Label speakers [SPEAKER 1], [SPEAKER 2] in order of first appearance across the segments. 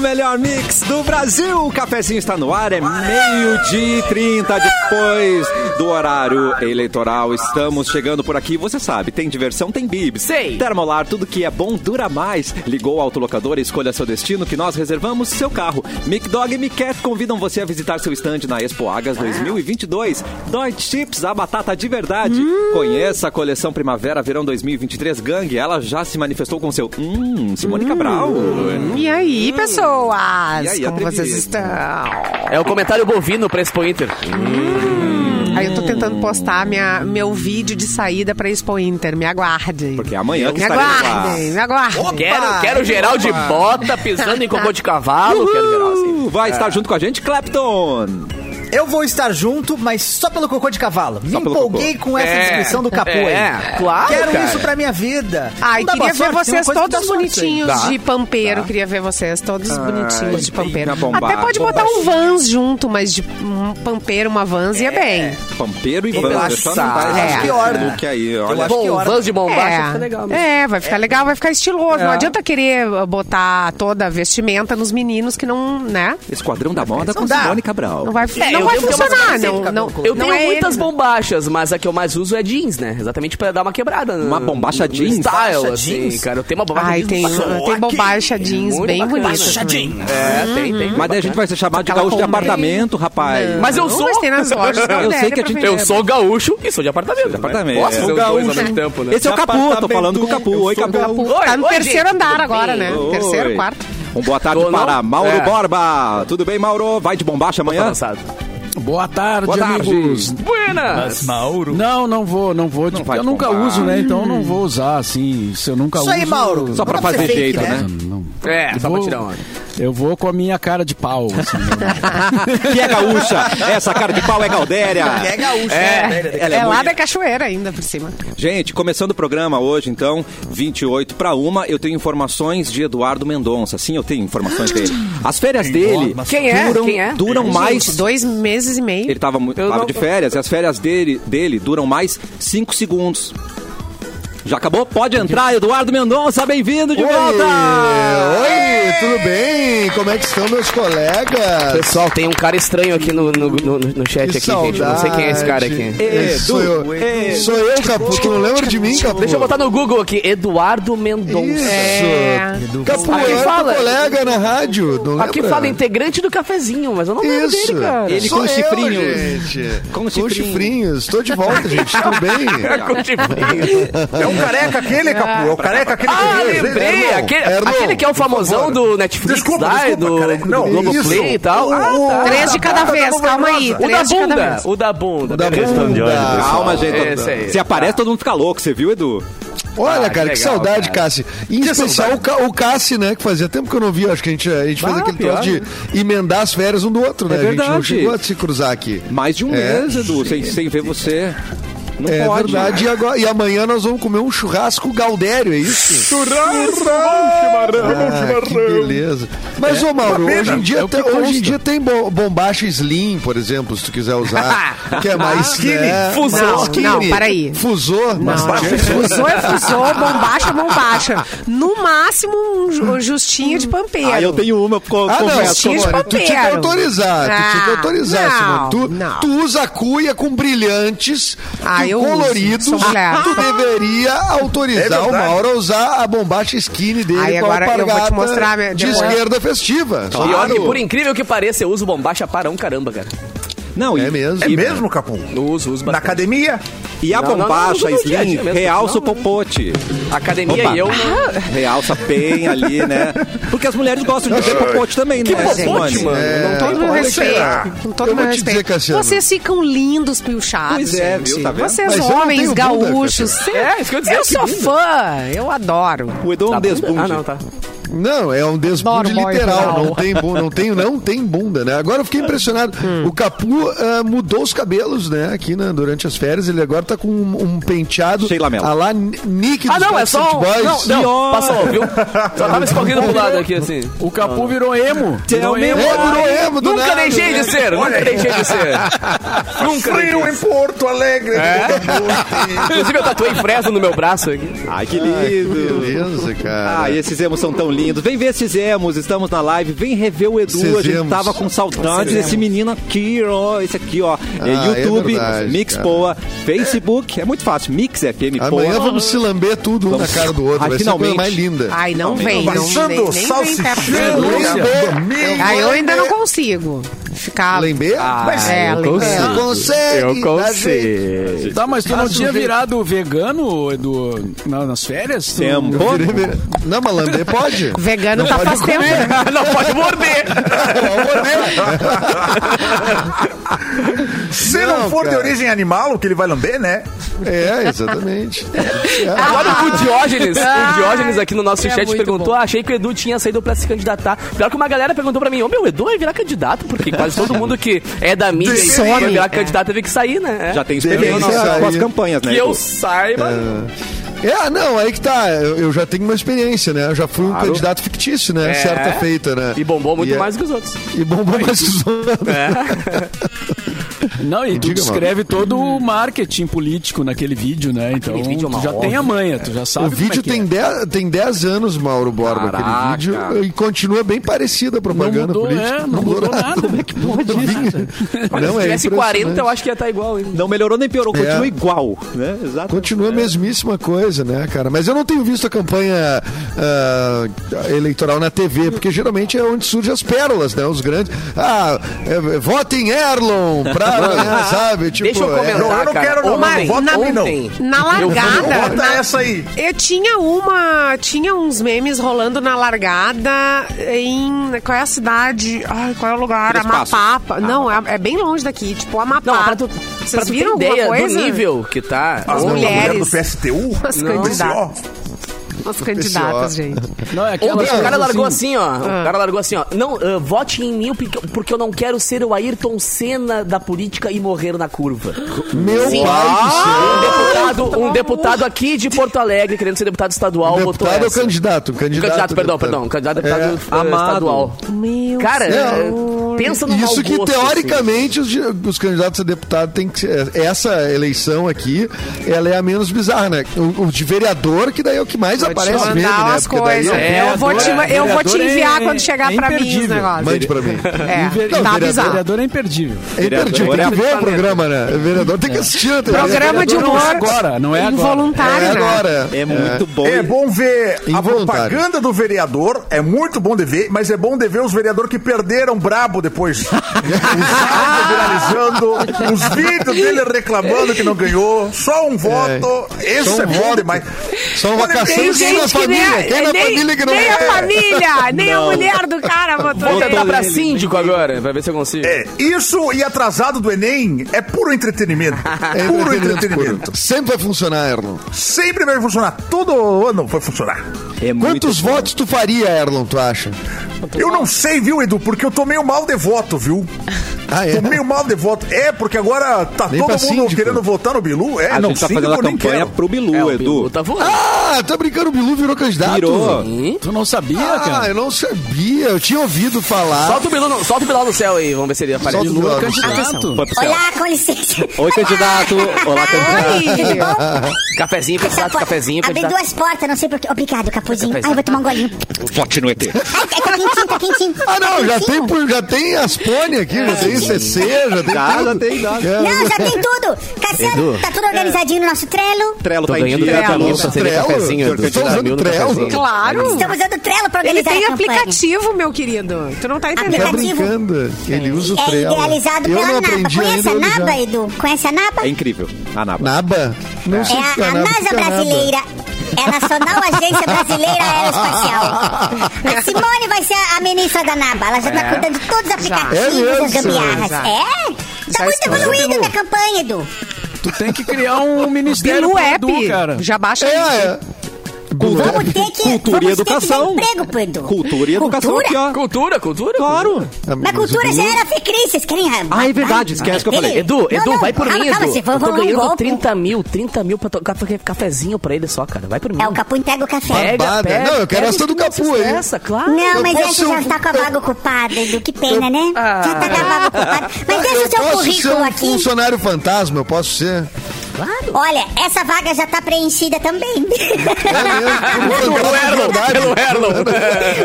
[SPEAKER 1] melhor mix do Brasil. O cafezinho está no ar, é meio-dia e 30 depois do horário eleitoral. Estamos chegando por aqui, você sabe, tem diversão, tem bibs.
[SPEAKER 2] Sei.
[SPEAKER 1] Termolar, tudo que é bom dura mais. Ligou o autolocador e escolha seu destino que nós reservamos seu carro. Mic Dog e Micat convidam você a visitar seu estande na Expo Agas 2022. Dói Chips, a batata de verdade. Conheça a coleção Primavera Verão 2023 Gang. Ela já se manifestou com seu Hum, Simone Cabral.
[SPEAKER 2] E aí, pessoas?
[SPEAKER 1] E aí,
[SPEAKER 2] como
[SPEAKER 1] atrevido?
[SPEAKER 2] vocês estão?
[SPEAKER 3] É o comentário bovino pra Expo Inter.
[SPEAKER 2] Aí eu tô tentando postar minha, meu vídeo de saída pra Expo Inter. Me aguardem.
[SPEAKER 1] Porque é amanhã que
[SPEAKER 2] Me
[SPEAKER 1] estaremos lá.
[SPEAKER 2] aguardem, me aguardem.
[SPEAKER 3] Quero, quero geral de bota, pisando em cocô de cavalo. Quero geral, assim.
[SPEAKER 1] Uh, Vai
[SPEAKER 2] É.
[SPEAKER 1] estar junto com a gente, Clapton.
[SPEAKER 4] Eu vou estar junto, mas só pelo cocô de cavalo. Me
[SPEAKER 1] pelo
[SPEAKER 4] empolguei com essa
[SPEAKER 3] É.
[SPEAKER 4] descrição do capô
[SPEAKER 3] É,
[SPEAKER 4] aí.
[SPEAKER 3] claro,
[SPEAKER 4] Quero
[SPEAKER 3] cara.
[SPEAKER 4] isso pra minha vida.
[SPEAKER 2] Ai,
[SPEAKER 4] Não dá
[SPEAKER 2] Ah, queria
[SPEAKER 4] boa
[SPEAKER 2] ver
[SPEAKER 4] sorte, tem uma
[SPEAKER 2] vocês
[SPEAKER 4] coisa que dá
[SPEAKER 2] todos
[SPEAKER 4] sorte aí.
[SPEAKER 2] bonitinhos
[SPEAKER 3] Dá.
[SPEAKER 2] de pampeiro. Queria ver vocês todos bonitinhos de pampeiro.
[SPEAKER 1] na bomba-
[SPEAKER 2] Até pode botar um Vans junto, mas de um pampeiro, uma Vans ia bem.
[SPEAKER 1] Pampeiro e
[SPEAKER 4] Eu
[SPEAKER 1] Wanda.
[SPEAKER 4] acho-
[SPEAKER 1] Só não vai né?
[SPEAKER 4] é.
[SPEAKER 1] esse
[SPEAKER 4] que orna.
[SPEAKER 1] look aí, olha.
[SPEAKER 4] acho que
[SPEAKER 3] Bom,
[SPEAKER 4] hora-
[SPEAKER 3] vans de bombacha.
[SPEAKER 2] É.
[SPEAKER 3] fica legal né? mesmo.
[SPEAKER 2] É, vai ficar legal, vai ficar estiloso. Não adianta querer botar toda a vestimenta nos meninos que não, né?
[SPEAKER 1] Esquadrão da Moda com
[SPEAKER 4] Não dá.
[SPEAKER 1] Simone Cabral.
[SPEAKER 2] Não vai,
[SPEAKER 3] É, eu
[SPEAKER 2] não vai
[SPEAKER 3] tenho que ter uma
[SPEAKER 2] funcionar,
[SPEAKER 3] camiseta,
[SPEAKER 2] não.
[SPEAKER 4] cabelo
[SPEAKER 2] não,
[SPEAKER 4] curto.
[SPEAKER 3] Eu
[SPEAKER 2] não
[SPEAKER 3] tenho
[SPEAKER 2] é
[SPEAKER 3] muitas
[SPEAKER 2] ele.
[SPEAKER 3] bombachas, mas a que eu mais uso é jeans, né? Exatamente pra dar uma quebrada. no-
[SPEAKER 1] Uma bombacha
[SPEAKER 3] no
[SPEAKER 1] jeans?
[SPEAKER 3] Style,
[SPEAKER 4] Bombacha
[SPEAKER 3] assim,
[SPEAKER 4] jeans?
[SPEAKER 3] cara. Eu tenho uma bombacha
[SPEAKER 2] Ai,
[SPEAKER 3] jeans.
[SPEAKER 2] tem, um,
[SPEAKER 3] muito
[SPEAKER 2] tem bombacha
[SPEAKER 3] bacana.
[SPEAKER 2] jeans
[SPEAKER 3] Muito
[SPEAKER 2] bem
[SPEAKER 3] bacana.
[SPEAKER 2] bonita. também.
[SPEAKER 3] É, tem, tem.
[SPEAKER 1] Mas daí a gente vai ser chamado de
[SPEAKER 2] Aquela
[SPEAKER 1] gaúcho de
[SPEAKER 2] compra.
[SPEAKER 1] apartamento, rapaz.
[SPEAKER 3] Mas eu
[SPEAKER 2] Não,
[SPEAKER 3] sou.
[SPEAKER 2] Mas tem nas lojas da
[SPEAKER 1] Eu sei
[SPEAKER 2] Adélia
[SPEAKER 1] que a
[SPEAKER 2] pra
[SPEAKER 1] gente-
[SPEAKER 2] vender.
[SPEAKER 3] Eu sou gaúcho e sou de apartamento. né?
[SPEAKER 1] apartamento.
[SPEAKER 3] Posso
[SPEAKER 1] É.
[SPEAKER 3] fazer
[SPEAKER 1] Sou
[SPEAKER 3] os dois ao
[SPEAKER 1] gaúcho.
[SPEAKER 3] mesmo tempo, né?
[SPEAKER 1] Esse é o Capu, tô falando com o Capu. Oi, Capu.
[SPEAKER 2] Capu. Tá no
[SPEAKER 3] Oi, oi,
[SPEAKER 2] terceiro
[SPEAKER 3] gente,
[SPEAKER 2] andar
[SPEAKER 3] tudo
[SPEAKER 2] agora,
[SPEAKER 3] bem?
[SPEAKER 2] né?
[SPEAKER 1] Oi.
[SPEAKER 2] Terceiro, quarto.
[SPEAKER 1] Um boa tarde
[SPEAKER 3] Tô, não?
[SPEAKER 1] para Mauro
[SPEAKER 3] É.
[SPEAKER 1] Borba. Tudo bem, Mauro? Vai de bombacha amanhã?
[SPEAKER 3] Avançado.
[SPEAKER 5] Boa tarde,
[SPEAKER 1] Boa tarde.
[SPEAKER 5] amigos.
[SPEAKER 3] Buenas!
[SPEAKER 6] Mauro.
[SPEAKER 5] Não, não vou, não vou. tipo,
[SPEAKER 1] vai
[SPEAKER 5] eu nunca
[SPEAKER 1] tomar.
[SPEAKER 5] uso, né? Então eu não vou usar, assim. Se eu nunca
[SPEAKER 4] Isso
[SPEAKER 5] uso.
[SPEAKER 4] aí, Mauro.
[SPEAKER 1] Só pra
[SPEAKER 4] Não dá
[SPEAKER 1] fazer
[SPEAKER 4] ser
[SPEAKER 1] jeito, né?
[SPEAKER 5] Não.
[SPEAKER 3] É, só pra
[SPEAKER 5] Vou-
[SPEAKER 3] tirar uma.
[SPEAKER 5] Eu vou com a minha cara de pau. assim.
[SPEAKER 1] Que é gaúcha. Essa cara de pau é Galdéria.
[SPEAKER 4] Que É gaúcho,
[SPEAKER 3] É.
[SPEAKER 4] né? velho?
[SPEAKER 1] Ela
[SPEAKER 2] É lá
[SPEAKER 1] bonita.
[SPEAKER 2] da cachoeira ainda por cima.
[SPEAKER 1] Gente, começando o programa hoje, então, 28 para uma, eu tenho informações de Eduardo Mendonça. Sim, eu tenho informações dele. As férias dele
[SPEAKER 3] Quem é?
[SPEAKER 1] duram,
[SPEAKER 3] Quem é?
[SPEAKER 1] duram mais.
[SPEAKER 2] Gente, dois meses e meio.
[SPEAKER 1] Ele tava, muito-
[SPEAKER 3] Eu
[SPEAKER 1] tava
[SPEAKER 3] não-
[SPEAKER 1] de férias e as férias dele, dele duram mais 5 segundos. Já acabou? Pode entrar, Eduardo Mendonça, bem-vindo de
[SPEAKER 6] Oi,
[SPEAKER 1] volta!
[SPEAKER 6] oi, tudo bem? Como é que estão meus colegas?
[SPEAKER 3] Pessoal, tem um cara estranho aqui no, no, no, no chat
[SPEAKER 6] Que
[SPEAKER 3] aqui, gente. Eu Não sei quem é esse cara aqui.
[SPEAKER 6] saudade. Sou eu,
[SPEAKER 1] Edu.
[SPEAKER 6] sou eu,
[SPEAKER 3] Tipo,
[SPEAKER 6] Capu. Tu não lembra de mim, Capu?
[SPEAKER 3] Deixa eu botar no Google aqui. Eduardo Mendonça.
[SPEAKER 2] É.
[SPEAKER 6] Isso. Capu,
[SPEAKER 3] Aqui
[SPEAKER 6] eu era
[SPEAKER 3] fala.
[SPEAKER 6] teu colega na rádio, não lembra?
[SPEAKER 3] Aqui fala integrante do cafezinho, mas eu não lembro
[SPEAKER 6] Isso.
[SPEAKER 3] dele, cara.
[SPEAKER 1] Ele
[SPEAKER 6] Sou
[SPEAKER 1] com
[SPEAKER 6] eu,
[SPEAKER 1] chifrinhos.
[SPEAKER 6] gente.
[SPEAKER 1] Com
[SPEAKER 6] Com
[SPEAKER 1] chifrinhos.
[SPEAKER 6] chifrinhos. Tô de volta, gente. Tudo
[SPEAKER 3] Ah,
[SPEAKER 6] bem?
[SPEAKER 4] É o careca aquele, Capu. É o careca aquele
[SPEAKER 3] Ah,
[SPEAKER 4] que veio,
[SPEAKER 3] lembrei!
[SPEAKER 4] irmão.
[SPEAKER 3] Aquele,
[SPEAKER 6] Erlon,
[SPEAKER 3] aquele que é o
[SPEAKER 6] por
[SPEAKER 3] famosão
[SPEAKER 6] favor.
[SPEAKER 3] do Netflix,
[SPEAKER 4] Desculpa,
[SPEAKER 3] lá,
[SPEAKER 4] desculpa,
[SPEAKER 3] do,
[SPEAKER 4] cara. Não,
[SPEAKER 3] do Globoplay
[SPEAKER 6] isso.
[SPEAKER 3] e tal. Ah,
[SPEAKER 6] O-
[SPEAKER 3] tá.
[SPEAKER 6] o-
[SPEAKER 2] Três de cada
[SPEAKER 4] tá
[SPEAKER 2] vez,
[SPEAKER 4] bom,
[SPEAKER 2] calma aí.
[SPEAKER 3] O
[SPEAKER 4] nervosa.
[SPEAKER 3] da
[SPEAKER 2] Três de cada
[SPEAKER 3] bunda.
[SPEAKER 2] vez.
[SPEAKER 3] O da bunda.
[SPEAKER 6] O da bunda.
[SPEAKER 1] Calma, gente.
[SPEAKER 3] Esse É aí.
[SPEAKER 1] Se aparece, todo mundo fica louco, você viu, Edu?
[SPEAKER 6] Olha,
[SPEAKER 3] Ah,
[SPEAKER 6] cara,
[SPEAKER 3] que
[SPEAKER 6] que,
[SPEAKER 3] legal,
[SPEAKER 6] saudade,
[SPEAKER 3] cara.
[SPEAKER 6] Cassi. Em especial o, Ca o Cassi, né? Que fazia tempo que eu não via. Acho que a gente, a gente fez aquele
[SPEAKER 3] pior,
[SPEAKER 6] troço de emendar as férias um do outro, né? A gente não
[SPEAKER 1] verdade.
[SPEAKER 6] chegou a se cruzar aqui.
[SPEAKER 1] Mais de um
[SPEAKER 6] É,
[SPEAKER 1] mês, Edu, sem, sem ver você. Não
[SPEAKER 6] É
[SPEAKER 1] pode.
[SPEAKER 6] verdade. E, agora- e amanhã nós vamos comer um churrasco Galdério, é isso? Ah, que beleza. Mas, ô Mauro, hoje em dia,
[SPEAKER 5] É o que
[SPEAKER 6] tem- hoje
[SPEAKER 5] consta.
[SPEAKER 6] em dia tem bo- bombacha slim, por exemplo, se tu quiser usar. que é mais skinny. Né,
[SPEAKER 3] Fusô.
[SPEAKER 6] mais
[SPEAKER 3] Não,
[SPEAKER 6] skinny.
[SPEAKER 2] não, peraí.
[SPEAKER 6] Fusô. mas-
[SPEAKER 2] Fusou é fusou, bombacha é bombacha. No máximo, um ju- um justinho de pampeiro.
[SPEAKER 1] Ah, eu tenho uma, co-
[SPEAKER 6] Ah, não,
[SPEAKER 1] confesso.
[SPEAKER 2] X
[SPEAKER 6] Simone, tu tinha que
[SPEAKER 2] papel.
[SPEAKER 6] autorizar, tu tinha que
[SPEAKER 2] Ah,
[SPEAKER 6] autorizar,
[SPEAKER 2] não,
[SPEAKER 6] Simone.
[SPEAKER 2] não.
[SPEAKER 6] Tu, tu usa a cuia com brilhantes
[SPEAKER 2] Ah,
[SPEAKER 6] tu-
[SPEAKER 2] eu uso,
[SPEAKER 6] coloridos,
[SPEAKER 2] sou mulher.
[SPEAKER 6] tu deveria
[SPEAKER 4] É
[SPEAKER 6] autorizar
[SPEAKER 4] verdade.
[SPEAKER 6] o Mauro a usar a bombacha skinny dele
[SPEAKER 2] Aí,
[SPEAKER 6] com
[SPEAKER 2] agora eu
[SPEAKER 6] a
[SPEAKER 2] vou te
[SPEAKER 6] alpargata
[SPEAKER 2] mostrar minha-
[SPEAKER 6] de
[SPEAKER 2] depois-
[SPEAKER 6] esquerda festiva. Só
[SPEAKER 3] E olha que,
[SPEAKER 6] que-
[SPEAKER 3] por incrível que pareça, eu uso bombacha para um caramba, cara.
[SPEAKER 1] Não,
[SPEAKER 6] É
[SPEAKER 1] e-
[SPEAKER 6] mesmo.
[SPEAKER 4] É mesmo, Capu?
[SPEAKER 3] Eu uso, uso
[SPEAKER 4] Na
[SPEAKER 3] bastante.
[SPEAKER 4] academia?
[SPEAKER 1] E a
[SPEAKER 3] Não, não, não,
[SPEAKER 1] bombacha,
[SPEAKER 3] não, não, não,
[SPEAKER 1] slim,
[SPEAKER 3] não, não, não.
[SPEAKER 1] realça o
[SPEAKER 3] Não, não.
[SPEAKER 1] popote.
[SPEAKER 3] academia
[SPEAKER 1] Opa.
[SPEAKER 3] e eu. não-
[SPEAKER 1] Realça bem ali, né? Porque as mulheres gostam de ver popote também,
[SPEAKER 3] Que
[SPEAKER 1] né?
[SPEAKER 3] popote,
[SPEAKER 1] Simone?
[SPEAKER 3] mano.
[SPEAKER 6] É,
[SPEAKER 2] Com todo meu respeito. Com todo
[SPEAKER 6] Eu
[SPEAKER 2] meu
[SPEAKER 6] vou te dizer,
[SPEAKER 2] respeito.
[SPEAKER 6] Cassiano.
[SPEAKER 2] Vocês ficam lindos pilchados.
[SPEAKER 1] Pois é, viu?
[SPEAKER 2] gente.
[SPEAKER 1] Tá vendo?
[SPEAKER 2] Vocês,
[SPEAKER 6] Mas eu não
[SPEAKER 2] homens
[SPEAKER 6] tenho bunda,
[SPEAKER 2] gaúchos. cê-
[SPEAKER 3] É, isso que eu ia dizer, que
[SPEAKER 2] sou
[SPEAKER 3] bunda.
[SPEAKER 2] fã. Eu adoro.
[SPEAKER 1] O Edu é um
[SPEAKER 3] Da
[SPEAKER 1] desbunde.
[SPEAKER 3] bunda? Ah, não, tá.
[SPEAKER 6] Não, é um desbunde
[SPEAKER 2] Normal,
[SPEAKER 6] literal.
[SPEAKER 2] normal.
[SPEAKER 6] Não tem, bu- não, tem, não tem bunda, né? Agora eu fiquei impressionado.
[SPEAKER 2] Hum.
[SPEAKER 6] O Capu ah, mudou os cabelos, né? Aqui né, durante as férias. Ele agora tá com um, um penteado.
[SPEAKER 1] Sheila Mello.
[SPEAKER 6] A lá Nick dos
[SPEAKER 3] Ah, não, é só.
[SPEAKER 6] Backstreet
[SPEAKER 2] um-
[SPEAKER 6] Boys.
[SPEAKER 3] Não, não, passou, viu? Só tava escorrendo pro lado aqui, assim.
[SPEAKER 5] O Capu virou emo. Virou
[SPEAKER 1] me
[SPEAKER 5] emo.
[SPEAKER 6] É, virou emo do
[SPEAKER 3] Nunca
[SPEAKER 6] nada,
[SPEAKER 3] deixei de
[SPEAKER 6] né?
[SPEAKER 3] ser, nunca deixei de ser. Nunca deixei.
[SPEAKER 4] Frio em Porto Alegre.
[SPEAKER 3] É? Inclusive, eu tatuei Fresno no meu braço aqui.
[SPEAKER 1] Ai, que
[SPEAKER 6] Ai, que
[SPEAKER 1] lindo.
[SPEAKER 6] beleza, cara.
[SPEAKER 1] Ah, e esses emos são tão lindos. Vem ver Cizemos, estamos na live. Vem rever o Edu, a gente
[SPEAKER 6] Cizemos.
[SPEAKER 1] tava com saudade desse menino aqui, ó. Esse aqui, ó. É,
[SPEAKER 6] Ah, é
[SPEAKER 1] YouTube,
[SPEAKER 6] verdade,
[SPEAKER 1] Mix
[SPEAKER 6] cara.
[SPEAKER 1] Poa, Facebook, é muito fácil. Mix FM
[SPEAKER 6] Amanhã
[SPEAKER 1] Poa.
[SPEAKER 6] vamos se lamber tudo um na
[SPEAKER 1] Vamos.
[SPEAKER 6] cara do outro.
[SPEAKER 3] Ah,
[SPEAKER 1] Ai,
[SPEAKER 6] Vai ser a coisa
[SPEAKER 1] finalmente.
[SPEAKER 6] mais linda.
[SPEAKER 2] Ai, não vem, não
[SPEAKER 4] Passando
[SPEAKER 2] nem, nem vem perto de mim.
[SPEAKER 4] salsichão.
[SPEAKER 2] Ai, Ah, eu ainda não consigo ficar...
[SPEAKER 6] Lembrei?
[SPEAKER 1] Ah,
[SPEAKER 6] Mas
[SPEAKER 2] é, lembrar.
[SPEAKER 6] você consegue.
[SPEAKER 3] Eu
[SPEAKER 1] tá
[SPEAKER 6] dá jeito.
[SPEAKER 3] consigo.
[SPEAKER 5] Tá, mas tu não
[SPEAKER 6] Faço
[SPEAKER 5] tinha
[SPEAKER 6] um jeito.
[SPEAKER 5] virado vegano, Edu, na- nas férias? Tu-
[SPEAKER 1] Temos.
[SPEAKER 6] Eu virei ver- Não, mas lamber pode.
[SPEAKER 2] Vegano tá faz tempo.
[SPEAKER 3] Não pode morder.
[SPEAKER 4] Se não,
[SPEAKER 6] Não,
[SPEAKER 4] for de
[SPEAKER 6] cara.
[SPEAKER 4] origem animal, o que ele vai lamber, né?
[SPEAKER 6] É, exatamente.
[SPEAKER 3] Agora o Diógenes, o Diógenes aqui no nosso
[SPEAKER 2] É
[SPEAKER 3] chat
[SPEAKER 2] muito
[SPEAKER 3] perguntou: "Ah,
[SPEAKER 2] bom.
[SPEAKER 3] achei que o Edu tinha saído pra se candidatar. Pior que uma galera perguntou pra mim: Ô meu, o Edu vai virar candidato, porque quase todo mundo que é da mídia e
[SPEAKER 2] Some.
[SPEAKER 3] vai virar
[SPEAKER 2] É.
[SPEAKER 3] candidato teve que sair, né? É.
[SPEAKER 1] Já tem
[SPEAKER 6] Beleza,
[SPEAKER 1] experiência com as
[SPEAKER 6] aí.
[SPEAKER 1] campanhas, né?
[SPEAKER 3] que eu
[SPEAKER 1] Edu?
[SPEAKER 3] saiba.
[SPEAKER 6] É, não, aí que tá. Eu, eu já tenho uma experiência, né? Eu já fui um candidato fictício, né? Certa feita, né?
[SPEAKER 3] É. E bombou muito
[SPEAKER 6] E é-
[SPEAKER 3] mais que os outros.
[SPEAKER 6] E bombou mais que os outros.
[SPEAKER 5] Não, e tu
[SPEAKER 6] Diga,
[SPEAKER 5] descreve todo o marketing político naquele vídeo, né? Então,
[SPEAKER 3] Aquele vídeo é uma
[SPEAKER 5] tu já
[SPEAKER 3] obra,
[SPEAKER 5] tem a manha, tu já sabe
[SPEAKER 6] O
[SPEAKER 5] como é
[SPEAKER 6] vídeo
[SPEAKER 5] que
[SPEAKER 6] tem
[SPEAKER 5] é.
[SPEAKER 6] 10 tem 10 anos, Mauro Borba,
[SPEAKER 1] Caraca.
[SPEAKER 6] aquele vídeo. E continua bem parecida a
[SPEAKER 5] Não
[SPEAKER 6] propaganda
[SPEAKER 5] mudou,
[SPEAKER 6] política.
[SPEAKER 5] é, não, mudou nada. Como é que pode
[SPEAKER 3] Olha,
[SPEAKER 6] Não,
[SPEAKER 3] se
[SPEAKER 6] é
[SPEAKER 3] tivesse 40, eu
[SPEAKER 6] impressionante.
[SPEAKER 3] acho que ia estar igual ainda.
[SPEAKER 1] Não melhorou nem piorou,
[SPEAKER 6] É.
[SPEAKER 1] continua igual, né? Exato.
[SPEAKER 6] Continua a mesmíssima coisa, né, cara? Mas eu não tenho visto a campanha ah, eleitoral na TV, porque geralmente é onde surgem as pérolas, né? Os grandes. Ah, é, vota em Erlon pra ganhar, sabe? Tipo,
[SPEAKER 3] Deixa eu
[SPEAKER 6] é,
[SPEAKER 3] comentar,
[SPEAKER 4] não, eu não
[SPEAKER 3] cara.
[SPEAKER 4] quero, não,
[SPEAKER 3] Ontem,
[SPEAKER 4] não, vota em mim, não.
[SPEAKER 3] ontem,
[SPEAKER 2] Na largada...
[SPEAKER 4] Bota
[SPEAKER 2] na-
[SPEAKER 4] essa aí.
[SPEAKER 2] Eu tinha uma. Tinha uns memes rolando na largada em. Qual é a cidade? Ai, qual é o lugar?
[SPEAKER 1] Três
[SPEAKER 2] Amapá. Não, é, é bem longe daqui. Tipo, Amapá.
[SPEAKER 3] Não, pra tu, pra
[SPEAKER 2] Vocês
[SPEAKER 3] tu ter
[SPEAKER 2] viram alguma
[SPEAKER 3] ideia
[SPEAKER 2] coisa?
[SPEAKER 3] do nível que tá.
[SPEAKER 4] As
[SPEAKER 2] Mulheres.
[SPEAKER 4] mulheres do PSTU?
[SPEAKER 2] As
[SPEAKER 4] Não.
[SPEAKER 2] candidatas. Os candidatas,
[SPEAKER 6] ó.
[SPEAKER 2] gente.
[SPEAKER 5] Não,
[SPEAKER 3] Ontem
[SPEAKER 5] é aquelas
[SPEAKER 3] o cara
[SPEAKER 5] coisas
[SPEAKER 3] largou assim, ó. O cara largou assim, ó. Não, ah, vote em mim porque- porque eu não quero ser o Ayrton Senna da política e morrer na curva.
[SPEAKER 6] Meu
[SPEAKER 3] Sim.
[SPEAKER 6] pai do
[SPEAKER 3] Um
[SPEAKER 6] céu.
[SPEAKER 3] deputado, um deputado aqui de Porto Alegre, querendo ser deputado estadual, votou
[SPEAKER 6] Deputado ou
[SPEAKER 3] essa.
[SPEAKER 6] candidato?
[SPEAKER 3] Candidato,
[SPEAKER 6] Candidato,
[SPEAKER 3] perdão,
[SPEAKER 6] deputado.
[SPEAKER 3] perdão. Candidato a
[SPEAKER 6] É.
[SPEAKER 3] deputado eh,
[SPEAKER 1] Amado.
[SPEAKER 3] estadual.
[SPEAKER 2] Meu
[SPEAKER 3] Cara,
[SPEAKER 6] Senhor.
[SPEAKER 3] eh, pensa assim. no mau
[SPEAKER 6] Isso que
[SPEAKER 3] gosto,
[SPEAKER 6] teoricamente os, di- os candidatos a deputado tem que ser- é, essa eleição aqui, ela é a menos bizarra, né? O, o de vereador que daí é o que mais
[SPEAKER 2] Vou te
[SPEAKER 6] aparece meme,
[SPEAKER 2] mandar
[SPEAKER 6] né?
[SPEAKER 2] umas
[SPEAKER 6] Porque daí
[SPEAKER 2] coisas.
[SPEAKER 6] é-
[SPEAKER 5] É,
[SPEAKER 2] eu, vou te,
[SPEAKER 5] vereador é-
[SPEAKER 2] eu vou te
[SPEAKER 5] vereador é-
[SPEAKER 2] enviar quando chegar
[SPEAKER 5] é
[SPEAKER 2] pra mim os
[SPEAKER 5] imperdível.
[SPEAKER 2] negócio.
[SPEAKER 6] Mande pra mim.
[SPEAKER 2] É,
[SPEAKER 6] Não,
[SPEAKER 2] tá
[SPEAKER 6] vereador
[SPEAKER 5] O
[SPEAKER 2] bizarro.
[SPEAKER 5] vereador é imperdível.
[SPEAKER 6] É imperdível, tem que ver o programa, né? O vereador tem que assistir. tem que ver.
[SPEAKER 2] É. Programa de
[SPEAKER 5] Vereador não é
[SPEAKER 2] humor
[SPEAKER 5] agora, não é agora.
[SPEAKER 2] involuntário,
[SPEAKER 6] É
[SPEAKER 2] né?
[SPEAKER 6] agora.
[SPEAKER 1] É muito bom.
[SPEAKER 4] É bom ver a
[SPEAKER 6] Involuntário.
[SPEAKER 4] propaganda do vereador, é muito bom de ver, mas é bom de ver os vereadores que perderam brabo depois. os áudios viralizando, os vídeos dele reclamando que não ganhou, só um voto, esse
[SPEAKER 6] Só um
[SPEAKER 4] é bom
[SPEAKER 6] voto.
[SPEAKER 4] demais.
[SPEAKER 6] Só uma
[SPEAKER 4] Olha, tem
[SPEAKER 6] caçamba
[SPEAKER 4] gente
[SPEAKER 6] na família. Quem na
[SPEAKER 2] nem,
[SPEAKER 6] família que não
[SPEAKER 2] nem a
[SPEAKER 6] é?
[SPEAKER 2] família, nem a mulher do cara votou
[SPEAKER 3] Vou
[SPEAKER 2] nele.
[SPEAKER 3] tentar Tá pra síndico agora, pra ver se eu consigo.
[SPEAKER 4] É, isso e atrasado do Enem é puro entretenimento.
[SPEAKER 6] É
[SPEAKER 4] puro
[SPEAKER 6] entretenimento.
[SPEAKER 4] entretenimento.
[SPEAKER 6] puro. Sempre vai funcionar, Erlon.
[SPEAKER 4] Sempre vai funcionar. Todo ano vai funcionar.
[SPEAKER 1] É muito
[SPEAKER 6] Quantos votos tu faria, Erlon, tu acha?
[SPEAKER 4] Eu não sei, viu, Edu? Porque eu tô meio mal de voto, viu?
[SPEAKER 6] Ah, é?
[SPEAKER 4] Tô meio mal de voto. É, porque agora tá
[SPEAKER 6] Nem
[SPEAKER 4] todo
[SPEAKER 6] pra
[SPEAKER 4] mundo
[SPEAKER 6] síndico.
[SPEAKER 4] querendo votar no Bilu. É,
[SPEAKER 1] A
[SPEAKER 4] não,
[SPEAKER 1] gente tá
[SPEAKER 4] síndico
[SPEAKER 1] fazendo a
[SPEAKER 4] eu nem
[SPEAKER 1] campanha
[SPEAKER 4] quero.
[SPEAKER 1] pro Bilu,
[SPEAKER 3] É, o
[SPEAKER 1] Edu.
[SPEAKER 3] Bilu tá voando.
[SPEAKER 6] Ah, tá brincando, o Bilu virou candidato?
[SPEAKER 1] Virou.
[SPEAKER 3] Hum?
[SPEAKER 5] Tu não sabia,
[SPEAKER 6] Ah,
[SPEAKER 5] cara?
[SPEAKER 6] eu não sabia. Eu tinha ouvido falar.
[SPEAKER 3] Solta o Bilu no, solta o Bilu no céu aí, vamos ver se ele aparece.
[SPEAKER 6] Solta o
[SPEAKER 5] Bilu é
[SPEAKER 6] Bilu.
[SPEAKER 5] candidato.
[SPEAKER 1] Foi pro céu.
[SPEAKER 7] Olá, com licença. Ah,
[SPEAKER 1] Oi, candidato. Olá, candidato.
[SPEAKER 7] Tudo
[SPEAKER 2] Oi!
[SPEAKER 7] bom?
[SPEAKER 3] Cafezinho, candidato, cafezinho,
[SPEAKER 7] Abri
[SPEAKER 3] candidato.
[SPEAKER 7] duas portas, não sei porquê. Obrigado, Capuzinho. Ai, vou tomar um golinho.
[SPEAKER 1] Vote no ET.
[SPEAKER 7] Ai, tá quentinho, tá quentinho.
[SPEAKER 6] Ah, não, já
[SPEAKER 7] Tá
[SPEAKER 6] tem,
[SPEAKER 7] quentinho.
[SPEAKER 6] já tem Aspone aqui, já tem CC, já tem.
[SPEAKER 1] Já,
[SPEAKER 6] tudo.
[SPEAKER 1] já tem, já.
[SPEAKER 6] É,
[SPEAKER 7] Não, já tem tudo. Cassiano, tá tudo organizadinho no nosso Trello.
[SPEAKER 1] Trello
[SPEAKER 3] Tô
[SPEAKER 1] tá em
[SPEAKER 3] ganhando
[SPEAKER 1] dia.
[SPEAKER 3] grana
[SPEAKER 2] Trello.
[SPEAKER 3] pra ser
[SPEAKER 6] Trello?
[SPEAKER 3] cafezinho, Edu.
[SPEAKER 6] Vocês estão
[SPEAKER 3] Te dá
[SPEAKER 6] usando
[SPEAKER 3] mil no
[SPEAKER 6] Trello?
[SPEAKER 3] cafezinho.
[SPEAKER 2] Claro!
[SPEAKER 7] Estamos usando o Trello pra
[SPEAKER 2] Hum. Ele
[SPEAKER 7] organizar
[SPEAKER 2] tem
[SPEAKER 7] a campanha.
[SPEAKER 2] aplicativo, meu querido. Tu não tá
[SPEAKER 6] Tá
[SPEAKER 7] tá Aplicativo.
[SPEAKER 2] entendendo.
[SPEAKER 6] brincando. Ele usa o
[SPEAKER 7] É
[SPEAKER 6] Trello.
[SPEAKER 7] idealizado
[SPEAKER 6] Eu não
[SPEAKER 7] pela Naba.
[SPEAKER 6] aprendi
[SPEAKER 7] Conhece
[SPEAKER 6] ainda,
[SPEAKER 7] a
[SPEAKER 6] ele já-
[SPEAKER 7] Naba, Edu? Conhece a Naba?
[SPEAKER 1] É incrível. A naba.
[SPEAKER 6] Naba? Não
[SPEAKER 7] É
[SPEAKER 6] sei o que
[SPEAKER 7] a,
[SPEAKER 6] é
[SPEAKER 7] a
[SPEAKER 6] Naba, o
[SPEAKER 7] NASA
[SPEAKER 6] que é Naba?
[SPEAKER 7] brasileira. É a Nacional Agência Brasileira Aeroespacial. A Simone vai ser a, a ministra da NABA. Ela já tá cuidando de todos os aplicativos,
[SPEAKER 6] É
[SPEAKER 7] as
[SPEAKER 6] mesmo?
[SPEAKER 7] gambiarras.
[SPEAKER 2] É. Já.
[SPEAKER 7] É? Tá
[SPEAKER 2] Já
[SPEAKER 7] muito
[SPEAKER 2] estou.
[SPEAKER 7] evoluída a minha campanha, Edu.
[SPEAKER 5] Tu tem que criar um ministério
[SPEAKER 2] Bilu
[SPEAKER 5] pro
[SPEAKER 2] App.
[SPEAKER 5] Edu, cara.
[SPEAKER 2] Já baixa
[SPEAKER 6] É,
[SPEAKER 2] aí.
[SPEAKER 6] é. Bilu
[SPEAKER 7] Vamos
[SPEAKER 6] App.
[SPEAKER 7] ter que.
[SPEAKER 1] Cultura e
[SPEAKER 7] vamos ter que dar
[SPEAKER 1] educação.
[SPEAKER 7] emprego pro Edu.
[SPEAKER 1] Cultura e educação
[SPEAKER 7] Cultura?
[SPEAKER 1] aqui, ó.
[SPEAKER 3] Cultura, cultura.
[SPEAKER 1] Claro.
[SPEAKER 6] Ah,
[SPEAKER 7] Mas cultura já era fecrim, vocês querem ramo.
[SPEAKER 1] Ah, é verdade, esquece que eu falei.
[SPEAKER 3] Edu, Edu, vai por mim,
[SPEAKER 7] Calma,
[SPEAKER 3] Edu.
[SPEAKER 7] vocês vão
[SPEAKER 3] Eu tô
[SPEAKER 7] rolar um
[SPEAKER 3] ganhando
[SPEAKER 7] golpe.
[SPEAKER 3] 30 mil, 30 mil pra tocar cafezinho pra ele só, cara. Vai por mim.
[SPEAKER 7] É, o Capu entrega o café.
[SPEAKER 6] Babada. Não, eu quero
[SPEAKER 3] pega
[SPEAKER 6] essa
[SPEAKER 3] isso
[SPEAKER 6] do
[SPEAKER 3] que não
[SPEAKER 6] Capu
[SPEAKER 3] se
[SPEAKER 6] aí.
[SPEAKER 3] estressa, claro.
[SPEAKER 7] Não,
[SPEAKER 6] Eu
[SPEAKER 7] mas
[SPEAKER 6] posso
[SPEAKER 7] essa
[SPEAKER 6] ser
[SPEAKER 7] já
[SPEAKER 6] um-
[SPEAKER 7] está com a vaga ocupada, Edu. Que pena, né? Já tá com a vaga ocupada. Mas deixa o
[SPEAKER 6] Ah, Eu
[SPEAKER 7] seu
[SPEAKER 6] posso ser
[SPEAKER 7] currículo
[SPEAKER 6] um
[SPEAKER 7] aqui.
[SPEAKER 6] funcionário fantasma, eu posso ser.
[SPEAKER 8] aprovado?
[SPEAKER 7] Olha, essa vaga já tá preenchida também.
[SPEAKER 6] É
[SPEAKER 7] é,
[SPEAKER 6] Pelo
[SPEAKER 3] Pelo Erlon.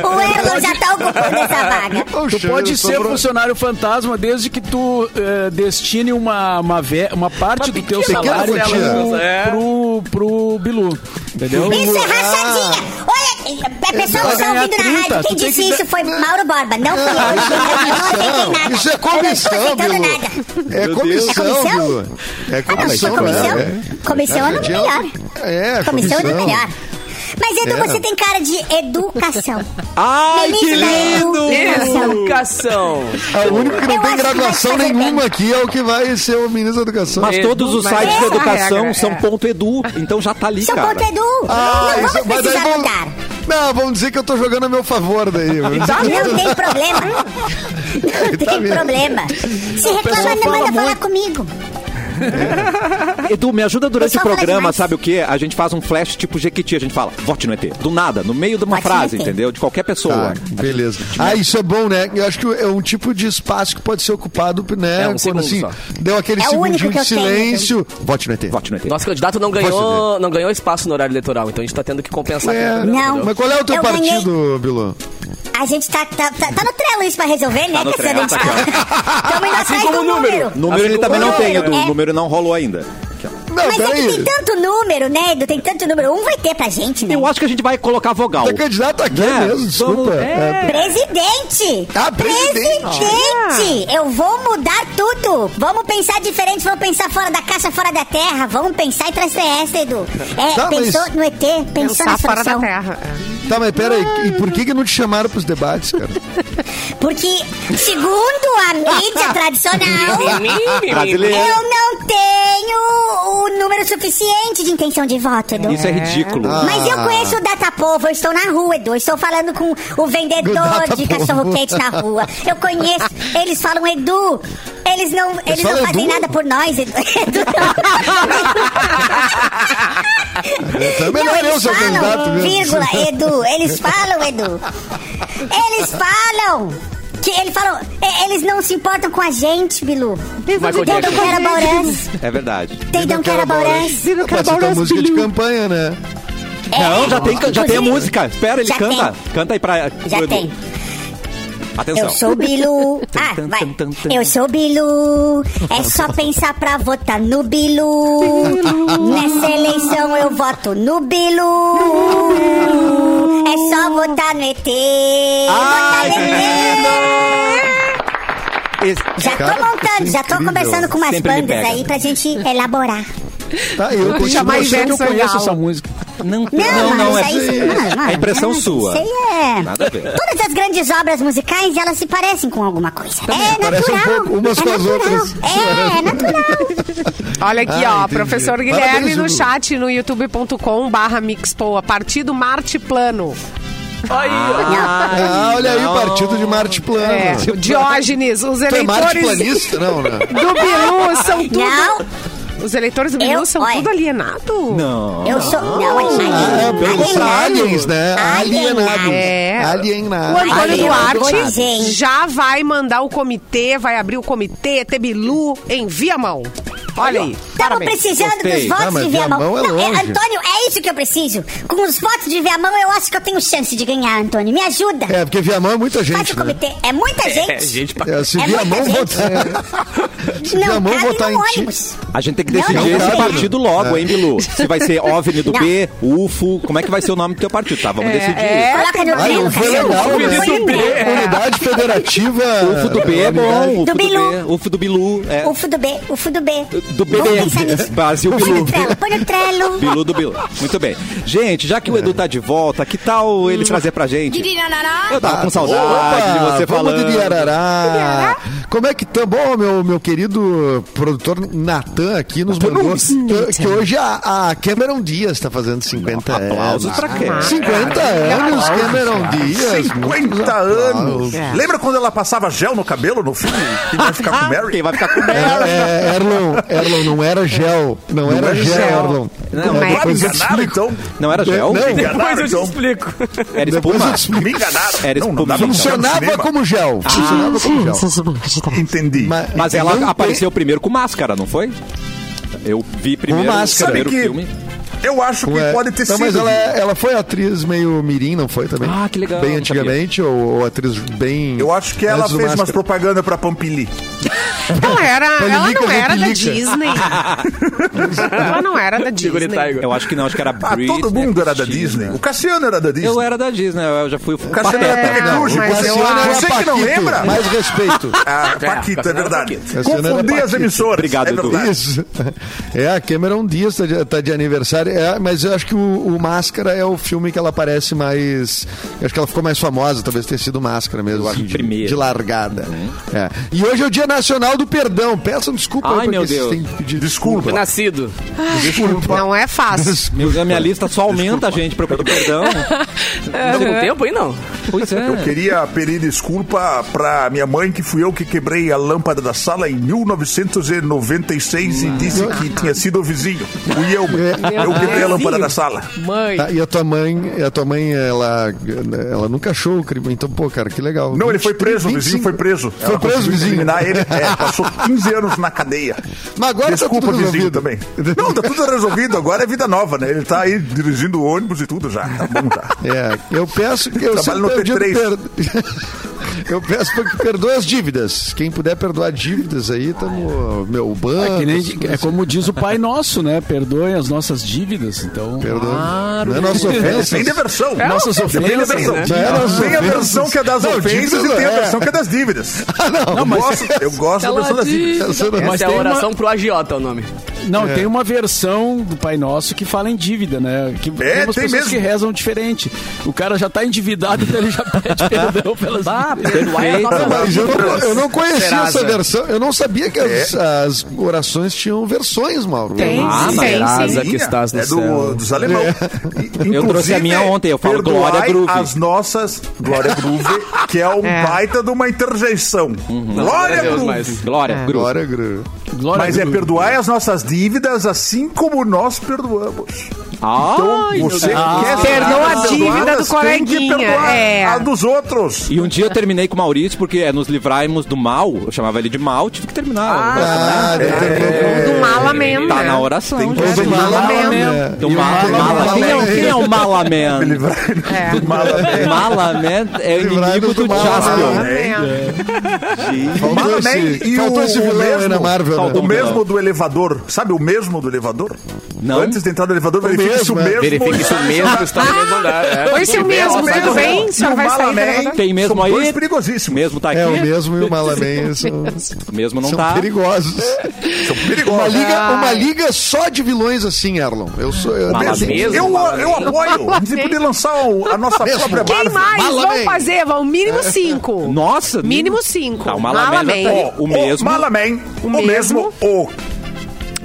[SPEAKER 7] o Erlon já tá ocupando essa vaga.
[SPEAKER 5] Tu pode ser funcionário fantasma desde que tu eh, destine uma, uma, ve- uma parte do teu
[SPEAKER 6] pequena
[SPEAKER 5] salário
[SPEAKER 6] quantia.
[SPEAKER 5] pro, pro, pro Bilu. Entendeu?
[SPEAKER 7] Isso é rachadinha.
[SPEAKER 6] Ah!
[SPEAKER 7] Olha, a pessoa que
[SPEAKER 5] Vai
[SPEAKER 7] está
[SPEAKER 5] ganhar
[SPEAKER 7] ouvindo na
[SPEAKER 5] 30,
[SPEAKER 7] rádio, quem
[SPEAKER 5] tu tem
[SPEAKER 7] disse
[SPEAKER 5] que
[SPEAKER 7] isso foi Mauro Borba, não fui eu. Eu não aceitei nada.
[SPEAKER 6] Isso Ah, é
[SPEAKER 7] Eu não
[SPEAKER 6] comissão,
[SPEAKER 7] tô
[SPEAKER 6] Bilu.
[SPEAKER 7] aceitando nada.
[SPEAKER 6] É comissão, Bilu.
[SPEAKER 7] É comissão?
[SPEAKER 6] É
[SPEAKER 7] Ah, não, só
[SPEAKER 6] comissão,
[SPEAKER 7] comissão?
[SPEAKER 6] né?
[SPEAKER 7] Comissão é no
[SPEAKER 6] Adianta.
[SPEAKER 7] melhor.
[SPEAKER 6] É,
[SPEAKER 7] Comissão é no
[SPEAKER 6] comissão.
[SPEAKER 7] melhor. Mas, Edu,
[SPEAKER 6] É.
[SPEAKER 7] você tem cara de educação.
[SPEAKER 1] Ai, que
[SPEAKER 7] Menino da
[SPEAKER 1] lindo!
[SPEAKER 7] educação.
[SPEAKER 3] um Educação.
[SPEAKER 6] É, O único que não
[SPEAKER 7] Eu acho
[SPEAKER 6] tem
[SPEAKER 7] que vai
[SPEAKER 6] graduação
[SPEAKER 7] fazer
[SPEAKER 6] nenhuma
[SPEAKER 7] bem.
[SPEAKER 6] aqui é o que vai ser o ministro da Educação.
[SPEAKER 1] Mas todos os
[SPEAKER 2] mas
[SPEAKER 1] sites de
[SPEAKER 7] essa
[SPEAKER 1] educação
[SPEAKER 2] regra,
[SPEAKER 1] são
[SPEAKER 2] é.
[SPEAKER 1] ponto edu, então já tá ali,
[SPEAKER 7] São
[SPEAKER 1] cara.
[SPEAKER 7] ponto Edu.
[SPEAKER 6] Ah,
[SPEAKER 7] não
[SPEAKER 6] isso-
[SPEAKER 7] vamos
[SPEAKER 6] mas daí
[SPEAKER 7] precisar
[SPEAKER 6] vão-
[SPEAKER 7] mudar.
[SPEAKER 6] Não, vamos dizer que eu tô jogando a meu favor daí. Vamos dizer que eu tô-
[SPEAKER 7] Não tem problema. Não
[SPEAKER 6] Tá
[SPEAKER 7] tem
[SPEAKER 6] vendo?
[SPEAKER 7] problema. Se reclamar, não manda falar comigo.
[SPEAKER 1] Edu, me ajuda durante o
[SPEAKER 7] Pessoal, fala
[SPEAKER 1] programa,
[SPEAKER 7] demais.
[SPEAKER 1] sabe o quê? A gente faz um flash tipo Jequiti, a gente fala, vote no ET. Do nada, no meio de uma
[SPEAKER 7] Vote no
[SPEAKER 1] frase,
[SPEAKER 7] ET.
[SPEAKER 1] entendeu? De qualquer pessoa.
[SPEAKER 6] Tá, beleza. Ah, isso é bom, né? Eu acho que é um tipo de espaço que pode ser ocupado, né?
[SPEAKER 3] É, um
[SPEAKER 6] quando,
[SPEAKER 3] segundo
[SPEAKER 6] assim,
[SPEAKER 3] só.
[SPEAKER 6] deu aquele
[SPEAKER 7] É o único
[SPEAKER 6] segundinho
[SPEAKER 7] que
[SPEAKER 6] de
[SPEAKER 7] eu tenho,
[SPEAKER 6] silêncio. Vote no ET.
[SPEAKER 1] Vote no ET.
[SPEAKER 3] Nosso candidato não ganhou, não ganhou espaço no horário eleitoral, então a gente tá tendo que compensar.
[SPEAKER 6] É.
[SPEAKER 3] com o programa,
[SPEAKER 7] Não.
[SPEAKER 3] entendeu?
[SPEAKER 6] Mas qual é o teu
[SPEAKER 7] Eu ganhei.
[SPEAKER 6] partido, Bilu?
[SPEAKER 7] A gente tá, tá, tá, tá no trelo isso pra resolver, né? Então,
[SPEAKER 1] no
[SPEAKER 7] que essa
[SPEAKER 1] trelo, tá
[SPEAKER 7] identidade.
[SPEAKER 6] Assim
[SPEAKER 7] Estamos indo atrás
[SPEAKER 3] como
[SPEAKER 7] do
[SPEAKER 3] o número.
[SPEAKER 7] número.
[SPEAKER 1] Número ele também não
[SPEAKER 7] Número,
[SPEAKER 1] tem, Edu.
[SPEAKER 7] é.
[SPEAKER 1] Número não rolou ainda. Aqui, ó.
[SPEAKER 6] Não,
[SPEAKER 7] Mas é que tem
[SPEAKER 6] peraí.
[SPEAKER 7] tanto número, né, Edu? Tem tanto número. Um vai ter pra gente, né?
[SPEAKER 1] Eu acho que a gente vai colocar vogal.
[SPEAKER 6] Tá candidato aqui
[SPEAKER 1] Né?
[SPEAKER 6] mesmo, desculpa.
[SPEAKER 1] Vamos-
[SPEAKER 6] É.
[SPEAKER 7] Presidente!
[SPEAKER 6] Ah, presidente.
[SPEAKER 7] Presidente! Eu vou mudar tudo! Vamos pensar diferente, vamos pensar fora da caixa, fora da terra. Vamos pensar e trazer essa, Edu. É,
[SPEAKER 6] Tá, mas-
[SPEAKER 7] pensou no ET, pensou na
[SPEAKER 2] Pensar fora da
[SPEAKER 7] solução.
[SPEAKER 2] terra.
[SPEAKER 6] Tá, mas peraí. E por que, que não te chamaram pros debates, cara?
[SPEAKER 7] Porque, segundo a mídia tradicional,
[SPEAKER 1] Brasileiro.
[SPEAKER 7] eu não tenho o número suficiente de intenção de voto, Edu.
[SPEAKER 1] Isso é ridículo.
[SPEAKER 7] Mas
[SPEAKER 6] Ah.
[SPEAKER 7] eu conheço o Datapovo, eu estou na rua, Edu. Eu Estou falando com o vendedor de
[SPEAKER 6] Datapovo.
[SPEAKER 7] cachorro-quente na rua. Eu conheço. Eles falam, Edu. Eles não, eles
[SPEAKER 6] falam
[SPEAKER 7] não fazem
[SPEAKER 6] Edu?
[SPEAKER 7] nada por nós, Edu. Edu
[SPEAKER 6] É
[SPEAKER 7] não,
[SPEAKER 6] melhor eu
[SPEAKER 7] eles
[SPEAKER 6] ser o candidato
[SPEAKER 7] falam,
[SPEAKER 6] mesmo.
[SPEAKER 7] vírgula, Edu. Eles falam, Edu. Eles falam. Que eles falam, e- eles não se importam com a gente, Bilu. They
[SPEAKER 3] Michael
[SPEAKER 7] don't
[SPEAKER 3] Jackson.
[SPEAKER 7] care about us.
[SPEAKER 1] É verdade.
[SPEAKER 7] They don't care
[SPEAKER 6] né?
[SPEAKER 7] about us.
[SPEAKER 6] Pode ser uma música de campanha, né?
[SPEAKER 7] É,
[SPEAKER 1] Não, já tem, já tem a
[SPEAKER 7] inclusive,
[SPEAKER 1] música. Espera, ele
[SPEAKER 7] já
[SPEAKER 1] canta. Canta aí pra. pro
[SPEAKER 7] Já
[SPEAKER 1] Edu.
[SPEAKER 7] tem.
[SPEAKER 1] Atenção.
[SPEAKER 7] Eu sou o Bilu. Ah, vai. Eu sou o Bilu. É só pensar pra votar no Bilu. Nessa eleição eu voto no Bilu. É só votar no ET. Votar
[SPEAKER 1] Ai,
[SPEAKER 7] no ET.
[SPEAKER 1] Esse-
[SPEAKER 7] Já tô
[SPEAKER 6] Cara,
[SPEAKER 7] montando,
[SPEAKER 6] isso é
[SPEAKER 7] já tô
[SPEAKER 6] incrível.
[SPEAKER 7] conversando com umas
[SPEAKER 1] Sempre me
[SPEAKER 7] bandas
[SPEAKER 1] pega.
[SPEAKER 7] aí pra gente elaborar.
[SPEAKER 6] Tá, eu continuo
[SPEAKER 2] mais
[SPEAKER 6] achando que
[SPEAKER 2] Edson
[SPEAKER 6] eu conheço
[SPEAKER 2] Leal.
[SPEAKER 6] essa música.
[SPEAKER 1] Não,
[SPEAKER 7] Não,
[SPEAKER 1] não, não,
[SPEAKER 7] mas
[SPEAKER 1] é.
[SPEAKER 7] isso aí... não, não,
[SPEAKER 1] é impressão
[SPEAKER 7] não,
[SPEAKER 1] sua.
[SPEAKER 7] Isso aí é...
[SPEAKER 1] Nada a ver.
[SPEAKER 7] Todas as grandes obras musicais, elas se parecem com alguma coisa. É
[SPEAKER 6] Parece um
[SPEAKER 7] natural.
[SPEAKER 6] pouco umas
[SPEAKER 7] é
[SPEAKER 6] com as
[SPEAKER 7] natural.
[SPEAKER 6] outras.
[SPEAKER 7] É, é natural.
[SPEAKER 2] Olha aqui,
[SPEAKER 6] Ah,
[SPEAKER 2] ó,
[SPEAKER 6] entendi.
[SPEAKER 2] professor
[SPEAKER 6] Parabéns,
[SPEAKER 2] Guilherme no
[SPEAKER 6] Ju.
[SPEAKER 2] chat no youtube.com barra mixpoa, partido Marte Plano.
[SPEAKER 6] Ah, olha aí o partido de Marte Plano.
[SPEAKER 2] É,
[SPEAKER 6] Tu
[SPEAKER 2] Diógenes, os
[SPEAKER 6] Ah, tipo, é Marte
[SPEAKER 2] eleitores
[SPEAKER 6] Planista? Não, né?
[SPEAKER 2] do Bilu são tudo...
[SPEAKER 7] Não.
[SPEAKER 2] Os eleitores do Bilu
[SPEAKER 7] Eu-
[SPEAKER 2] são
[SPEAKER 7] olha.
[SPEAKER 2] tudo alienado.
[SPEAKER 1] Não.
[SPEAKER 7] Eu sou... Não, é
[SPEAKER 6] Ah,
[SPEAKER 7] alien.
[SPEAKER 6] pelo contrário,
[SPEAKER 7] Alienado.
[SPEAKER 6] aliens, né?
[SPEAKER 7] Alienado.
[SPEAKER 6] Alienados.
[SPEAKER 2] É. O
[SPEAKER 6] Alienados.
[SPEAKER 2] Antônio
[SPEAKER 7] Alienado.
[SPEAKER 2] Duarte
[SPEAKER 7] Gente.
[SPEAKER 2] já vai mandar o comitê, vai abrir o comitê, ter Bilu em via mão. Olha aí.
[SPEAKER 7] Estamos precisando
[SPEAKER 1] Gostei.
[SPEAKER 7] dos votos
[SPEAKER 6] Ah, mas
[SPEAKER 7] de Viamão.
[SPEAKER 6] Viamão é
[SPEAKER 7] Não,
[SPEAKER 6] longe.
[SPEAKER 7] Antônio, é isso que eu preciso. Com os votos de Viamão, eu acho que eu tenho chance de ganhar, Antônio. Me ajuda.
[SPEAKER 6] É, porque Viamão é muita
[SPEAKER 7] Faz
[SPEAKER 6] gente,
[SPEAKER 7] o
[SPEAKER 6] né?
[SPEAKER 7] comitê. É muita gente.
[SPEAKER 3] É, gente, pra...
[SPEAKER 6] É, se
[SPEAKER 7] É
[SPEAKER 6] Viamão
[SPEAKER 7] muita
[SPEAKER 6] votar... se
[SPEAKER 7] Não
[SPEAKER 6] Viamão
[SPEAKER 7] cabe
[SPEAKER 6] votar
[SPEAKER 7] no
[SPEAKER 6] em ti...
[SPEAKER 7] ônibus.
[SPEAKER 1] A gente tem que
[SPEAKER 7] Não,
[SPEAKER 1] decidir
[SPEAKER 7] não,
[SPEAKER 1] esse
[SPEAKER 7] não.
[SPEAKER 1] partido logo, hein, Bilu? Se vai ser OVNI do
[SPEAKER 7] Não. É,
[SPEAKER 1] B, UFO, como é que vai ser o nome do teu partido, tá? Vamos decidir.
[SPEAKER 7] Coloca
[SPEAKER 1] Tá
[SPEAKER 7] no
[SPEAKER 6] Ai,
[SPEAKER 7] trelo,
[SPEAKER 6] não foi
[SPEAKER 7] cachorro.
[SPEAKER 6] legal, né?
[SPEAKER 7] Foi legal.
[SPEAKER 6] Unidade Federativa...
[SPEAKER 1] UFO do B é bom, UFO do,
[SPEAKER 7] Do
[SPEAKER 1] B,
[SPEAKER 7] Bilu.
[SPEAKER 1] UFO do Bilu, é,
[SPEAKER 7] O Fu do B, o Fu do B.
[SPEAKER 1] do B,
[SPEAKER 7] Vamos pensar nisso.
[SPEAKER 1] Brasil
[SPEAKER 7] Põe no
[SPEAKER 1] Bilu.
[SPEAKER 7] trelo, põe no trelo.
[SPEAKER 1] Bilu do Bilu. Muito bem. Gente, já que
[SPEAKER 6] É.
[SPEAKER 1] o Edu tá de volta, que tal
[SPEAKER 7] Hum.
[SPEAKER 1] ele trazer pra gente? Eu tava com saudade de
[SPEAKER 6] Opa,
[SPEAKER 1] você
[SPEAKER 6] vamos
[SPEAKER 1] falando.
[SPEAKER 6] de Diarará. Como é que tá? Bom, meu, meu querido produtor Natan aqui nos mandou que, que hoje a, a Cameron Dias tá fazendo
[SPEAKER 1] Um
[SPEAKER 6] 50 anos.
[SPEAKER 1] Aplausos pra quem?
[SPEAKER 7] Ah,
[SPEAKER 6] 50 anos, Cameron Dias.
[SPEAKER 4] 50
[SPEAKER 6] Ah,
[SPEAKER 4] anos.
[SPEAKER 1] É.
[SPEAKER 4] Lembra quando ela passava gel no cabelo no filme? Que vai ficar
[SPEAKER 7] ah.
[SPEAKER 4] com Mary?
[SPEAKER 1] Quem vai ficar com
[SPEAKER 6] É,
[SPEAKER 1] ela?
[SPEAKER 6] é, Erlon, Erlon, não era gel. Não, era gel, Erlon.
[SPEAKER 1] Não, mas-
[SPEAKER 6] É,
[SPEAKER 4] Ah, me
[SPEAKER 6] depois eu te
[SPEAKER 4] enganaram,
[SPEAKER 6] explico.
[SPEAKER 4] então.
[SPEAKER 1] Não era gel?
[SPEAKER 6] Não.
[SPEAKER 1] Era
[SPEAKER 4] Enganaram, então.
[SPEAKER 3] explico.
[SPEAKER 6] Depois eu
[SPEAKER 1] espuma?
[SPEAKER 6] te
[SPEAKER 4] Me
[SPEAKER 6] explico.
[SPEAKER 4] enganaram.
[SPEAKER 1] Era um Ah,
[SPEAKER 4] Não, não
[SPEAKER 1] espuma.
[SPEAKER 4] dá pra entrar no
[SPEAKER 6] Funcionava
[SPEAKER 4] cinema.
[SPEAKER 6] como gel. Funcionava como gel.
[SPEAKER 4] Entendi.
[SPEAKER 1] Mas ela
[SPEAKER 6] não tem-
[SPEAKER 1] apareceu primeiro com máscara, não foi? Eu vi primeiro o
[SPEAKER 6] máscara.
[SPEAKER 1] primeiro
[SPEAKER 4] Sabe que-
[SPEAKER 1] filme.
[SPEAKER 4] Eu acho que
[SPEAKER 6] Ué,
[SPEAKER 4] pode ter
[SPEAKER 6] não,
[SPEAKER 4] sido.
[SPEAKER 6] Mas ela, é- ela foi atriz meio mirim, não foi também?
[SPEAKER 1] Ah, que legal,
[SPEAKER 6] Bem
[SPEAKER 1] não sabia.
[SPEAKER 6] antigamente, ou, ou atriz bem...
[SPEAKER 4] Eu acho que ela
[SPEAKER 6] antes do
[SPEAKER 4] fez umas
[SPEAKER 6] Máscara.
[SPEAKER 4] propagandas pra Pampili.
[SPEAKER 2] Ela, era,
[SPEAKER 6] Olha,
[SPEAKER 2] ela
[SPEAKER 6] liga,
[SPEAKER 2] não era da
[SPEAKER 6] liga.
[SPEAKER 2] Disney. ela não era da Disney.
[SPEAKER 3] Tiger.
[SPEAKER 1] Eu acho que não, acho que era
[SPEAKER 4] Ah,
[SPEAKER 1] Britney. né?
[SPEAKER 4] todo mundo era da
[SPEAKER 1] Cristina.
[SPEAKER 4] Disney. O Cassiano era da Disney.
[SPEAKER 1] Eu era da Disney, eu já fui o
[SPEAKER 4] O Cassiano
[SPEAKER 1] pateta.
[SPEAKER 4] era da
[SPEAKER 2] Não,
[SPEAKER 4] Cruz.
[SPEAKER 2] mas eu
[SPEAKER 6] Cassiano
[SPEAKER 2] acho-
[SPEAKER 6] era
[SPEAKER 4] né? Você que não
[SPEAKER 6] Paquito,
[SPEAKER 4] lembra?
[SPEAKER 6] Mais respeito.
[SPEAKER 4] Ah, Paquito, é
[SPEAKER 3] Cassiano era
[SPEAKER 4] verdade.
[SPEAKER 3] Paquito.
[SPEAKER 6] Cassiano era
[SPEAKER 4] Confundi as
[SPEAKER 6] Paquito.
[SPEAKER 4] emissoras.
[SPEAKER 1] Obrigado,
[SPEAKER 4] é
[SPEAKER 1] Edu.
[SPEAKER 4] verdade.
[SPEAKER 6] Isso. É, a Cameron Diaz tá de, tá de aniversário. É, mas eu acho que o, o Máscara é o filme que ela aparece mais. Eu acho que ela ficou mais famosa, talvez tenha sido Máscara mesmo.
[SPEAKER 1] acho Uhum.
[SPEAKER 6] assim,
[SPEAKER 1] que
[SPEAKER 6] de,
[SPEAKER 1] primeiro.
[SPEAKER 6] de largada. É. E hoje é o Dia Nacional do Perdão. Peçam desculpa
[SPEAKER 1] Ai,
[SPEAKER 6] aí pra
[SPEAKER 1] meu
[SPEAKER 6] quem vocês
[SPEAKER 1] Deus.
[SPEAKER 6] têm que pedir
[SPEAKER 4] Desculpa.
[SPEAKER 3] Nascido.
[SPEAKER 2] Não é fácil.
[SPEAKER 1] Meu, a minha lista só aumenta, gente, pra eu pedir perdão.
[SPEAKER 3] Tá com tempo aí, não?
[SPEAKER 1] Pois é.
[SPEAKER 4] Queria pedir desculpa pra minha mãe, que fui eu que quebrei a lâmpada da sala em 1996 e disse que tinha sido o vizinho. Fui eu. Eu quebrei a lâmpada da sala.
[SPEAKER 2] Mãe.
[SPEAKER 6] Tá, e a tua mãe, e a tua mãe, ela, ela nunca achou o crime. Então, pô, cara, que legal.
[SPEAKER 4] Não, ele
[SPEAKER 6] 23,
[SPEAKER 4] foi preso, o
[SPEAKER 6] 25.
[SPEAKER 4] vizinho foi preso.
[SPEAKER 6] Foi preso,
[SPEAKER 4] conseguiu
[SPEAKER 6] vizinho?
[SPEAKER 4] Eliminar ele, é, passou 15 anos na cadeia.
[SPEAKER 6] Mas agora
[SPEAKER 4] Desculpa,
[SPEAKER 6] tá tudo
[SPEAKER 4] vizinho
[SPEAKER 6] resolvido.
[SPEAKER 4] também. Não, tá tudo resolvido, agora é vida nova, né? Ele tá aí dirigindo ônibus e tudo já. Tá bom já.
[SPEAKER 6] É, eu peço que eu
[SPEAKER 4] Trabalho
[SPEAKER 6] sempre tenho
[SPEAKER 4] no T3.
[SPEAKER 6] dito per- Eu peço pra que perdoe as dívidas. Quem puder perdoar dívidas aí, tamo meu banco. né?
[SPEAKER 5] É, que nem-
[SPEAKER 6] essas coisas.
[SPEAKER 5] é como diz o Pai Nosso, né? Perdoem as nossas dívidas. Então,
[SPEAKER 6] Perdoa. Não
[SPEAKER 5] né?
[SPEAKER 6] é nossa
[SPEAKER 4] É,
[SPEAKER 6] ofensa.
[SPEAKER 4] tem diversão.
[SPEAKER 5] Nossas
[SPEAKER 4] Tem a
[SPEAKER 5] ofensas,
[SPEAKER 4] versão.
[SPEAKER 5] né?
[SPEAKER 6] Não é nossas
[SPEAKER 4] Tem a
[SPEAKER 6] ofensas.
[SPEAKER 4] versão que é das
[SPEAKER 6] Não,
[SPEAKER 4] ofensas e
[SPEAKER 6] dívidas
[SPEAKER 4] tem a
[SPEAKER 6] é. Ah,
[SPEAKER 4] versão que é das dívidas.
[SPEAKER 6] não,
[SPEAKER 4] eu
[SPEAKER 5] mas-
[SPEAKER 4] gosto, eu gosto
[SPEAKER 3] Tá
[SPEAKER 4] da versão das dívidas.
[SPEAKER 6] Essa não-
[SPEAKER 3] Essa é
[SPEAKER 5] Mas
[SPEAKER 3] a
[SPEAKER 5] tem uma-
[SPEAKER 3] oração pro agiota, o nome.
[SPEAKER 5] Não, tem uma versão do Pai Nosso que fala em dívida, né? Que
[SPEAKER 4] É,
[SPEAKER 5] tem umas
[SPEAKER 4] tem
[SPEAKER 5] pessoas
[SPEAKER 4] mesmo.
[SPEAKER 5] que rezam diferente. O cara já tá endividado, então ele já pede perdão pelas dívidas.
[SPEAKER 6] Não, mas eu, não, eu não conhecia
[SPEAKER 3] Serasa.
[SPEAKER 6] essa
[SPEAKER 4] né?
[SPEAKER 6] versão. Eu não sabia que as,
[SPEAKER 4] É.
[SPEAKER 6] as orações tinham versões, Mauro.
[SPEAKER 2] Tem,
[SPEAKER 1] Ah,
[SPEAKER 2] sim,
[SPEAKER 1] mas
[SPEAKER 2] tem,
[SPEAKER 1] era
[SPEAKER 2] sim.
[SPEAKER 3] asa que estás no
[SPEAKER 4] é do-
[SPEAKER 3] céu.
[SPEAKER 4] dos alemão. E,
[SPEAKER 1] Eu trouxe a minha
[SPEAKER 4] inclusive,
[SPEAKER 1] ontem, eu falo
[SPEAKER 4] perdoai
[SPEAKER 1] Glória Groove.
[SPEAKER 4] as nossas Glória Groove, que é um
[SPEAKER 2] É.
[SPEAKER 4] baita de uma interjeição.
[SPEAKER 3] Glória a
[SPEAKER 4] Glória
[SPEAKER 3] Deus,
[SPEAKER 4] Groove.
[SPEAKER 3] mas-
[SPEAKER 1] Glória,
[SPEAKER 2] É.
[SPEAKER 1] Gru.
[SPEAKER 6] Glória, Gru.
[SPEAKER 5] Glória
[SPEAKER 4] Mas
[SPEAKER 5] a
[SPEAKER 4] é
[SPEAKER 5] Deus.
[SPEAKER 4] perdoar as nossas dívidas assim como nós perdoamos. Então,
[SPEAKER 1] Ai, meu
[SPEAKER 4] você
[SPEAKER 1] Deus.
[SPEAKER 4] quer
[SPEAKER 2] Perdoa a
[SPEAKER 4] ser
[SPEAKER 2] dívida
[SPEAKER 4] perdoadas,
[SPEAKER 2] do
[SPEAKER 4] Tem
[SPEAKER 2] coleguinha,
[SPEAKER 4] que perdoar
[SPEAKER 2] é.
[SPEAKER 4] a dos outros.
[SPEAKER 1] E um dia eu terminei com o Maurício, porque é nos livrarmos do mal. Eu chamava ele de mal, tive que terminar.
[SPEAKER 6] Ah,
[SPEAKER 2] Do Malamenda.
[SPEAKER 1] tá na oração.
[SPEAKER 4] Tem que
[SPEAKER 1] gente.
[SPEAKER 4] ser
[SPEAKER 6] do Malamento.
[SPEAKER 4] Malamento.
[SPEAKER 1] Do mal,
[SPEAKER 6] Malamento.
[SPEAKER 1] mala. Quem é, o- quem é o Malaman?
[SPEAKER 2] É.
[SPEAKER 4] Malamento.
[SPEAKER 1] Malaman é o inimigo
[SPEAKER 6] Livrai-nos
[SPEAKER 1] do
[SPEAKER 6] do mal.
[SPEAKER 4] né?
[SPEAKER 1] Jaspion. É.
[SPEAKER 2] Malamenda.
[SPEAKER 4] É.
[SPEAKER 6] Faltou esse, faltou esse vilão aí na Marvel. né?
[SPEAKER 4] O mesmo do elevador. Sabe o mesmo do elevador?
[SPEAKER 1] Não.
[SPEAKER 4] Antes de entrar no elevador, verifique
[SPEAKER 6] mesmo,
[SPEAKER 4] se o
[SPEAKER 6] é.
[SPEAKER 4] mesmo.
[SPEAKER 3] Verifique se o mesmo está no mesmo andar. é.
[SPEAKER 2] Oi, seu mesmo,
[SPEAKER 4] Mesmo,
[SPEAKER 1] tá
[SPEAKER 2] tudo bem?
[SPEAKER 4] e
[SPEAKER 2] O senhor
[SPEAKER 4] o
[SPEAKER 2] vai sair
[SPEAKER 4] Malamém.
[SPEAKER 2] da-
[SPEAKER 1] Tem mesmo
[SPEAKER 4] um São
[SPEAKER 1] aí?
[SPEAKER 4] dois perigosíssimos.
[SPEAKER 1] Mesmo tá aqui?
[SPEAKER 6] É, o mesmo e o Malamém são,
[SPEAKER 1] Mesmo não
[SPEAKER 4] é
[SPEAKER 6] são
[SPEAKER 4] um
[SPEAKER 1] tá.
[SPEAKER 6] perigosos.
[SPEAKER 4] São
[SPEAKER 6] Uma
[SPEAKER 4] perigosos.
[SPEAKER 6] liga, uma liga só de vilões assim, Erlon. Eu sou. Eu,
[SPEAKER 1] Malamém.
[SPEAKER 4] assim, Eu, eu apoio. A gente podia lançar o- a nossa
[SPEAKER 6] Mesmo.
[SPEAKER 4] própria
[SPEAKER 6] Quem
[SPEAKER 2] Quem
[SPEAKER 4] Marvel.
[SPEAKER 2] mais vão
[SPEAKER 6] Malamém.
[SPEAKER 2] fazer? Vão mínimo cinco.
[SPEAKER 1] Nossa,
[SPEAKER 2] Mínimo cinco.
[SPEAKER 1] Tá, o Malaman já
[SPEAKER 2] Malamém.
[SPEAKER 1] tem. O mesmo.
[SPEAKER 4] Malamém, o,
[SPEAKER 2] mesmo.
[SPEAKER 4] mesmo, o,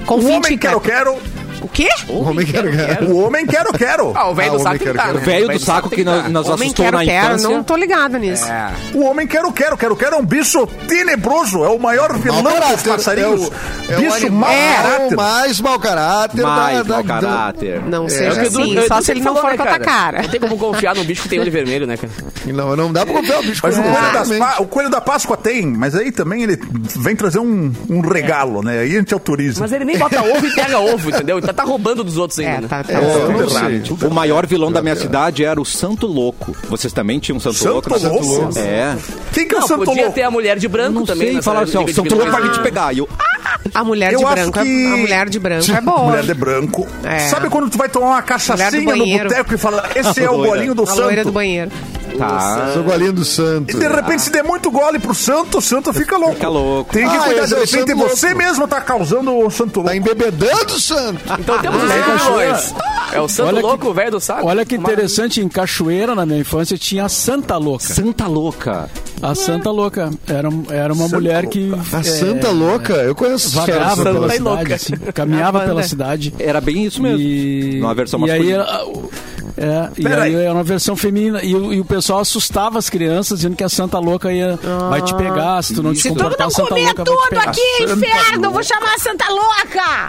[SPEAKER 2] Com
[SPEAKER 4] o
[SPEAKER 2] 20
[SPEAKER 4] homem quero quero,
[SPEAKER 2] O quê?
[SPEAKER 6] O homem quero, quero.
[SPEAKER 4] o homem quero quero,
[SPEAKER 3] Ah, o velho
[SPEAKER 6] Ah,
[SPEAKER 3] do
[SPEAKER 6] homem
[SPEAKER 3] saco
[SPEAKER 6] quero,
[SPEAKER 3] tem que tá,
[SPEAKER 6] quero.
[SPEAKER 3] né?
[SPEAKER 1] O É, velho do saco
[SPEAKER 3] tem
[SPEAKER 1] que
[SPEAKER 3] tá.
[SPEAKER 1] no- nos
[SPEAKER 2] Homem
[SPEAKER 1] assustou
[SPEAKER 2] quero,
[SPEAKER 1] na
[SPEAKER 2] quero.
[SPEAKER 1] infância.
[SPEAKER 2] Não tô ligada nisso.
[SPEAKER 4] o homem quero quero, quero quero é um bicho tenebroso, é o maior vilão
[SPEAKER 6] Mau
[SPEAKER 4] dos
[SPEAKER 6] caráter.
[SPEAKER 4] passarinhos,
[SPEAKER 6] é o
[SPEAKER 4] bicho
[SPEAKER 6] animal
[SPEAKER 4] mau caráter.
[SPEAKER 6] mais mau caráter.
[SPEAKER 1] Mais
[SPEAKER 6] da-
[SPEAKER 1] mau
[SPEAKER 6] da-
[SPEAKER 1] caráter.
[SPEAKER 2] Não
[SPEAKER 3] É o
[SPEAKER 2] seja
[SPEAKER 3] que o Edu-
[SPEAKER 2] assim,
[SPEAKER 3] o
[SPEAKER 2] só
[SPEAKER 3] Edu
[SPEAKER 2] se ele não
[SPEAKER 3] falou,
[SPEAKER 2] for
[SPEAKER 3] né,
[SPEAKER 2] com a tua cara.
[SPEAKER 3] Não tem como confiar num bicho que tem olho vermelho, né, cara?
[SPEAKER 6] Não, não dá pra confiar o bicho.
[SPEAKER 2] É.
[SPEAKER 4] Mas o
[SPEAKER 6] com-
[SPEAKER 4] coelho, das
[SPEAKER 6] Exatamente.
[SPEAKER 4] Pá- o coelho da Páscoa tem, mas aí também ele vem trazer um, um regalo, né? Aí a gente autoriza.
[SPEAKER 3] Mas ele nem bota ovo e pega ovo, entendeu? Tá, tá roubando dos outros ainda.
[SPEAKER 2] É,
[SPEAKER 3] né?
[SPEAKER 2] tá, tá.
[SPEAKER 6] É, eu não
[SPEAKER 4] Tudo
[SPEAKER 6] sei.
[SPEAKER 4] errado, tudo
[SPEAKER 1] O maior vilão da minha cidade era o Santo Louco. Vocês também tinham um Santo,
[SPEAKER 4] Santo
[SPEAKER 1] Louco? na cidade?
[SPEAKER 4] Louco?
[SPEAKER 1] É.
[SPEAKER 4] Quem que é o
[SPEAKER 3] Não,
[SPEAKER 4] Santo
[SPEAKER 3] podia
[SPEAKER 4] Louco?
[SPEAKER 3] ter a mulher de branco
[SPEAKER 1] Não
[SPEAKER 3] também.
[SPEAKER 1] sei,
[SPEAKER 3] nessa
[SPEAKER 1] falaram assim, ó, o
[SPEAKER 3] lista de
[SPEAKER 1] Santo Louco vai
[SPEAKER 3] vilões.
[SPEAKER 1] vir te pegar. E eu, ah,
[SPEAKER 2] A mulher
[SPEAKER 4] Eu
[SPEAKER 2] de
[SPEAKER 4] acho
[SPEAKER 2] branco, é-
[SPEAKER 4] que-
[SPEAKER 2] a mulher de branco é boa.
[SPEAKER 4] Mulher de branco.
[SPEAKER 2] É.
[SPEAKER 4] Sabe quando tu vai tomar uma
[SPEAKER 2] Mulher do
[SPEAKER 4] cachaçinha no
[SPEAKER 2] banheiro.
[SPEAKER 4] boteco e fala, esse é o
[SPEAKER 1] Loira.
[SPEAKER 4] golinho do
[SPEAKER 2] A loira do
[SPEAKER 4] santo?
[SPEAKER 2] banheiro. Ah.
[SPEAKER 1] tá.
[SPEAKER 6] Sou golinho do santo.
[SPEAKER 4] E de repente, se der muito gole pro santo, o santo fica louco.
[SPEAKER 1] Fica louco.
[SPEAKER 4] Tem que
[SPEAKER 6] Ah,
[SPEAKER 4] cuidar.
[SPEAKER 6] esse
[SPEAKER 4] De
[SPEAKER 6] é o
[SPEAKER 4] repente,
[SPEAKER 6] santo
[SPEAKER 4] você
[SPEAKER 6] louco.
[SPEAKER 4] mesmo tá causando o santo louco.
[SPEAKER 6] Tá embebedando o santo.
[SPEAKER 3] Então temos os dois vilões. É o Santo
[SPEAKER 5] Olha que-
[SPEAKER 3] Louco, o velho do saco.
[SPEAKER 5] Olha que
[SPEAKER 3] Uma-
[SPEAKER 5] interessante, em Cachoeira, na minha infância, tinha a Santa Louca.
[SPEAKER 1] Santa Louca.
[SPEAKER 5] A Santa Louca era, era uma mulher que...
[SPEAKER 6] A
[SPEAKER 5] é,
[SPEAKER 6] santa louca. Eu conheço essa história
[SPEAKER 5] Vagava
[SPEAKER 6] da Santa
[SPEAKER 5] pela
[SPEAKER 6] Louca.
[SPEAKER 5] cidade, assim, caminhava pela cidade.
[SPEAKER 1] Era bem isso mesmo.
[SPEAKER 5] E,
[SPEAKER 1] Numa é versão
[SPEAKER 5] e aí
[SPEAKER 1] masculina.
[SPEAKER 5] ela- É, e
[SPEAKER 4] Pera
[SPEAKER 5] aí
[SPEAKER 4] aí.
[SPEAKER 5] era uma versão feminina. E, o- e o pessoal assustava as crianças, dizendo que a Santa Louca ia, vai te pegar. Se tu não te
[SPEAKER 2] Se tu
[SPEAKER 4] Então
[SPEAKER 5] comportar, a
[SPEAKER 2] não
[SPEAKER 5] Santa
[SPEAKER 2] comer
[SPEAKER 5] Louca vai te
[SPEAKER 2] tudo
[SPEAKER 5] pegar.
[SPEAKER 2] aqui, inferno, eu vou chamar a Santa Louca!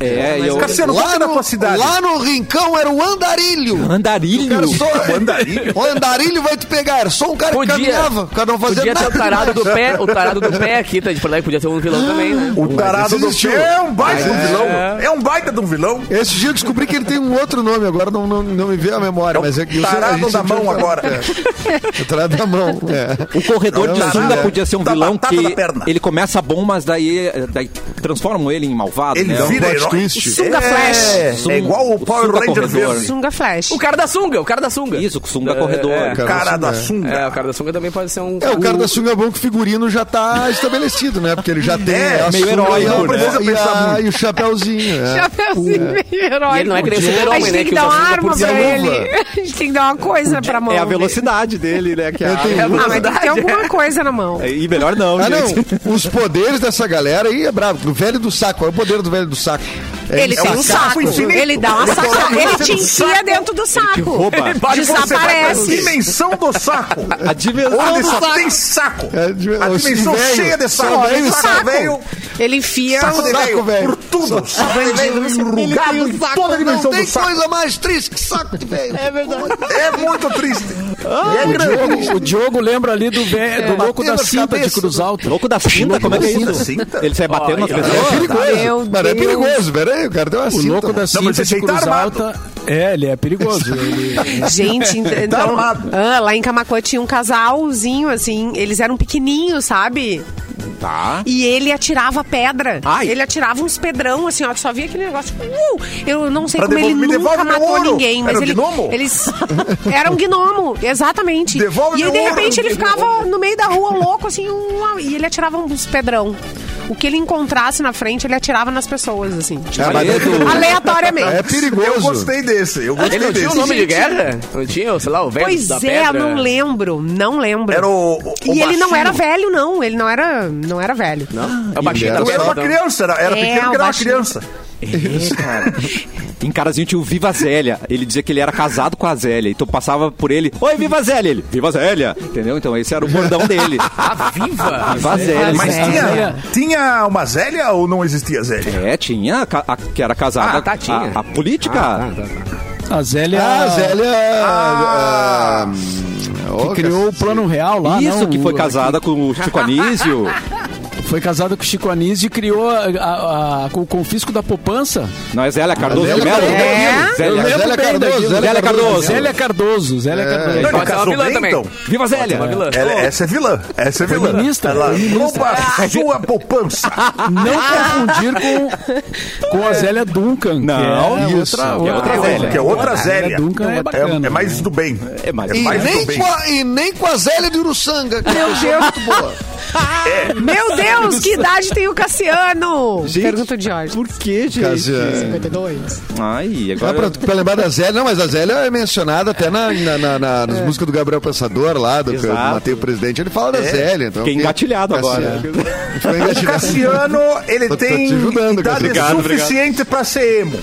[SPEAKER 1] É, e eu...
[SPEAKER 4] Cassiano, qual que
[SPEAKER 6] Lá
[SPEAKER 4] é da tua
[SPEAKER 6] no,
[SPEAKER 4] cidade?
[SPEAKER 6] lá no rincão era o
[SPEAKER 3] Um
[SPEAKER 6] andarilho.
[SPEAKER 1] Andarilho.
[SPEAKER 6] Cara, só-
[SPEAKER 4] Andarilho?
[SPEAKER 6] o andarilho vai te pegar. Era Só um cara
[SPEAKER 3] Podia.
[SPEAKER 6] que caminhava, o cara não fazia
[SPEAKER 3] Podia ter
[SPEAKER 6] nada.
[SPEAKER 3] o tarado do pé, o tarado do pé aqui, tá de Porto Alegre, podia ter um vilão também, né?
[SPEAKER 4] O tarado
[SPEAKER 6] esse
[SPEAKER 4] do
[SPEAKER 6] existiu.
[SPEAKER 4] Fê é um baita de um
[SPEAKER 6] Mas é.
[SPEAKER 4] vilão. É um baita de um vilão.
[SPEAKER 6] Esse dia eu descobri que ele tem um outro nome, agora não, não, não me veio a memória.
[SPEAKER 4] É o
[SPEAKER 6] mas é que eu- a
[SPEAKER 4] tarado
[SPEAKER 6] gente
[SPEAKER 4] da
[SPEAKER 6] tinha-
[SPEAKER 4] mão agora.
[SPEAKER 6] É, o tarado da mão. é.
[SPEAKER 1] O corredor de
[SPEAKER 6] Não,
[SPEAKER 1] sunga
[SPEAKER 6] é.
[SPEAKER 1] podia ser um
[SPEAKER 4] Da
[SPEAKER 1] vilão
[SPEAKER 4] batata
[SPEAKER 1] que
[SPEAKER 4] da perna.
[SPEAKER 1] ele começa bom, mas daí, daí transformam ele em malvado,
[SPEAKER 4] Ele
[SPEAKER 1] né?
[SPEAKER 4] vira
[SPEAKER 6] plot
[SPEAKER 4] herói.
[SPEAKER 6] twist.
[SPEAKER 4] É,
[SPEAKER 2] Sunga Flash.
[SPEAKER 4] É igual o Power
[SPEAKER 1] Sunga
[SPEAKER 4] Ranger
[SPEAKER 1] corredor.
[SPEAKER 4] verde.
[SPEAKER 2] Sunga Flash.
[SPEAKER 3] O cara da sunga, o cara da sunga.
[SPEAKER 1] Isso, o sunga
[SPEAKER 3] É,
[SPEAKER 1] corredor.
[SPEAKER 3] é.
[SPEAKER 6] Cara, da
[SPEAKER 4] Cara da
[SPEAKER 6] sunga.
[SPEAKER 4] sunga.
[SPEAKER 3] É, o cara da sunga também pode ser um...
[SPEAKER 6] É, o cara da sunga é bom que o figurino já tá estabelecido, né? Porque ele já tem
[SPEAKER 4] É,
[SPEAKER 6] a
[SPEAKER 1] meio
[SPEAKER 6] sunga
[SPEAKER 1] heróico,
[SPEAKER 6] e a-
[SPEAKER 1] né?
[SPEAKER 4] Precisa
[SPEAKER 6] e,
[SPEAKER 4] pensar
[SPEAKER 6] a,
[SPEAKER 4] muito.
[SPEAKER 6] e o chapéuzinho. é.
[SPEAKER 2] Chapeuzinho meio heróico.
[SPEAKER 3] E ele não é que nem o
[SPEAKER 2] A
[SPEAKER 3] super-homem,
[SPEAKER 2] gente
[SPEAKER 3] né,
[SPEAKER 2] tem que
[SPEAKER 3] que
[SPEAKER 2] dar
[SPEAKER 3] usa
[SPEAKER 2] uma
[SPEAKER 3] sunga
[SPEAKER 2] arma
[SPEAKER 3] por
[SPEAKER 2] pra
[SPEAKER 6] cima.
[SPEAKER 2] ele.
[SPEAKER 4] É.
[SPEAKER 2] A gente tem que dar uma coisa pra mão.
[SPEAKER 1] É a
[SPEAKER 2] dele.
[SPEAKER 1] velocidade dele, né? Que é
[SPEAKER 6] Eu
[SPEAKER 1] a-
[SPEAKER 6] tenho-
[SPEAKER 2] Ah, mas tem que ter alguma coisa na mão.
[SPEAKER 1] E melhor não,
[SPEAKER 6] Ah,
[SPEAKER 1] gente.
[SPEAKER 6] não. Os poderes dessa galera aí é bravo. O velho do saco. Qual é o poder do velho do saco? É
[SPEAKER 2] Ele
[SPEAKER 6] isso.
[SPEAKER 2] tem
[SPEAKER 4] um
[SPEAKER 2] um
[SPEAKER 4] saco
[SPEAKER 2] saco.
[SPEAKER 4] infinito.
[SPEAKER 2] Ele dá uma
[SPEAKER 4] Ele
[SPEAKER 2] sacada.
[SPEAKER 4] coloca
[SPEAKER 2] Ele
[SPEAKER 4] você
[SPEAKER 2] te
[SPEAKER 4] no
[SPEAKER 2] enfia
[SPEAKER 4] saco.
[SPEAKER 2] dento do saco.
[SPEAKER 1] rouba.
[SPEAKER 4] Bate, você vai pra
[SPEAKER 2] Desaparece.
[SPEAKER 4] dimensão do saco.
[SPEAKER 1] A dimensão
[SPEAKER 4] Onde
[SPEAKER 1] do
[SPEAKER 4] só
[SPEAKER 1] saco.
[SPEAKER 4] tem saco.
[SPEAKER 6] É, de-
[SPEAKER 4] a
[SPEAKER 6] os
[SPEAKER 4] dimensão
[SPEAKER 6] velho,
[SPEAKER 4] cheia de
[SPEAKER 6] só
[SPEAKER 4] saco.
[SPEAKER 6] velho,
[SPEAKER 4] saco velho,
[SPEAKER 2] Ele enfia.
[SPEAKER 4] saco de
[SPEAKER 6] Saco
[SPEAKER 4] velho,
[SPEAKER 6] velho.
[SPEAKER 4] por tudo. Saco de velho enrugado em toda
[SPEAKER 6] Não
[SPEAKER 4] a dimensão
[SPEAKER 6] tem
[SPEAKER 4] do saco.
[SPEAKER 6] coisa mais triste que saco de velho. É verdade.
[SPEAKER 4] É muito triste. é
[SPEAKER 5] Ah, O
[SPEAKER 4] grande. É,
[SPEAKER 5] Diogo, o Diogo lembra ali do, velho, do louco da
[SPEAKER 6] Batendo
[SPEAKER 5] cinta de
[SPEAKER 6] cabeça.
[SPEAKER 5] Cruz Alta.
[SPEAKER 1] Louco da cinta, como é que é
[SPEAKER 4] Louco da
[SPEAKER 1] isso?
[SPEAKER 4] cinta?
[SPEAKER 1] Ele sai batendo nas
[SPEAKER 6] É
[SPEAKER 1] pessoas.
[SPEAKER 6] perigoso.
[SPEAKER 2] Meu
[SPEAKER 6] Mas é
[SPEAKER 2] Deus.
[SPEAKER 6] perigoso. Peraí, o cara deu uma
[SPEAKER 5] O
[SPEAKER 6] cinta.
[SPEAKER 5] louco da
[SPEAKER 4] Não, mas
[SPEAKER 5] cinta
[SPEAKER 4] esse
[SPEAKER 5] de
[SPEAKER 4] aí tá
[SPEAKER 5] Cruz
[SPEAKER 4] armado.
[SPEAKER 5] Alta. É, ele é perigoso. Ele...
[SPEAKER 2] Gente, ent-
[SPEAKER 4] Tá
[SPEAKER 2] então.
[SPEAKER 4] armado.
[SPEAKER 2] Ah, lá em Camacuã tinha um casalzinho, assim. Eles eram pequenininhos, sabe?
[SPEAKER 1] Tá.
[SPEAKER 2] E ele atirava pedra.
[SPEAKER 1] Ai.
[SPEAKER 2] Ele atirava uns pedrão, assim, ó. Tu só via aquele negócio. tipo, uh! eu não sei
[SPEAKER 4] Pra
[SPEAKER 2] como ele
[SPEAKER 4] devolver- me
[SPEAKER 2] nunca
[SPEAKER 4] devolve meu
[SPEAKER 2] matou
[SPEAKER 4] ouro.
[SPEAKER 2] ninguém. Mas
[SPEAKER 4] Era um
[SPEAKER 2] ele,
[SPEAKER 4] gnomo?
[SPEAKER 2] Eles, era um gnomo, exatamente.
[SPEAKER 4] Devolve
[SPEAKER 2] e aí, de
[SPEAKER 4] meu ouro,
[SPEAKER 2] repente, ele
[SPEAKER 4] devolve.
[SPEAKER 2] ficava no meio da rua, louco, assim, um- e ele atirava uns pedrão. O que ele encontrasse na frente, ele atirava nas pessoas, assim. tipo,
[SPEAKER 6] É, mas é perigoso.
[SPEAKER 2] aleatoriamente.
[SPEAKER 6] É
[SPEAKER 4] Eu
[SPEAKER 6] perigoso.
[SPEAKER 4] gostei desse. Eu gostei
[SPEAKER 3] Ele não
[SPEAKER 4] desse.
[SPEAKER 3] tinha o nome de guerra? Não tinha, sei lá, o velho
[SPEAKER 2] Pois
[SPEAKER 3] da
[SPEAKER 2] é,
[SPEAKER 3] pedra?
[SPEAKER 2] não lembro, não lembro.
[SPEAKER 4] Era o, o
[SPEAKER 2] e ele não
[SPEAKER 4] baixinho.
[SPEAKER 2] era velho, não. Ele não era, não era velho.
[SPEAKER 3] É o baixinho
[SPEAKER 6] Ele
[SPEAKER 3] da
[SPEAKER 6] era
[SPEAKER 4] Não, Era
[SPEAKER 3] pedra.
[SPEAKER 4] uma
[SPEAKER 3] então.
[SPEAKER 4] criança. Era, era
[SPEAKER 2] É,
[SPEAKER 4] pequeno
[SPEAKER 2] o
[SPEAKER 4] que era uma
[SPEAKER 2] baixinho.
[SPEAKER 4] criança.
[SPEAKER 1] Em Carazinho tinha o Viva Zélia. Ele dizia que ele era casado com a Zélia. Então passava por ele. Oi, Viva Zélia! Ele, Viva Zélia! Entendeu? Então esse era o bordão dele.
[SPEAKER 3] A viva!
[SPEAKER 1] Viva Zélia.
[SPEAKER 4] Mas
[SPEAKER 2] Zélia.
[SPEAKER 4] tinha, tinha uma Zélia ou não existia Zélia?
[SPEAKER 1] É, tinha. a ca- a- que era casada.
[SPEAKER 3] Ah, tá, tinha.
[SPEAKER 1] A, a política.
[SPEAKER 5] A Zélia.
[SPEAKER 6] Ah, Zélia.
[SPEAKER 4] Ah.
[SPEAKER 6] ah,
[SPEAKER 5] Que
[SPEAKER 6] ô,
[SPEAKER 5] criou o plano real
[SPEAKER 6] Ah,
[SPEAKER 5] lá.
[SPEAKER 1] Isso
[SPEAKER 5] não,
[SPEAKER 1] que foi
[SPEAKER 5] o-
[SPEAKER 1] casada com o Chico Anísio.
[SPEAKER 5] Foi casada com o Chico Anísio e criou a- a- a- com o confisco da poupança.
[SPEAKER 1] Não é Zélia Cardoso
[SPEAKER 6] Zélia
[SPEAKER 1] de Melo?
[SPEAKER 6] Cardoso.
[SPEAKER 2] É.
[SPEAKER 1] Zélia.
[SPEAKER 6] Eu lembro
[SPEAKER 5] Zélia
[SPEAKER 6] bem
[SPEAKER 5] Cardoso,
[SPEAKER 6] daquilo.
[SPEAKER 1] Zélia Cardoso.
[SPEAKER 5] Zélia Cardoso, Zélia Cardoso.
[SPEAKER 4] É. Não, ele
[SPEAKER 3] Pode ser uma
[SPEAKER 4] casou
[SPEAKER 3] vilã
[SPEAKER 4] bem,
[SPEAKER 3] também.
[SPEAKER 4] então.
[SPEAKER 1] Viva Zélia!
[SPEAKER 3] Uma vilã.
[SPEAKER 4] Ela- essa é vilã. Essa é vilã.
[SPEAKER 5] Feminista,
[SPEAKER 4] Ela
[SPEAKER 5] feminista.
[SPEAKER 4] rouba a sua poupança.
[SPEAKER 5] Não confundir com, com a Zélia Duncan. que
[SPEAKER 1] Não,
[SPEAKER 5] é
[SPEAKER 6] isso.
[SPEAKER 5] Outra,
[SPEAKER 1] Que é outra Zélia.
[SPEAKER 4] Que é outra Zélia.
[SPEAKER 5] Duncan é
[SPEAKER 4] É,
[SPEAKER 5] bacana.
[SPEAKER 4] é mais do bem.
[SPEAKER 1] É mais-
[SPEAKER 6] E
[SPEAKER 4] mais do
[SPEAKER 6] nem,
[SPEAKER 4] bem.
[SPEAKER 6] com a, e nem com a Zélia de Uruçanga. Que Meu Deus. Muito boa.
[SPEAKER 2] Meu Deus, que idade tem o Cassiano? Pergunta de Jorge.
[SPEAKER 1] Por que, gente?
[SPEAKER 6] Cassiano.
[SPEAKER 2] 52.
[SPEAKER 1] Ai,
[SPEAKER 6] Ah, pra,
[SPEAKER 1] agora...
[SPEAKER 6] pra lembrar da Zélia, não, mas a Zélia é mencionada até na, na, na- na- nas músicas do Gabriel Pensador, lá do, do
[SPEAKER 1] Exato.
[SPEAKER 6] Mateio Presidente. Ele fala da Zélia. Então,
[SPEAKER 1] Fiquei engatilhado
[SPEAKER 6] Cassiano.
[SPEAKER 1] agora.
[SPEAKER 6] Ficou
[SPEAKER 4] O
[SPEAKER 6] engatilhado.
[SPEAKER 4] Cassiano, ele
[SPEAKER 6] Tô- tô
[SPEAKER 4] tem
[SPEAKER 6] te ajudando,
[SPEAKER 4] idade
[SPEAKER 6] Cassiano.
[SPEAKER 1] Obrigado, obrigado.
[SPEAKER 4] suficiente pra ser emo.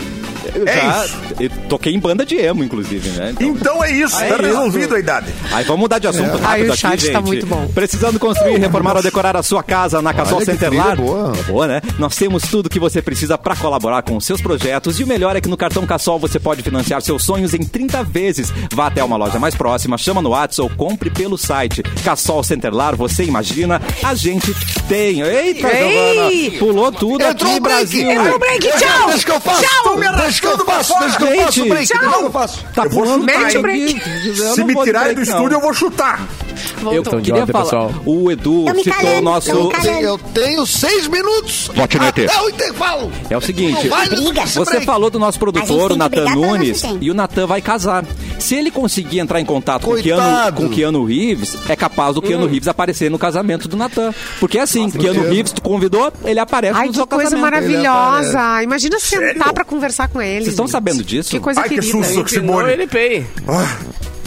[SPEAKER 4] É
[SPEAKER 1] Já-
[SPEAKER 4] isso.
[SPEAKER 1] eu toquei em banda de emo, inclusive, né? Então-
[SPEAKER 4] Então é isso,
[SPEAKER 1] É
[SPEAKER 4] tá
[SPEAKER 1] isso.
[SPEAKER 4] resolvido a idade.
[SPEAKER 1] Aí vamos mudar de assunto rápido
[SPEAKER 2] Aí o
[SPEAKER 1] aqui,
[SPEAKER 2] chat
[SPEAKER 1] gente.
[SPEAKER 2] tá muito bom.
[SPEAKER 1] Precisando construir, reformar ou decorar a sua casa na Casol
[SPEAKER 6] que
[SPEAKER 1] Center
[SPEAKER 6] trilha
[SPEAKER 1] Lar?
[SPEAKER 6] boa.
[SPEAKER 1] É boa, né? Nós temos tudo que você precisa para colaborar com os seus projetos e o melhor é que no cartão Casol você pode financiar seus sonhos em 30 vezes. Vá até uma loja mais próxima, chama no WhatsApp ou compre pelo site. Casol Center Lar, você imagina, a gente tem. Eita,
[SPEAKER 2] Ei!
[SPEAKER 1] Giovana, pulou tudo
[SPEAKER 6] Entrou
[SPEAKER 1] aqui,
[SPEAKER 6] o break.
[SPEAKER 1] Brasil.
[SPEAKER 2] Entrou o break, tchau!
[SPEAKER 6] Deixa que eu faço.
[SPEAKER 2] Tchau!
[SPEAKER 6] Deixa que eu faço. Deixa que eu
[SPEAKER 1] Gente,
[SPEAKER 6] faço o break.
[SPEAKER 1] tchau!
[SPEAKER 6] Deixa que eu faço.
[SPEAKER 1] Tá pulando
[SPEAKER 2] Mete
[SPEAKER 1] tudo
[SPEAKER 2] o break.
[SPEAKER 1] aqui. Eu
[SPEAKER 4] Se
[SPEAKER 1] não
[SPEAKER 4] me
[SPEAKER 1] vou de
[SPEAKER 4] tirarem do
[SPEAKER 1] break, não.
[SPEAKER 4] estúdio, eu vou chutar.
[SPEAKER 2] Voltou.
[SPEAKER 3] Eu que
[SPEAKER 1] Queria
[SPEAKER 3] Ontem,
[SPEAKER 1] falar,
[SPEAKER 3] pessoal.
[SPEAKER 1] o Edu
[SPEAKER 7] Tão me
[SPEAKER 1] citou o
[SPEAKER 7] calando, tão me
[SPEAKER 1] nosso.
[SPEAKER 7] calando.
[SPEAKER 6] Eu tenho seis minutos.
[SPEAKER 1] Botinete.
[SPEAKER 6] Até o intervalo.
[SPEAKER 1] É o seguinte,
[SPEAKER 6] Não vai nesse
[SPEAKER 7] Briga.
[SPEAKER 1] você
[SPEAKER 6] break.
[SPEAKER 1] falou do nosso
[SPEAKER 7] A gente
[SPEAKER 1] produtor,
[SPEAKER 7] tem
[SPEAKER 1] o
[SPEAKER 7] que
[SPEAKER 1] Natan
[SPEAKER 7] brigar pelo nosso
[SPEAKER 1] Nunes,
[SPEAKER 7] tempo.
[SPEAKER 1] e o Natan vai casar. Se ele conseguir entrar em contato com o Keanu,
[SPEAKER 6] Coitado.
[SPEAKER 1] com o Keanu Reeves, é capaz do Keanu Reeves aparecer no casamento do Natan. Porque é assim, Keanu
[SPEAKER 6] Deus.
[SPEAKER 1] Reeves, tu convidou, ele aparece
[SPEAKER 2] Ai,
[SPEAKER 1] no
[SPEAKER 2] que
[SPEAKER 1] seu
[SPEAKER 2] coisa
[SPEAKER 1] casamento.
[SPEAKER 2] maravilhosa. Imagina sentar
[SPEAKER 4] Sério?
[SPEAKER 2] pra conversar com ele.
[SPEAKER 1] Vocês estão
[SPEAKER 2] gente.
[SPEAKER 1] sabendo disso?
[SPEAKER 2] Que coisa
[SPEAKER 4] Ai, que
[SPEAKER 2] querida.
[SPEAKER 4] susto.
[SPEAKER 3] Se não,
[SPEAKER 4] Simone.
[SPEAKER 3] ele pei.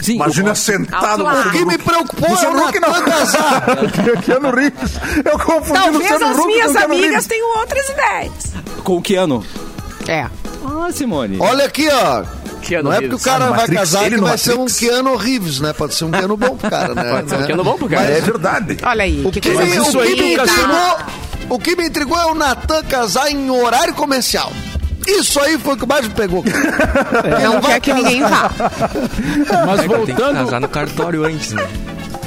[SPEAKER 1] Sim,
[SPEAKER 4] Ah, Imagina sentado
[SPEAKER 2] Alto lá.
[SPEAKER 4] no
[SPEAKER 6] O que me preocupou é o
[SPEAKER 4] Seruque não. é
[SPEAKER 6] Natan casar.
[SPEAKER 4] Keanu Reeves. Eu confundi
[SPEAKER 2] Talvez
[SPEAKER 4] Luciano
[SPEAKER 2] as
[SPEAKER 4] Huck com
[SPEAKER 2] minhas
[SPEAKER 4] Keanu
[SPEAKER 2] amigas
[SPEAKER 4] Reeves.
[SPEAKER 2] tenham outras ideias.
[SPEAKER 1] eu- com o Keanu.
[SPEAKER 2] É.
[SPEAKER 1] Ah, Simone.
[SPEAKER 6] Olha aqui, ó.
[SPEAKER 3] Keanu
[SPEAKER 6] Não é porque o
[SPEAKER 3] Reeves.
[SPEAKER 6] cara
[SPEAKER 4] Ah,
[SPEAKER 6] vai
[SPEAKER 4] Matrix,
[SPEAKER 6] casar
[SPEAKER 4] ele
[SPEAKER 6] que
[SPEAKER 4] no
[SPEAKER 6] vai ser um
[SPEAKER 4] Matrix.
[SPEAKER 6] Keanu Reeves, né? Pode ser um Keanu bom pro cara, né?
[SPEAKER 3] Pode ser um
[SPEAKER 6] Né?
[SPEAKER 3] Keanu bom pro cara.
[SPEAKER 6] Mas
[SPEAKER 4] É verdade.
[SPEAKER 2] Olha aí,
[SPEAKER 6] O que, é me-
[SPEAKER 5] Mas isso
[SPEAKER 6] o que
[SPEAKER 5] aí
[SPEAKER 6] me
[SPEAKER 5] nunca
[SPEAKER 2] dá-
[SPEAKER 6] intrigou, o que me intrigou é o Natan casar em horário comercial. Isso aí foi o que mais me pegou. É. tá Ele
[SPEAKER 2] Não
[SPEAKER 6] vai
[SPEAKER 2] quer que
[SPEAKER 6] casar.
[SPEAKER 2] ninguém vá.
[SPEAKER 5] Mas
[SPEAKER 8] Tem que
[SPEAKER 5] voltando.
[SPEAKER 8] casar no cartório antes, né?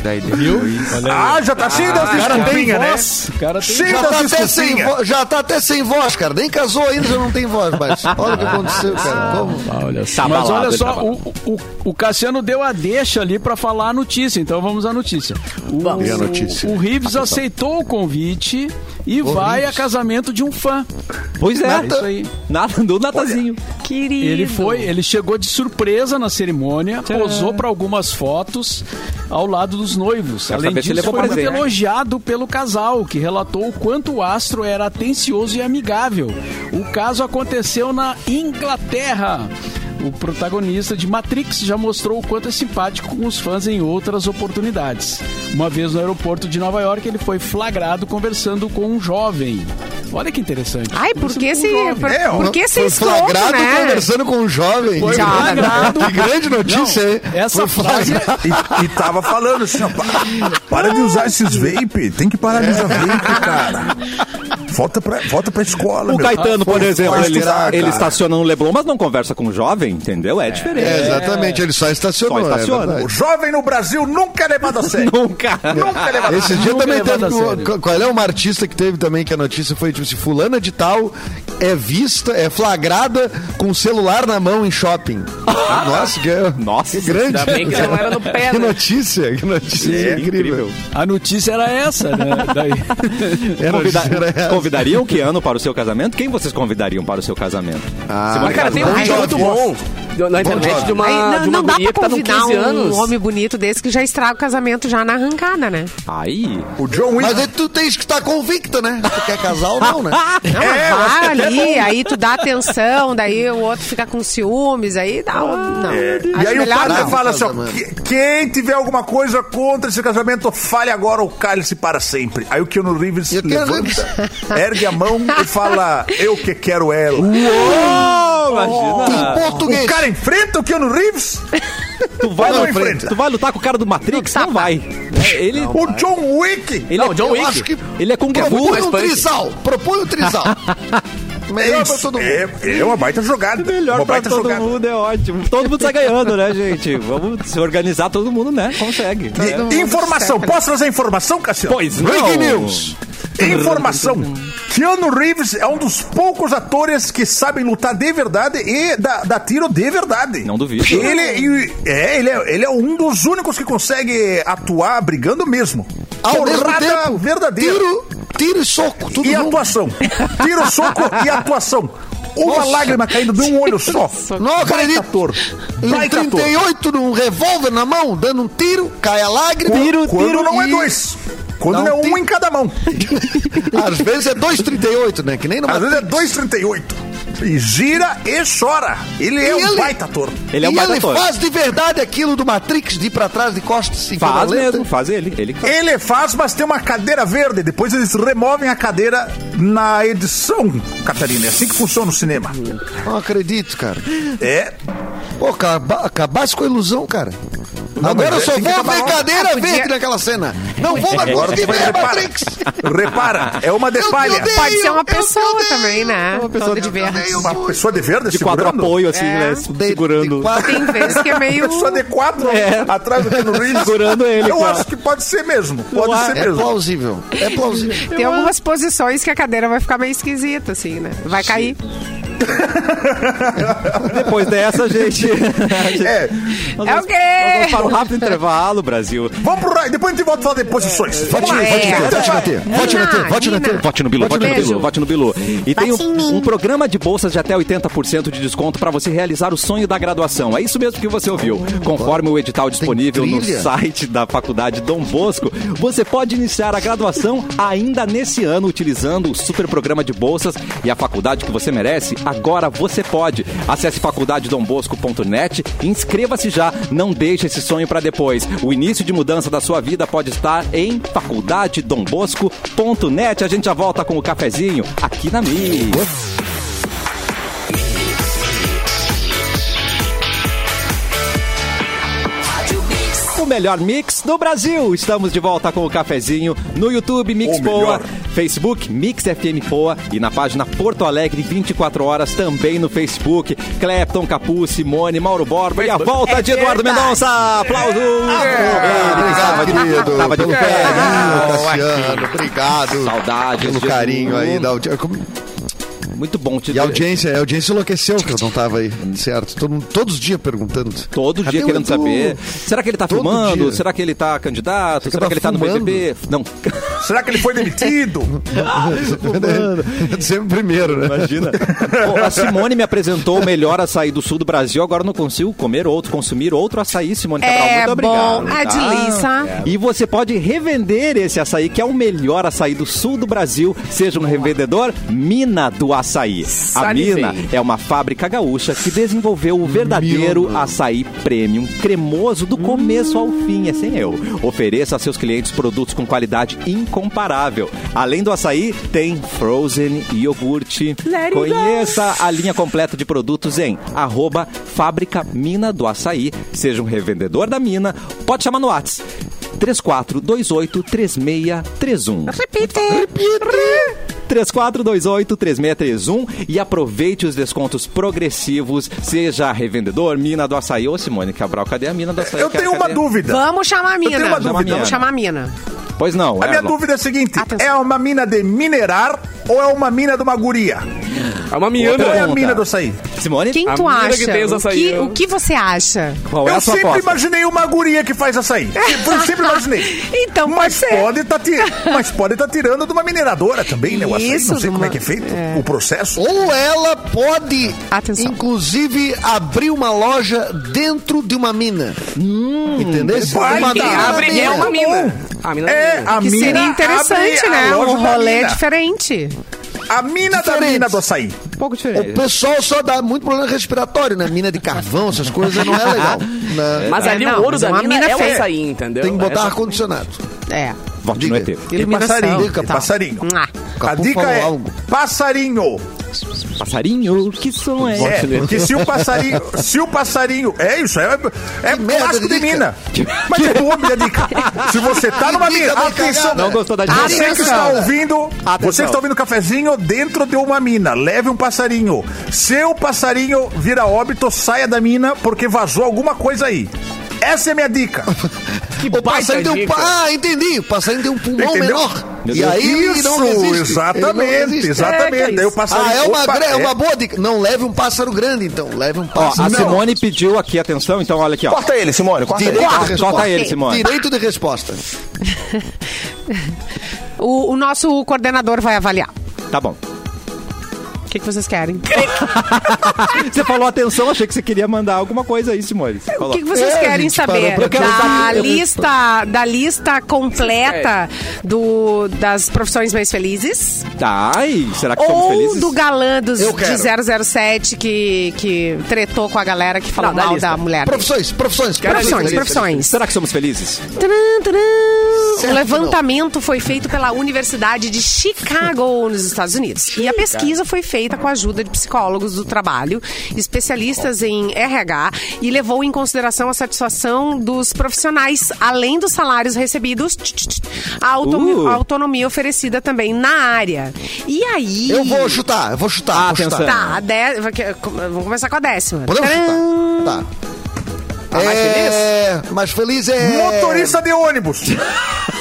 [SPEAKER 8] Daí depois.
[SPEAKER 4] Ah, já tá cheio das desculpinhas, né?
[SPEAKER 5] O cara tem
[SPEAKER 4] Cheio
[SPEAKER 6] Já tá,
[SPEAKER 4] das
[SPEAKER 6] até sem
[SPEAKER 5] é.
[SPEAKER 4] desculpinhas.
[SPEAKER 6] vo- já tá até sem voz, cara. Nem casou ainda, já não tem voz mais. Olha o que aconteceu, cara. Como?
[SPEAKER 5] Olha
[SPEAKER 1] Tá
[SPEAKER 5] Mas
[SPEAKER 1] abalado,
[SPEAKER 5] olha
[SPEAKER 1] ele tá
[SPEAKER 5] só, o,
[SPEAKER 1] abalado.
[SPEAKER 5] o, o Cassiano deu a deixa ali pra falar a notícia, então vamos à notícia. O,
[SPEAKER 3] Vamos. E
[SPEAKER 6] a notícia?
[SPEAKER 5] o Reeves aceitou o convite e vai
[SPEAKER 6] Reeves.
[SPEAKER 5] a casamento de um fã.
[SPEAKER 1] Pois é.
[SPEAKER 5] É isso aí.
[SPEAKER 1] Nada, do Natazinho.
[SPEAKER 2] Querido.
[SPEAKER 5] Ele foi, ele chegou de surpresa na cerimônia, posou pra algumas fotos ao lado dos noivos.
[SPEAKER 1] Quero
[SPEAKER 5] Além
[SPEAKER 1] saber se é
[SPEAKER 5] disso,
[SPEAKER 1] levou
[SPEAKER 5] foi muito
[SPEAKER 1] presente.
[SPEAKER 5] elogiado pelo casal, que relatou o quanto o astro era atencioso e amigável. O caso aconteceu na Inglaterra. O protagonista de Matrix já mostrou o quanto é simpático com os fãs em outras oportunidades. Uma vez no aeroporto de Nova York, ele foi flagrado conversando com um jovem. Olha que interessante.
[SPEAKER 2] Ai, por que esse.
[SPEAKER 5] Conversando com um jovem.
[SPEAKER 2] Por,
[SPEAKER 4] É,
[SPEAKER 2] por que esse
[SPEAKER 6] Foi
[SPEAKER 2] escroto,
[SPEAKER 6] flagrado
[SPEAKER 2] né?
[SPEAKER 6] conversando com um jovem.
[SPEAKER 5] Foi
[SPEAKER 6] Que grande-
[SPEAKER 5] flagrado.
[SPEAKER 6] Que grande notícia,
[SPEAKER 5] Não,
[SPEAKER 6] hein?
[SPEAKER 5] essa
[SPEAKER 6] Foi flagrado.
[SPEAKER 5] frase
[SPEAKER 4] E, e tava falando assim, ó, para, para de usar esses vape, tem que parar de usar vape, cara. Volta pra, volta pra escola,
[SPEAKER 1] O
[SPEAKER 4] meu.
[SPEAKER 1] Caetano, por
[SPEAKER 4] Foi
[SPEAKER 1] exemplo, ele,
[SPEAKER 4] estudar,
[SPEAKER 1] ele
[SPEAKER 4] cara.
[SPEAKER 1] estaciona no Leblon, mas não conversa com um jovem, entendeu? É diferente.
[SPEAKER 6] É, exatamente, ele só estacionou.
[SPEAKER 1] Só estaciona.
[SPEAKER 6] é verdade.
[SPEAKER 4] O jovem no Brasil nunca é levado a sério.
[SPEAKER 1] Nunca.
[SPEAKER 4] nunca é levado a sério.
[SPEAKER 6] Esse dia
[SPEAKER 5] Nunca
[SPEAKER 6] também
[SPEAKER 5] levado
[SPEAKER 6] teve.
[SPEAKER 5] a
[SPEAKER 6] um-
[SPEAKER 5] sério.
[SPEAKER 6] qu- Qual é uma artista que teve também que a notícia foi tipo assim: Fulana de Tal é vista, é flagrada com o celular na mão em shopping. Nossa, que,
[SPEAKER 1] Nossa,
[SPEAKER 6] que grande.
[SPEAKER 3] Ainda bem que não era no pé,
[SPEAKER 6] Que
[SPEAKER 3] né?
[SPEAKER 6] notícia, que notícia é
[SPEAKER 1] É,
[SPEAKER 6] incrível.
[SPEAKER 5] A notícia era essa, né? Daí.
[SPEAKER 6] Era-
[SPEAKER 1] Convida-
[SPEAKER 6] era essa.
[SPEAKER 1] Convidariam que ano para o seu casamento? Quem vocês convidariam para o seu casamento? Simone
[SPEAKER 3] Mas, cara, tem um
[SPEAKER 1] Cazan?
[SPEAKER 6] Bom
[SPEAKER 3] vídeo muito
[SPEAKER 6] jovem.
[SPEAKER 3] bom
[SPEAKER 6] é
[SPEAKER 3] do- na internet
[SPEAKER 6] jovem.
[SPEAKER 3] de uma,
[SPEAKER 2] Aí,
[SPEAKER 3] de
[SPEAKER 2] não,
[SPEAKER 3] uma
[SPEAKER 2] não dá
[SPEAKER 3] guria que tá
[SPEAKER 2] pra
[SPEAKER 3] com
[SPEAKER 2] convidar
[SPEAKER 3] 15 anos.
[SPEAKER 2] um homem bonito desse que já estraga o casamento já na arrancada, né?
[SPEAKER 1] Aí.
[SPEAKER 4] O John Wick
[SPEAKER 6] Mas aí tu tens que estar convicta, né? Tu quer casar ou não, né?
[SPEAKER 2] Não,
[SPEAKER 4] É, eu acho
[SPEAKER 2] mas
[SPEAKER 4] que
[SPEAKER 2] vai
[SPEAKER 4] até
[SPEAKER 2] ali, aí tu dá atenção, daí o outro fica com ciúmes, aí dá um. Não.
[SPEAKER 4] E
[SPEAKER 2] Acho
[SPEAKER 4] aí o
[SPEAKER 2] melhor
[SPEAKER 4] padre
[SPEAKER 2] não.
[SPEAKER 4] fala assim, ó,
[SPEAKER 6] Casamento.
[SPEAKER 4] "Que- quem tiver alguma coisa contra esse casamento, fale agora ou cale-se para sempre. Aí o Keanu Reeves
[SPEAKER 6] E o Keanu
[SPEAKER 4] levanta, ergue a mão e fala, eu que quero ela.
[SPEAKER 1] Imagina.
[SPEAKER 6] Em Um português.
[SPEAKER 4] O cara enfrenta o Keanu Reeves?
[SPEAKER 1] Tu vai,
[SPEAKER 4] Não
[SPEAKER 1] lu-
[SPEAKER 4] enfrenta.
[SPEAKER 1] tu vai lutar com o cara do Matrix? Não vai. É, Ele,
[SPEAKER 4] O John Wick?
[SPEAKER 1] ele
[SPEAKER 3] Não,
[SPEAKER 1] é
[SPEAKER 3] John
[SPEAKER 6] Eu
[SPEAKER 3] Wick.
[SPEAKER 6] acho que
[SPEAKER 1] Ele é Kung Fu.
[SPEAKER 6] propõe um
[SPEAKER 3] punk.
[SPEAKER 6] trisal. Propõe um trisal. Melhor pra
[SPEAKER 4] Isso,
[SPEAKER 6] todo mundo.
[SPEAKER 4] é, é uma baita jogada.
[SPEAKER 1] Melhor
[SPEAKER 4] uma
[SPEAKER 1] pra
[SPEAKER 4] baita
[SPEAKER 1] todo
[SPEAKER 4] jogada.
[SPEAKER 1] mundo, é ótimo. Todo mundo tá ganhando, né, gente? Vamos se organizar, todo mundo, né? Consegue.
[SPEAKER 4] E informação, posso trazer informação, Cassiano?
[SPEAKER 1] Pois não.
[SPEAKER 6] Breaking news.
[SPEAKER 4] Informação. Keanu Reeves é um dos poucos atores que sabem lutar de verdade e dar dar tiro de verdade.
[SPEAKER 1] Não duvido.
[SPEAKER 4] Ele e- é, ele é, ele é um dos únicos que consegue atuar brigando mesmo.
[SPEAKER 6] Ao mesmo
[SPEAKER 4] Porrada
[SPEAKER 6] tempo,
[SPEAKER 4] verdadeira.
[SPEAKER 6] tiro, tiro e soco. Tudo
[SPEAKER 4] e
[SPEAKER 6] junto.
[SPEAKER 4] atuação. tiro, soco e atuação. Uma
[SPEAKER 6] Nossa.
[SPEAKER 4] lágrima caindo de um olho só.
[SPEAKER 6] Não acredito.
[SPEAKER 4] ator.
[SPEAKER 6] E um
[SPEAKER 4] Baita ator.
[SPEAKER 6] 38 num revólver na mão, dando um tiro, cai a lágrima.
[SPEAKER 4] Quando não é
[SPEAKER 6] e-
[SPEAKER 4] dois. Quando
[SPEAKER 6] Dá
[SPEAKER 4] não é
[SPEAKER 6] um
[SPEAKER 4] um
[SPEAKER 6] tiro.
[SPEAKER 4] em cada mão.
[SPEAKER 6] Às vezes é 2,38, né? Que nem no
[SPEAKER 4] Às vezes é 2,38. E gira e chora. Ele é
[SPEAKER 6] E
[SPEAKER 4] um
[SPEAKER 6] ele-
[SPEAKER 4] baita ator.
[SPEAKER 1] Ele é um
[SPEAKER 6] e
[SPEAKER 1] baita
[SPEAKER 6] ele
[SPEAKER 1] ator.
[SPEAKER 6] faz de verdade aquilo do Matrix de ir pra trás de costas assim, com a
[SPEAKER 1] Faz
[SPEAKER 6] letra.
[SPEAKER 1] mesmo, faz ele. Ele que faz.
[SPEAKER 4] Ele faz, mas tem uma cadeira verde. Depois eles removem a cadeira na edição, Catarina. É assim que funciona o cinema.
[SPEAKER 6] Não acredito, cara.
[SPEAKER 4] É.
[SPEAKER 6] Pô, acaba, acabasse com a ilusão, cara. Agora eu
[SPEAKER 4] mas é
[SPEAKER 6] só
[SPEAKER 4] assim que
[SPEAKER 6] vou
[SPEAKER 4] acaba
[SPEAKER 6] ver
[SPEAKER 4] logo.
[SPEAKER 2] Ah,
[SPEAKER 6] cadeira verde naquela cena. Não vou mais conseguir ver a
[SPEAKER 4] repara,
[SPEAKER 6] Matrix.
[SPEAKER 4] repara, é uma de
[SPEAKER 6] Eu te
[SPEAKER 4] palha.
[SPEAKER 6] odeio.
[SPEAKER 2] Pode ser uma
[SPEAKER 6] Eu te
[SPEAKER 2] pessoa
[SPEAKER 6] odeio.
[SPEAKER 2] também, né?
[SPEAKER 6] Uma pessoa
[SPEAKER 2] Todo de
[SPEAKER 6] de-
[SPEAKER 2] verde.
[SPEAKER 6] eu
[SPEAKER 4] Uma pessoa de verde
[SPEAKER 1] De quatro
[SPEAKER 4] segurando?
[SPEAKER 1] apoio, assim,
[SPEAKER 2] É.
[SPEAKER 1] né?
[SPEAKER 6] De- de
[SPEAKER 1] Segurando.
[SPEAKER 6] quatro-
[SPEAKER 2] Tem vezes que é meio.
[SPEAKER 4] Pessoa de quatro
[SPEAKER 1] É.
[SPEAKER 4] atrás do Keanu Reeves.
[SPEAKER 1] Segurando ele,
[SPEAKER 4] Eu
[SPEAKER 1] cara.
[SPEAKER 4] acho que pode ser mesmo. Pode
[SPEAKER 1] Eu
[SPEAKER 4] ser
[SPEAKER 6] É
[SPEAKER 4] mesmo.
[SPEAKER 6] plausível. É plausível.
[SPEAKER 2] Tem algumas posições que a cadeira vai ficar meio esquisita, assim, né? Vai cair.
[SPEAKER 1] Depois dessa, gente.
[SPEAKER 4] É.
[SPEAKER 1] Nós
[SPEAKER 2] É o
[SPEAKER 1] vamos-
[SPEAKER 2] quê?
[SPEAKER 1] nós vamos para um rápido intervalo, Brasil.
[SPEAKER 4] Vamos pro raio. Depois a gente volta a falar de posições.
[SPEAKER 6] Vote,
[SPEAKER 4] Vamos lá.
[SPEAKER 2] É.
[SPEAKER 6] vote, no teu, vote, no teu,
[SPEAKER 2] Nina,
[SPEAKER 6] vote, no teu, vote, no teu.
[SPEAKER 2] Nina.
[SPEAKER 1] Vote no Bilu, vote no
[SPEAKER 2] Beijo.
[SPEAKER 1] Bilu, vote no Bilu. E tem
[SPEAKER 7] Vote em mim.
[SPEAKER 1] um, um programa de bolsas de até 80% de desconto para você realizar o sonho da graduação. É isso mesmo que você ouviu. Conforme o edital disponível no
[SPEAKER 6] trilha?
[SPEAKER 1] site da Faculdade Dom Bosco, você pode iniciar a graduação ainda nesse ano utilizando o super programa de bolsas e a faculdade que você merece. Agora você pode. Acesse faculdadedombosco.net e inscreva-se já. Não deixe esse sonho para depois. O início de mudança da sua vida pode estar em faculdadedombosco.net. A gente já volta com o cafezinho aqui na Mi. melhor mix do Brasil. Estamos de volta com o cafezinho no YouTube Mix
[SPEAKER 4] O
[SPEAKER 1] Poa,
[SPEAKER 4] melhor.
[SPEAKER 1] Facebook Mix FM Poa e na página Porto Alegre 24 horas também no Facebook. Clepton, Capu, Simone, Mauro Borba e a volta
[SPEAKER 6] É
[SPEAKER 1] de Eduardo Mendonça. Aplausos!
[SPEAKER 6] Obrigado, querido.
[SPEAKER 1] Ah, Tava de
[SPEAKER 6] pelo
[SPEAKER 1] pé. né?
[SPEAKER 6] carinho, Cassiano. Obrigado.
[SPEAKER 1] Saudades
[SPEAKER 6] Pelo
[SPEAKER 1] de
[SPEAKER 6] carinho
[SPEAKER 1] todo
[SPEAKER 6] aí
[SPEAKER 1] mundo.
[SPEAKER 6] da audiência. Como-
[SPEAKER 1] Muito bom te
[SPEAKER 6] E a audiência, a audiência enlouqueceu que eu não tava aí, certo? Todo mundo- todos os dias perguntando.
[SPEAKER 1] Todo
[SPEAKER 6] Cadê
[SPEAKER 1] dia
[SPEAKER 6] o
[SPEAKER 1] querendo
[SPEAKER 6] Edu?
[SPEAKER 1] saber. Será que ele tá
[SPEAKER 6] Todo
[SPEAKER 1] filmando?
[SPEAKER 6] dia.
[SPEAKER 1] Será que ele tá candidato?
[SPEAKER 6] Será
[SPEAKER 1] Será que
[SPEAKER 6] que
[SPEAKER 1] ele tá no
[SPEAKER 6] tá
[SPEAKER 1] BBB? Não.
[SPEAKER 4] Será que ele foi demitido?
[SPEAKER 6] Sempre primeiro, né?
[SPEAKER 1] Imagina. a Simone me apresentou o melhor açaí do sul do Brasil. Agora eu não consigo comer outro, consumir outro açaí, Simone Cabral.
[SPEAKER 2] É
[SPEAKER 1] Muito obrigado. Ah,
[SPEAKER 2] bom. É delícia.
[SPEAKER 1] E você pode revender esse açaí, que é o melhor açaí do sul do Brasil. Seja um revendedor, Mina do Açaí. A Mina é uma fábrica gaúcha que desenvolveu o verdadeiro açaí premium, cremoso do começo ao fim, é sem eu. Ofereça a seus clientes produtos com qualidade incomparável. Além do açaí, tem frozen e iogurte.
[SPEAKER 2] Let it go.
[SPEAKER 1] Conheça a linha completa de produtos em arroba Fábrica Mina do Açaí. Seja um revendedor da mina, pode chamar no Whats 34283631.
[SPEAKER 2] Repita.
[SPEAKER 1] 34283631 e aproveite os descontos progressivos. Seja revendedor, Mina do Açaí ou Simone Cabral. Cadê a Mina do Açaí?
[SPEAKER 4] Eu tenho uma
[SPEAKER 1] Cadê?
[SPEAKER 4] dúvida.
[SPEAKER 2] Vamos chamar a mina.
[SPEAKER 4] tenho uma
[SPEAKER 1] dúvida.
[SPEAKER 2] Vamos chamar a mina.
[SPEAKER 1] Pois não,
[SPEAKER 4] A minha
[SPEAKER 1] Erlon.
[SPEAKER 4] dúvida é a seguinte:
[SPEAKER 2] Atenção.
[SPEAKER 4] é uma mina de minerar ou é uma mina de uma guria?
[SPEAKER 8] É uma
[SPEAKER 4] Ou é a
[SPEAKER 1] pergunta.
[SPEAKER 4] mina do açaí?
[SPEAKER 1] Simone, Ah,
[SPEAKER 2] Quem
[SPEAKER 8] A
[SPEAKER 2] tu
[SPEAKER 8] mina que
[SPEAKER 2] acha?
[SPEAKER 8] tem os
[SPEAKER 2] o,
[SPEAKER 8] açaí,
[SPEAKER 2] que,
[SPEAKER 8] eu-
[SPEAKER 2] o que você acha?
[SPEAKER 1] qual é
[SPEAKER 4] eu
[SPEAKER 1] a sua
[SPEAKER 4] sempre
[SPEAKER 1] aposta?
[SPEAKER 4] imaginei uma guria que faz açaí. Sempre- Eu sempre imaginei.
[SPEAKER 2] Então, pode
[SPEAKER 4] mas
[SPEAKER 2] ser.
[SPEAKER 4] pode tá ti- mas pode tá tirando de uma mineradora também, né? O açaí,
[SPEAKER 2] Isso,
[SPEAKER 4] não
[SPEAKER 2] de
[SPEAKER 4] sei como
[SPEAKER 2] uma-
[SPEAKER 4] é que é feito o processo.
[SPEAKER 6] Ou ela pode,
[SPEAKER 2] Atenção.
[SPEAKER 6] inclusive, abrir uma loja dentro de uma mina.
[SPEAKER 4] Hum,
[SPEAKER 6] Entendeu?
[SPEAKER 4] Vai,
[SPEAKER 6] uma
[SPEAKER 4] quem
[SPEAKER 6] da-
[SPEAKER 4] abre
[SPEAKER 6] mina.
[SPEAKER 4] é
[SPEAKER 2] um
[SPEAKER 4] uma mina.
[SPEAKER 8] A mina
[SPEAKER 4] É, a
[SPEAKER 2] Que
[SPEAKER 4] mina
[SPEAKER 2] seria
[SPEAKER 4] abre
[SPEAKER 2] interessante,
[SPEAKER 4] a
[SPEAKER 2] né?
[SPEAKER 4] loja
[SPEAKER 2] Um
[SPEAKER 4] da
[SPEAKER 2] rolê
[SPEAKER 4] mina.
[SPEAKER 2] diferente.
[SPEAKER 4] A mina da
[SPEAKER 6] Diferente.
[SPEAKER 4] mina do açaí.
[SPEAKER 1] Um pouco
[SPEAKER 6] O
[SPEAKER 1] diferente.
[SPEAKER 6] pessoal só dá muito problema respiratório, né? Mina de carvão, essas coisas não é legal. né?
[SPEAKER 8] Mas
[SPEAKER 2] É,
[SPEAKER 8] ali
[SPEAKER 2] não,
[SPEAKER 8] o ouro
[SPEAKER 2] mas
[SPEAKER 8] da
[SPEAKER 2] uma
[SPEAKER 8] mina,
[SPEAKER 2] mina
[SPEAKER 8] é o
[SPEAKER 2] feia.
[SPEAKER 8] açaí, entendeu?
[SPEAKER 6] Tem que botar
[SPEAKER 8] Essa-
[SPEAKER 6] ar-condicionado.
[SPEAKER 2] É.
[SPEAKER 1] Vote no
[SPEAKER 6] Diga.
[SPEAKER 1] ET.
[SPEAKER 2] Iluminação. Tá. Ah.
[SPEAKER 4] passarinho,
[SPEAKER 2] tal.
[SPEAKER 4] passarinho.
[SPEAKER 2] Mua.
[SPEAKER 4] A
[SPEAKER 6] Capu
[SPEAKER 4] dica
[SPEAKER 6] falou
[SPEAKER 4] é
[SPEAKER 6] algo.
[SPEAKER 4] passarinho.
[SPEAKER 1] Passarinho, que som é?
[SPEAKER 4] É,
[SPEAKER 1] esse?
[SPEAKER 4] porque se o passarinho. Se o passarinho. É isso, é, é
[SPEAKER 6] Que merda
[SPEAKER 4] clássico
[SPEAKER 6] de
[SPEAKER 4] de
[SPEAKER 6] dica.
[SPEAKER 4] mina. Mas é boa a dica. Se você tá numa
[SPEAKER 6] Que
[SPEAKER 4] mina.
[SPEAKER 6] dica bem
[SPEAKER 4] Atenção.
[SPEAKER 6] cagada.
[SPEAKER 1] Não gostou da dica?
[SPEAKER 4] Você que está
[SPEAKER 1] Atenção.
[SPEAKER 4] ouvindo. Você que está ouvindo o cafezinho dentro de uma mina. Leve um passarinho. Seu passarinho vira óbito, saia da mina, porque vazou alguma coisa aí. Essa é a minha dica.
[SPEAKER 8] Que
[SPEAKER 6] O passarinho
[SPEAKER 8] baita
[SPEAKER 6] tem um.
[SPEAKER 8] dica.
[SPEAKER 6] pa- Ah, entendi. O passarinho tem um pulmão
[SPEAKER 4] tá Entendeu?
[SPEAKER 6] menor.
[SPEAKER 1] Meu
[SPEAKER 6] E
[SPEAKER 1] Deus.
[SPEAKER 6] aí ele não resiste. Ele não
[SPEAKER 4] exatamente,
[SPEAKER 6] resiste.
[SPEAKER 2] É, que
[SPEAKER 4] exatamente.
[SPEAKER 2] é
[SPEAKER 4] Daí o
[SPEAKER 2] isso.
[SPEAKER 4] passarinho.
[SPEAKER 6] Ah, é uma,
[SPEAKER 4] opa,
[SPEAKER 6] gra- é
[SPEAKER 4] é.
[SPEAKER 6] uma boa dica. Não leve um pássaro grande, então. Leve um
[SPEAKER 1] Ó, a
[SPEAKER 6] pássaro menor.
[SPEAKER 1] Simone pediu aqui, atenção, então olha aqui, ó.
[SPEAKER 9] Corta ele, Simone, corta ele.
[SPEAKER 6] Direito de
[SPEAKER 1] Corta, corta ele, Simone.
[SPEAKER 6] Direito de resposta.
[SPEAKER 2] O, o nosso coordenador vai avaliar.
[SPEAKER 1] Tá bom.
[SPEAKER 2] O que, que vocês querem?
[SPEAKER 1] Você falou atenção, achei que você queria mandar alguma coisa aí, Simone. Você
[SPEAKER 2] O
[SPEAKER 1] falou.
[SPEAKER 2] que, que vocês
[SPEAKER 6] É,
[SPEAKER 2] querem
[SPEAKER 6] gente,
[SPEAKER 2] saber?
[SPEAKER 6] parou pra
[SPEAKER 2] Da
[SPEAKER 6] pensar. É.
[SPEAKER 2] lista, da lista completa do, das profissões mais felizes?
[SPEAKER 1] Tá, e será que somos
[SPEAKER 2] Ou
[SPEAKER 1] felizes?
[SPEAKER 2] do galã dos,
[SPEAKER 6] Eu quero.
[SPEAKER 2] de 007 que, que tretou com a galera que falou
[SPEAKER 8] Não, da
[SPEAKER 2] mal
[SPEAKER 8] lista.
[SPEAKER 2] da mulher. dele.
[SPEAKER 6] Profissões, profissões.
[SPEAKER 2] Profissões, profissões.
[SPEAKER 1] Será que somos felizes?
[SPEAKER 2] Tcharam, tcharam.
[SPEAKER 6] Certo,
[SPEAKER 2] O levantamento foi feito pela Universidade de Chicago, nos Estados Unidos. E a pesquisa foi feita com a ajuda de psicólogos do trabalho, especialistas em RH, e levou em consideração a satisfação dos profissionais, além dos salários recebidos, tch, tch, tch, a autonomia,
[SPEAKER 1] Uh.
[SPEAKER 2] a autonomia oferecida também na área. E aí.
[SPEAKER 6] Eu vou chutar, eu vou chutar. vou
[SPEAKER 1] Atenção.
[SPEAKER 6] chutar.
[SPEAKER 2] Tá, a dé... vamos começar com a décima.
[SPEAKER 6] Podemos
[SPEAKER 2] Tcharam.
[SPEAKER 6] chutar. Tá.
[SPEAKER 1] Tá
[SPEAKER 6] é, mais feliz é.
[SPEAKER 4] Motorista de ônibus.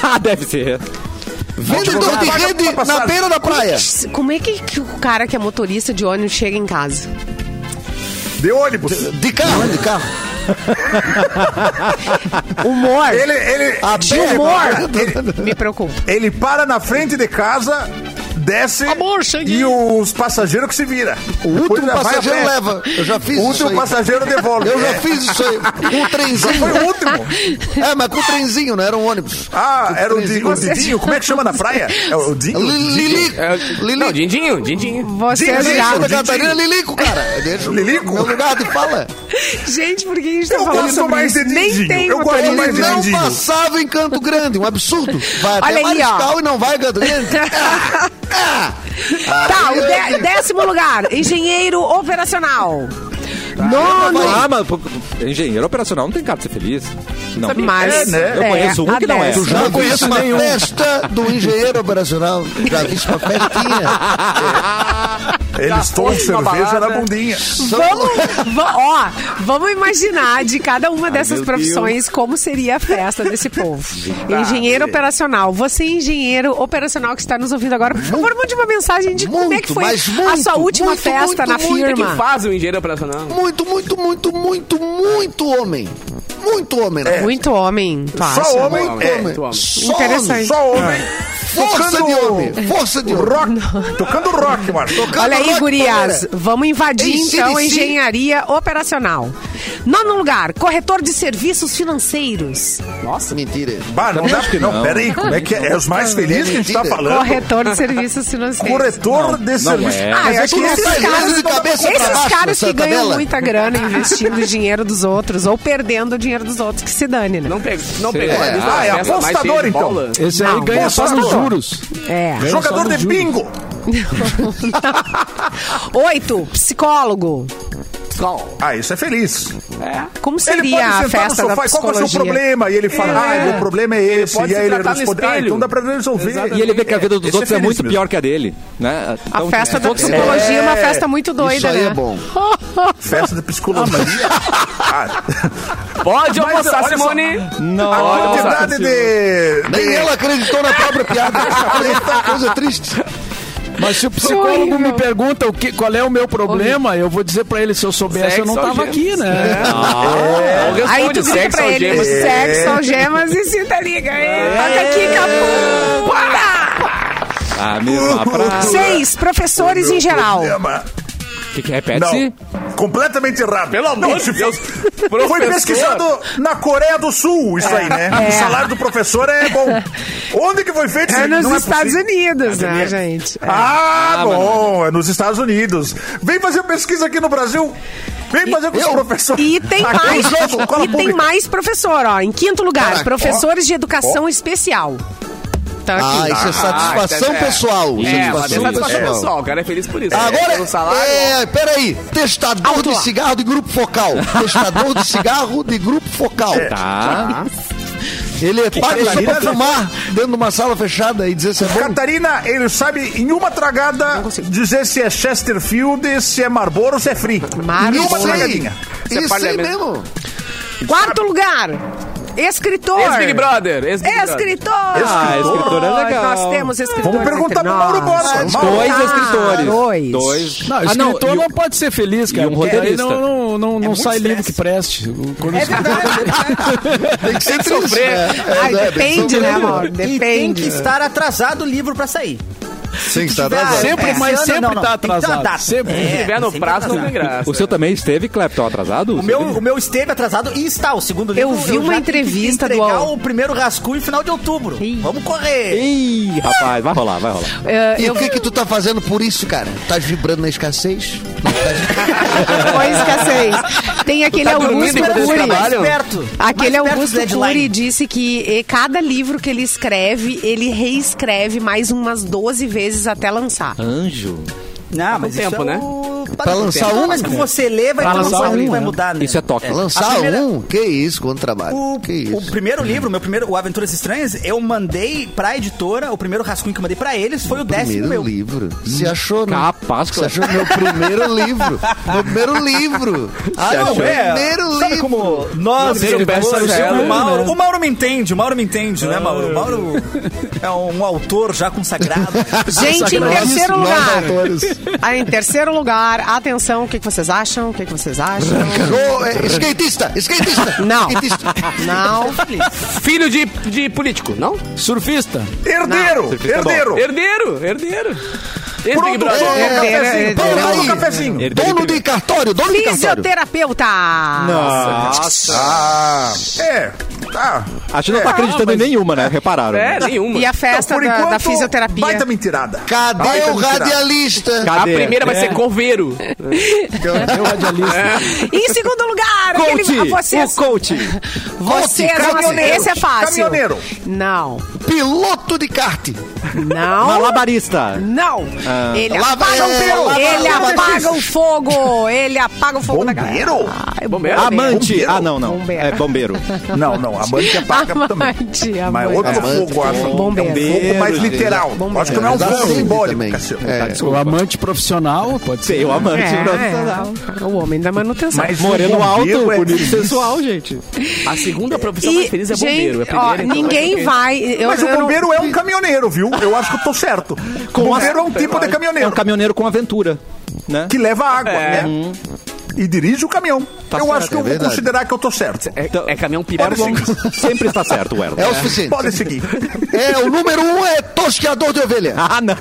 [SPEAKER 1] Ah, deve ser.
[SPEAKER 6] Vendedor de
[SPEAKER 4] Paga pra
[SPEAKER 6] rede na
[SPEAKER 4] passagem.
[SPEAKER 6] beira da praia.
[SPEAKER 2] Como é que, que o cara que é motorista de ônibus chega em casa?
[SPEAKER 4] De ônibus.
[SPEAKER 6] De carro, de carro.
[SPEAKER 2] Humor.
[SPEAKER 4] Ele, ele,
[SPEAKER 6] A
[SPEAKER 4] ele-
[SPEAKER 6] pé,
[SPEAKER 4] Ele,
[SPEAKER 2] Me preocupa.
[SPEAKER 4] ele para na frente de casa, desce
[SPEAKER 2] Amor, cheguei.
[SPEAKER 4] e os passageiros que se vira.
[SPEAKER 6] O último
[SPEAKER 4] Coisa vai a
[SPEAKER 6] passageiro
[SPEAKER 4] pé.
[SPEAKER 6] leva. Eu já fiz
[SPEAKER 4] O
[SPEAKER 6] isso.
[SPEAKER 4] último
[SPEAKER 6] aí.
[SPEAKER 4] passageiro devolve.
[SPEAKER 6] Eu já
[SPEAKER 4] É.
[SPEAKER 6] fiz isso aí. Com um
[SPEAKER 4] Foi
[SPEAKER 6] trenzinho.
[SPEAKER 4] o último.
[SPEAKER 6] É, mas com um trenzinho, não era um ônibus.
[SPEAKER 4] Ah, era o,
[SPEAKER 6] Vocês-
[SPEAKER 4] Di- o Didinho. Como é que chama na praia? É o Dinho?
[SPEAKER 6] Lili.
[SPEAKER 8] É, Não,
[SPEAKER 6] Lili. É
[SPEAKER 8] Dindinho, Dindinho.
[SPEAKER 2] Vocês
[SPEAKER 4] Gente,
[SPEAKER 2] já...
[SPEAKER 6] Santa
[SPEAKER 4] Didi.
[SPEAKER 6] Catarina Lilico, cara. Deixa
[SPEAKER 4] Lilico?
[SPEAKER 6] meu lugar de fala.
[SPEAKER 2] Gente, por que a gente tá
[SPEAKER 4] Eu
[SPEAKER 2] falando
[SPEAKER 4] gosto
[SPEAKER 2] sobre
[SPEAKER 4] mais
[SPEAKER 2] isso?
[SPEAKER 4] de
[SPEAKER 2] Nem
[SPEAKER 4] Dindinho.
[SPEAKER 2] tem
[SPEAKER 4] Eu gosto
[SPEAKER 2] motorista.
[SPEAKER 6] Ele
[SPEAKER 4] mais de
[SPEAKER 6] não
[SPEAKER 4] Dindinho.
[SPEAKER 6] passava em Canto Grande, um absurdo. Vai
[SPEAKER 2] Olha
[SPEAKER 6] até
[SPEAKER 2] aí,
[SPEAKER 6] Mariscal
[SPEAKER 2] ó.
[SPEAKER 6] e não vai em Canto Grande. É.
[SPEAKER 2] Tá, o dé- décimo lugar. Engenheiro operacional. Nono.
[SPEAKER 1] Ah, mas pô, engenheiro operacional não tem cara de ser feliz. Não.
[SPEAKER 2] Mas,
[SPEAKER 4] É, né?
[SPEAKER 1] Eu conheço um
[SPEAKER 2] a
[SPEAKER 1] que não é.
[SPEAKER 2] dessa.
[SPEAKER 1] Já
[SPEAKER 6] não conheço uma festa do engenheiro operacional. Já vi uma festinha.
[SPEAKER 4] Eles tomam cerveja na bundinha.
[SPEAKER 2] Vamos, va- ó, vamos imaginar de cada uma dessas profissões como seria a festa desse povo. engenheiro operacional. Você, engenheiro operacional que está nos ouvindo agora, por favor, mande uma mensagem de como é que
[SPEAKER 6] muito,
[SPEAKER 2] foi
[SPEAKER 6] mas
[SPEAKER 2] a
[SPEAKER 6] muito,
[SPEAKER 2] sua última
[SPEAKER 6] muito,
[SPEAKER 2] festa
[SPEAKER 6] muito,
[SPEAKER 2] na
[SPEAKER 6] muito
[SPEAKER 2] firma.
[SPEAKER 8] que faz o engenheiro operacional?
[SPEAKER 6] Muito, muito, muito, muito, muito homem. Muito homem, né?
[SPEAKER 2] Muito É. homem.
[SPEAKER 4] Só
[SPEAKER 6] Ah,
[SPEAKER 2] Fácil.
[SPEAKER 4] homem,
[SPEAKER 6] Muito
[SPEAKER 4] é,
[SPEAKER 6] homem. Só
[SPEAKER 2] Interessante.
[SPEAKER 4] Só homem.
[SPEAKER 6] Força
[SPEAKER 4] Tocando
[SPEAKER 6] de homem. Força de homem.
[SPEAKER 4] Rock. Tocando rock, macho.
[SPEAKER 6] Tocando
[SPEAKER 2] Olha aí,
[SPEAKER 6] rock,
[SPEAKER 2] gurias.
[SPEAKER 6] galera.
[SPEAKER 2] Vamos invadir,
[SPEAKER 6] Ei,
[SPEAKER 2] então, a
[SPEAKER 6] CDC.
[SPEAKER 2] engenharia operacional. Nono lugar, corretor de serviços financeiros.
[SPEAKER 6] Nossa, mentira.
[SPEAKER 4] Bah, não dá porque não. Pera aí, como é que é? É os mais felizes que a gente tá falando.
[SPEAKER 2] Corretor de serviços financeiros.
[SPEAKER 4] Corretor de serviço.
[SPEAKER 1] é.
[SPEAKER 2] Ah,
[SPEAKER 6] Mas
[SPEAKER 2] eu
[SPEAKER 6] é
[SPEAKER 2] acho
[SPEAKER 6] que
[SPEAKER 2] que
[SPEAKER 6] não
[SPEAKER 2] esses
[SPEAKER 6] sai
[SPEAKER 2] caras,
[SPEAKER 6] de cabeça pra
[SPEAKER 2] esses
[SPEAKER 6] baixo
[SPEAKER 2] caras
[SPEAKER 6] nessa
[SPEAKER 2] que ganham
[SPEAKER 6] tabela.
[SPEAKER 2] muita grana investindo o dinheiro dos outros ou perdendo o dinheiro dos outros, que se dane, né?
[SPEAKER 8] Não, pega, não pegou a lista
[SPEAKER 4] Ah,
[SPEAKER 8] da
[SPEAKER 4] é
[SPEAKER 8] festa mais
[SPEAKER 4] apostador,
[SPEAKER 8] cheia de
[SPEAKER 4] então.
[SPEAKER 8] bola?
[SPEAKER 5] Esse aí
[SPEAKER 2] Não,
[SPEAKER 5] ganha só nos
[SPEAKER 4] apostador.
[SPEAKER 5] juros.
[SPEAKER 2] É.
[SPEAKER 5] Ganha
[SPEAKER 4] Jogador
[SPEAKER 5] só
[SPEAKER 4] de
[SPEAKER 5] nos juros.
[SPEAKER 4] bingo.
[SPEAKER 2] Oito, psicólogo.
[SPEAKER 4] Ah, isso é feliz.
[SPEAKER 2] Como
[SPEAKER 4] Ele
[SPEAKER 2] seria
[SPEAKER 4] pode
[SPEAKER 2] a
[SPEAKER 4] sentar no
[SPEAKER 2] festa da
[SPEAKER 4] sofá e qual vai ser o
[SPEAKER 2] psicologia?
[SPEAKER 4] problema? E ele fala, ah, o problema é esse.
[SPEAKER 8] pode
[SPEAKER 4] e
[SPEAKER 8] se
[SPEAKER 4] aí ele
[SPEAKER 8] tratar no
[SPEAKER 4] responde, ah,
[SPEAKER 8] espelho.
[SPEAKER 4] então dá pra resolver.
[SPEAKER 1] E ele vê que a vida dos
[SPEAKER 4] Esse
[SPEAKER 1] outros é,
[SPEAKER 4] feliz
[SPEAKER 1] muito
[SPEAKER 4] mesmo.
[SPEAKER 1] pior que a dele, né?
[SPEAKER 2] A
[SPEAKER 1] Então,
[SPEAKER 2] festa da
[SPEAKER 1] todos-
[SPEAKER 2] psicologia é uma
[SPEAKER 4] É.
[SPEAKER 2] festa muito doida,
[SPEAKER 6] Isso aí
[SPEAKER 2] né?
[SPEAKER 6] é bom.
[SPEAKER 4] Festa de psicologia.
[SPEAKER 8] Pode
[SPEAKER 4] Mas,
[SPEAKER 8] almoçar,
[SPEAKER 4] olha só.
[SPEAKER 8] Simone.
[SPEAKER 4] Ah, a quantidade de...
[SPEAKER 6] Nem
[SPEAKER 4] de-
[SPEAKER 6] ela acreditou na própria piada. Coisa triste.
[SPEAKER 5] Mas se o psicólogo
[SPEAKER 2] Horrível.
[SPEAKER 5] me pergunta o que, qual é o meu problema, eu vou dizer pra ele, se eu soubesse, eu não
[SPEAKER 8] Sexo,
[SPEAKER 5] tava aqui, né?
[SPEAKER 8] Não responde,
[SPEAKER 2] Aí tu grita
[SPEAKER 8] sexo
[SPEAKER 2] pra
[SPEAKER 8] ou
[SPEAKER 2] ele,
[SPEAKER 8] gemas.
[SPEAKER 2] sexo, algemas e cinta liga. Ei, Toca aqui, capô. Para!
[SPEAKER 1] A mesma praça.
[SPEAKER 2] Seis, professores em geral.
[SPEAKER 4] Problema.
[SPEAKER 1] O que, que repete-se?
[SPEAKER 4] Não, completamente errado.
[SPEAKER 8] Pelo amor
[SPEAKER 4] Não,
[SPEAKER 8] de
[SPEAKER 4] se
[SPEAKER 8] Deus.
[SPEAKER 4] Foi
[SPEAKER 8] Professor.
[SPEAKER 4] pesquisado na Coreia do Sul, isso aí, né?
[SPEAKER 2] É.
[SPEAKER 4] O salário do professor é bom. Onde que foi feito isso?
[SPEAKER 2] É nos
[SPEAKER 4] Não
[SPEAKER 2] Estados
[SPEAKER 4] possível.
[SPEAKER 2] Unidos, né, gente? É.
[SPEAKER 4] Ah, bom, é nos Estados Unidos. Vem fazer pesquisa aqui no Brasil. Vem fazer com os professores.
[SPEAKER 2] E tem
[SPEAKER 4] Aqui é
[SPEAKER 2] mais,
[SPEAKER 4] o jogo, escola
[SPEAKER 2] e tem
[SPEAKER 4] pública.
[SPEAKER 2] mais professor, ó. Em quinto lugar,
[SPEAKER 6] Caraca,
[SPEAKER 2] professores de educação especial. Tá
[SPEAKER 6] Ah,
[SPEAKER 2] aqui.
[SPEAKER 6] isso é satisfação
[SPEAKER 8] Ah, isso é-
[SPEAKER 6] pessoal.
[SPEAKER 8] É, mas é
[SPEAKER 6] satisfação
[SPEAKER 8] satisfação
[SPEAKER 6] pessoal.
[SPEAKER 8] pessoal. O cara é feliz por isso.
[SPEAKER 6] Agora,
[SPEAKER 8] Pelo salário,
[SPEAKER 6] é, peraí, testador de cigarro de grupo focal. Testador de cigarro de grupo focal.
[SPEAKER 1] Tá.
[SPEAKER 6] Ele é pago só
[SPEAKER 4] Catarina,
[SPEAKER 6] pra fumar dentro de uma sala fechada e dizer se é bom.
[SPEAKER 4] Catarina, ele sabe em uma tragada dizer se é Chesterfield, se é Marlboro, se é Free.
[SPEAKER 2] Maravilha.
[SPEAKER 4] Em uma
[SPEAKER 2] Isso aí.
[SPEAKER 4] tragadinha.
[SPEAKER 6] Isso aí mesmo.
[SPEAKER 2] Quarto lugar, escritor.
[SPEAKER 8] Ex-Big Brother, ex-Big Brother.
[SPEAKER 2] Escritor.
[SPEAKER 1] Ah, escritor é legal.
[SPEAKER 2] Nós temos escritor.
[SPEAKER 4] Vamos perguntar pro Mauro Borba. Mauro.
[SPEAKER 1] Dois
[SPEAKER 2] Ah,
[SPEAKER 1] escritores.
[SPEAKER 2] dois.
[SPEAKER 1] Dois.
[SPEAKER 5] Não,
[SPEAKER 1] Ah, não,
[SPEAKER 5] escritor
[SPEAKER 1] e o-
[SPEAKER 5] não pode ser feliz, cara.
[SPEAKER 1] e um
[SPEAKER 5] porque aí
[SPEAKER 1] roteirista.
[SPEAKER 5] Não, não, não, não sai livro que preste. Quando escritor-
[SPEAKER 6] Tem que ser triste. né? É,
[SPEAKER 2] Ai,
[SPEAKER 6] né? Tem que
[SPEAKER 2] depende,
[SPEAKER 6] ser
[SPEAKER 2] né,
[SPEAKER 6] triste.
[SPEAKER 2] amor?
[SPEAKER 9] E tem que
[SPEAKER 2] Depende.
[SPEAKER 9] estar atrasado o livro pra sair. né?
[SPEAKER 6] Tem que estar atrasado.
[SPEAKER 5] Sempre,
[SPEAKER 9] É.
[SPEAKER 5] mas
[SPEAKER 9] Esse ano,
[SPEAKER 5] sempre
[SPEAKER 9] não, não.
[SPEAKER 5] tá
[SPEAKER 9] Tem que ter uma
[SPEAKER 5] atrasado.
[SPEAKER 9] data.
[SPEAKER 5] Sempre.
[SPEAKER 9] É.
[SPEAKER 8] Se tiver no
[SPEAKER 9] Sempre
[SPEAKER 8] prazo, não
[SPEAKER 9] atrasado.
[SPEAKER 8] tem graça.
[SPEAKER 1] O seu também esteve, Clepton, atrasado?
[SPEAKER 9] O meu, o meu esteve atrasado e está. O segundo livro
[SPEAKER 2] Eu vi uma
[SPEAKER 9] já tive que
[SPEAKER 2] entrevista do
[SPEAKER 9] entregar
[SPEAKER 2] Al-
[SPEAKER 9] o primeiro rascunho final de outubro.
[SPEAKER 2] Ih.
[SPEAKER 9] Vamos correr.
[SPEAKER 1] Ih, rapaz, vai rolar, vai rolar.
[SPEAKER 2] Eh,
[SPEAKER 6] E
[SPEAKER 2] eu
[SPEAKER 6] o que que tu tá fazendo por isso, cara? Tá vibrando na escassez?
[SPEAKER 2] foi escassez. Tem
[SPEAKER 9] Tá
[SPEAKER 2] aquele é Augusto
[SPEAKER 9] Espera
[SPEAKER 2] Cury.
[SPEAKER 9] ficar mais perto.
[SPEAKER 2] Aquele é
[SPEAKER 9] mais perto
[SPEAKER 2] Augusto
[SPEAKER 9] do deadline.
[SPEAKER 2] Cury disse que eh, cada livro que ele escreve, ele reescreve mais umas 12 vezes até lançar.
[SPEAKER 1] Anjo.
[SPEAKER 9] Não, mas
[SPEAKER 8] com tempo,
[SPEAKER 9] tempo,
[SPEAKER 8] né?
[SPEAKER 9] né?
[SPEAKER 6] Pra lançar um,
[SPEAKER 9] Mas que você lê, vai
[SPEAKER 5] Pra
[SPEAKER 9] lançar
[SPEAKER 5] lançar
[SPEAKER 9] um,
[SPEAKER 5] um,
[SPEAKER 9] vai
[SPEAKER 5] né?
[SPEAKER 9] mudar, né?
[SPEAKER 1] Isso é toque.
[SPEAKER 6] Lançar
[SPEAKER 9] A primeira-
[SPEAKER 6] um? Que isso, quanto trabalho.
[SPEAKER 9] O,
[SPEAKER 6] que isso.
[SPEAKER 9] o primeiro livro, meu primeiro, o Aventuras Estranhas, eu mandei pra editora, o primeiro rascunho que eu mandei pra eles foi o décimo
[SPEAKER 6] primeiro
[SPEAKER 9] meu.
[SPEAKER 6] livro. Se achou, né?
[SPEAKER 1] Capaz,
[SPEAKER 6] Se achou meu primeiro livro. Meu primeiro livro. Ah, não,
[SPEAKER 9] Não, é.
[SPEAKER 6] primeiro
[SPEAKER 9] Sabe
[SPEAKER 6] livro.
[SPEAKER 9] como nós,
[SPEAKER 5] Você
[SPEAKER 9] eu,
[SPEAKER 5] tivesse
[SPEAKER 9] eu,
[SPEAKER 2] né?
[SPEAKER 5] achado,
[SPEAKER 9] o, Mauro, o Mauro me entende, o Mauro me entende, né, Mauro? O Mauro é um autor já consagrado.
[SPEAKER 2] Gente, em
[SPEAKER 6] Nós-
[SPEAKER 2] terceiro
[SPEAKER 6] nós
[SPEAKER 2] lugar.
[SPEAKER 6] autores.
[SPEAKER 2] Aí, em terceiro lugar, atenção, o que, que vocês acham? O que, que vocês acham?
[SPEAKER 6] Ô, é, skatista, skatista.
[SPEAKER 2] Não.
[SPEAKER 6] Skatista.
[SPEAKER 2] Não.
[SPEAKER 8] Filho de, de político, não?
[SPEAKER 5] Surfista.
[SPEAKER 4] Herdeiro, herdeiro.
[SPEAKER 8] Herdeiro, herdeiro. Ex-Big
[SPEAKER 4] Pronto,
[SPEAKER 8] Brother.
[SPEAKER 2] é.
[SPEAKER 4] cafezinho,
[SPEAKER 2] Herdeiro,
[SPEAKER 4] pronto,
[SPEAKER 6] herdeiro.
[SPEAKER 4] um cafezinho.
[SPEAKER 6] Dono de cartório, dono de cartório.
[SPEAKER 2] Fisioterapeuta.
[SPEAKER 4] É, tá.
[SPEAKER 1] A gente não tá acreditando em nenhuma, né? Repararam.
[SPEAKER 8] É, nenhuma.
[SPEAKER 2] E a festa da, da
[SPEAKER 4] Baita
[SPEAKER 2] fisioterapia.
[SPEAKER 4] mentirada.
[SPEAKER 6] Cadê
[SPEAKER 4] Baita
[SPEAKER 6] o
[SPEAKER 4] mentirada.
[SPEAKER 6] radialista?
[SPEAKER 8] A
[SPEAKER 1] Cadê?
[SPEAKER 8] primeira vai
[SPEAKER 1] É.
[SPEAKER 8] ser coveiro.
[SPEAKER 2] Em segundo lugar, aquele,
[SPEAKER 1] Coach,
[SPEAKER 2] vocês,
[SPEAKER 1] o coach.
[SPEAKER 2] vocês,
[SPEAKER 4] Caminhoneiro,
[SPEAKER 2] esse é fácil.
[SPEAKER 4] caminhoneiro.
[SPEAKER 2] Não.
[SPEAKER 6] piloto de kart.
[SPEAKER 2] Não.
[SPEAKER 1] Malabarista.
[SPEAKER 2] Não! ele
[SPEAKER 6] Lava-
[SPEAKER 2] apaga o
[SPEAKER 6] é,
[SPEAKER 2] fogo!
[SPEAKER 6] lava-
[SPEAKER 2] ele
[SPEAKER 6] lava-
[SPEAKER 2] apaga o fogo! Ele apaga o fogo da casa.
[SPEAKER 4] Bombeiro?
[SPEAKER 2] Ai,
[SPEAKER 8] Bombeiro?
[SPEAKER 1] Amante.
[SPEAKER 4] Bombeiro.
[SPEAKER 1] Ah, não, não.
[SPEAKER 2] Bombeiro.
[SPEAKER 1] É bombeiro.
[SPEAKER 4] Não, não. A Amante apaga também.
[SPEAKER 2] Amante,
[SPEAKER 4] Mas
[SPEAKER 2] amante.
[SPEAKER 4] outro
[SPEAKER 6] Amante,
[SPEAKER 4] Tá fogo, acho.
[SPEAKER 2] bombeiro.
[SPEAKER 4] É um fogo mais
[SPEAKER 1] Bombeiro,
[SPEAKER 4] literal.
[SPEAKER 2] bombeiro.
[SPEAKER 4] Acho que não é um
[SPEAKER 6] Dá
[SPEAKER 4] fogo
[SPEAKER 6] sede
[SPEAKER 4] simbólico, Tá
[SPEAKER 6] também.
[SPEAKER 4] cacete.
[SPEAKER 6] É.
[SPEAKER 5] O amante profissional, pode ser.
[SPEAKER 1] Tem o amante. profissional.
[SPEAKER 2] É, é, o homem da manutenção.
[SPEAKER 4] Mas
[SPEAKER 1] Moreno
[SPEAKER 4] o bombeiro
[SPEAKER 1] alto,
[SPEAKER 4] é
[SPEAKER 1] bonito e
[SPEAKER 4] difícil.
[SPEAKER 1] sensual, gente.
[SPEAKER 8] A segunda profissão mais feliz é bombeiro.
[SPEAKER 2] gente,
[SPEAKER 8] é a
[SPEAKER 2] ó,
[SPEAKER 8] primeira, então,
[SPEAKER 2] ninguém
[SPEAKER 8] é-
[SPEAKER 2] vai. Eu,
[SPEAKER 4] Mas
[SPEAKER 2] eu
[SPEAKER 4] o
[SPEAKER 2] não-
[SPEAKER 4] bombeiro é um caminhoneiro, viu? Eu acho que eu tô certo. bombeiro é um tipo de
[SPEAKER 1] É um
[SPEAKER 4] caminhoneiro
[SPEAKER 1] caminhoneiro com aventura, né?
[SPEAKER 4] que leva água, né? E dirige o caminhão.
[SPEAKER 1] Tá
[SPEAKER 4] eu
[SPEAKER 1] certo,
[SPEAKER 4] acho
[SPEAKER 6] é
[SPEAKER 4] que eu vou
[SPEAKER 6] verdade.
[SPEAKER 4] considerar que eu tô certo.
[SPEAKER 1] Então,
[SPEAKER 8] É, é caminhão
[SPEAKER 1] Erlon
[SPEAKER 8] pirata.
[SPEAKER 1] sempre está certo, o Erlon.
[SPEAKER 6] É o suficiente.
[SPEAKER 4] Pode seguir.
[SPEAKER 6] É, o número um é tosqueador de ovelha.
[SPEAKER 1] Ah, não.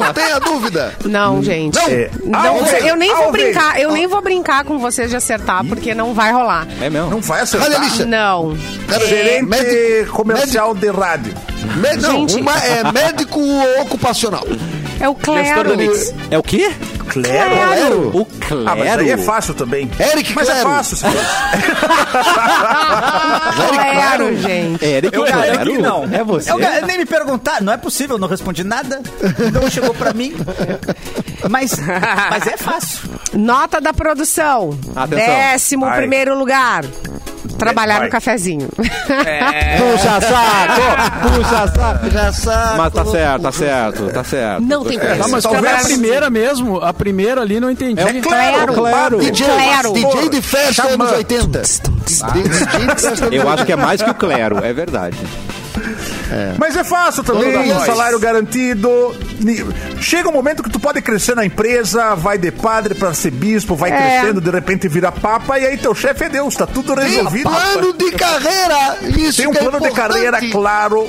[SPEAKER 6] Não tenha dúvida.
[SPEAKER 2] Não, gente.
[SPEAKER 6] Não.
[SPEAKER 4] É.
[SPEAKER 2] Não,
[SPEAKER 4] A ovelha,
[SPEAKER 2] eu nem
[SPEAKER 4] a
[SPEAKER 2] vou
[SPEAKER 4] ovelha.
[SPEAKER 2] brincar, eu nem vou brincar com vocês de acertar, porque não vai rolar.
[SPEAKER 1] É mesmo.
[SPEAKER 4] Não vai acertar.
[SPEAKER 6] Olha a lista.
[SPEAKER 2] Não.
[SPEAKER 6] Cara,
[SPEAKER 4] Gerente
[SPEAKER 6] médico-
[SPEAKER 4] comercial de rádio.
[SPEAKER 6] Mé- não,
[SPEAKER 2] Gente.
[SPEAKER 6] uma é médico ocupacional.
[SPEAKER 2] É o Clero.
[SPEAKER 1] É o quê?
[SPEAKER 4] Claro.
[SPEAKER 6] Claro.
[SPEAKER 1] O
[SPEAKER 4] Ah, mas aí é
[SPEAKER 1] Clero.
[SPEAKER 4] fácil também.
[SPEAKER 6] Eric
[SPEAKER 4] mas é
[SPEAKER 6] Claro.
[SPEAKER 4] fácil. sim.
[SPEAKER 2] Ah, Clero, gente.
[SPEAKER 1] Eric
[SPEAKER 9] Eu garanto
[SPEAKER 1] Clero?
[SPEAKER 9] que não.
[SPEAKER 1] É você?
[SPEAKER 9] Eu gar- nem me perguntar. Não é possível, eu não respondi nada. Não chegou pra mim. Mas, mas é fácil.
[SPEAKER 2] Nota da produção.
[SPEAKER 1] Atenção.
[SPEAKER 2] Décimo
[SPEAKER 4] Vai.
[SPEAKER 2] primeiro lugar. Trabalhar
[SPEAKER 4] Vai.
[SPEAKER 2] no cafezinho.
[SPEAKER 4] É
[SPEAKER 1] Puxa saco! Puxa saco!
[SPEAKER 6] Já sabe.
[SPEAKER 1] Mas tá certo, tá certo, tá certo.
[SPEAKER 2] Não tem
[SPEAKER 5] Tá,
[SPEAKER 2] preço.
[SPEAKER 5] mas qual é a primeira mesmo? A primeira ali não entendi.
[SPEAKER 1] É
[SPEAKER 2] Clero.
[SPEAKER 4] um
[SPEAKER 1] claro.
[SPEAKER 6] DJ,
[SPEAKER 2] Claro.
[SPEAKER 6] DJ de festa
[SPEAKER 4] Xamã.
[SPEAKER 6] anos 80. DJ de festa anos
[SPEAKER 1] Eu
[SPEAKER 6] 80.
[SPEAKER 1] acho que é mais que o clero, é verdade.
[SPEAKER 4] Mas é fácil
[SPEAKER 6] Toda
[SPEAKER 4] também,
[SPEAKER 6] voz.
[SPEAKER 4] salário garantido. Ni- Chega um momento que tu pode crescer na empresa, vai de padre pra ser bispo, vai crescendo, de repente vira papa, e aí teu chefe é Deus, tá tudo
[SPEAKER 6] Tem
[SPEAKER 4] resolvido.
[SPEAKER 6] plano de carreira. Isso
[SPEAKER 4] Tem um
[SPEAKER 6] que é
[SPEAKER 4] plano de
[SPEAKER 6] importante.
[SPEAKER 4] carreira claro.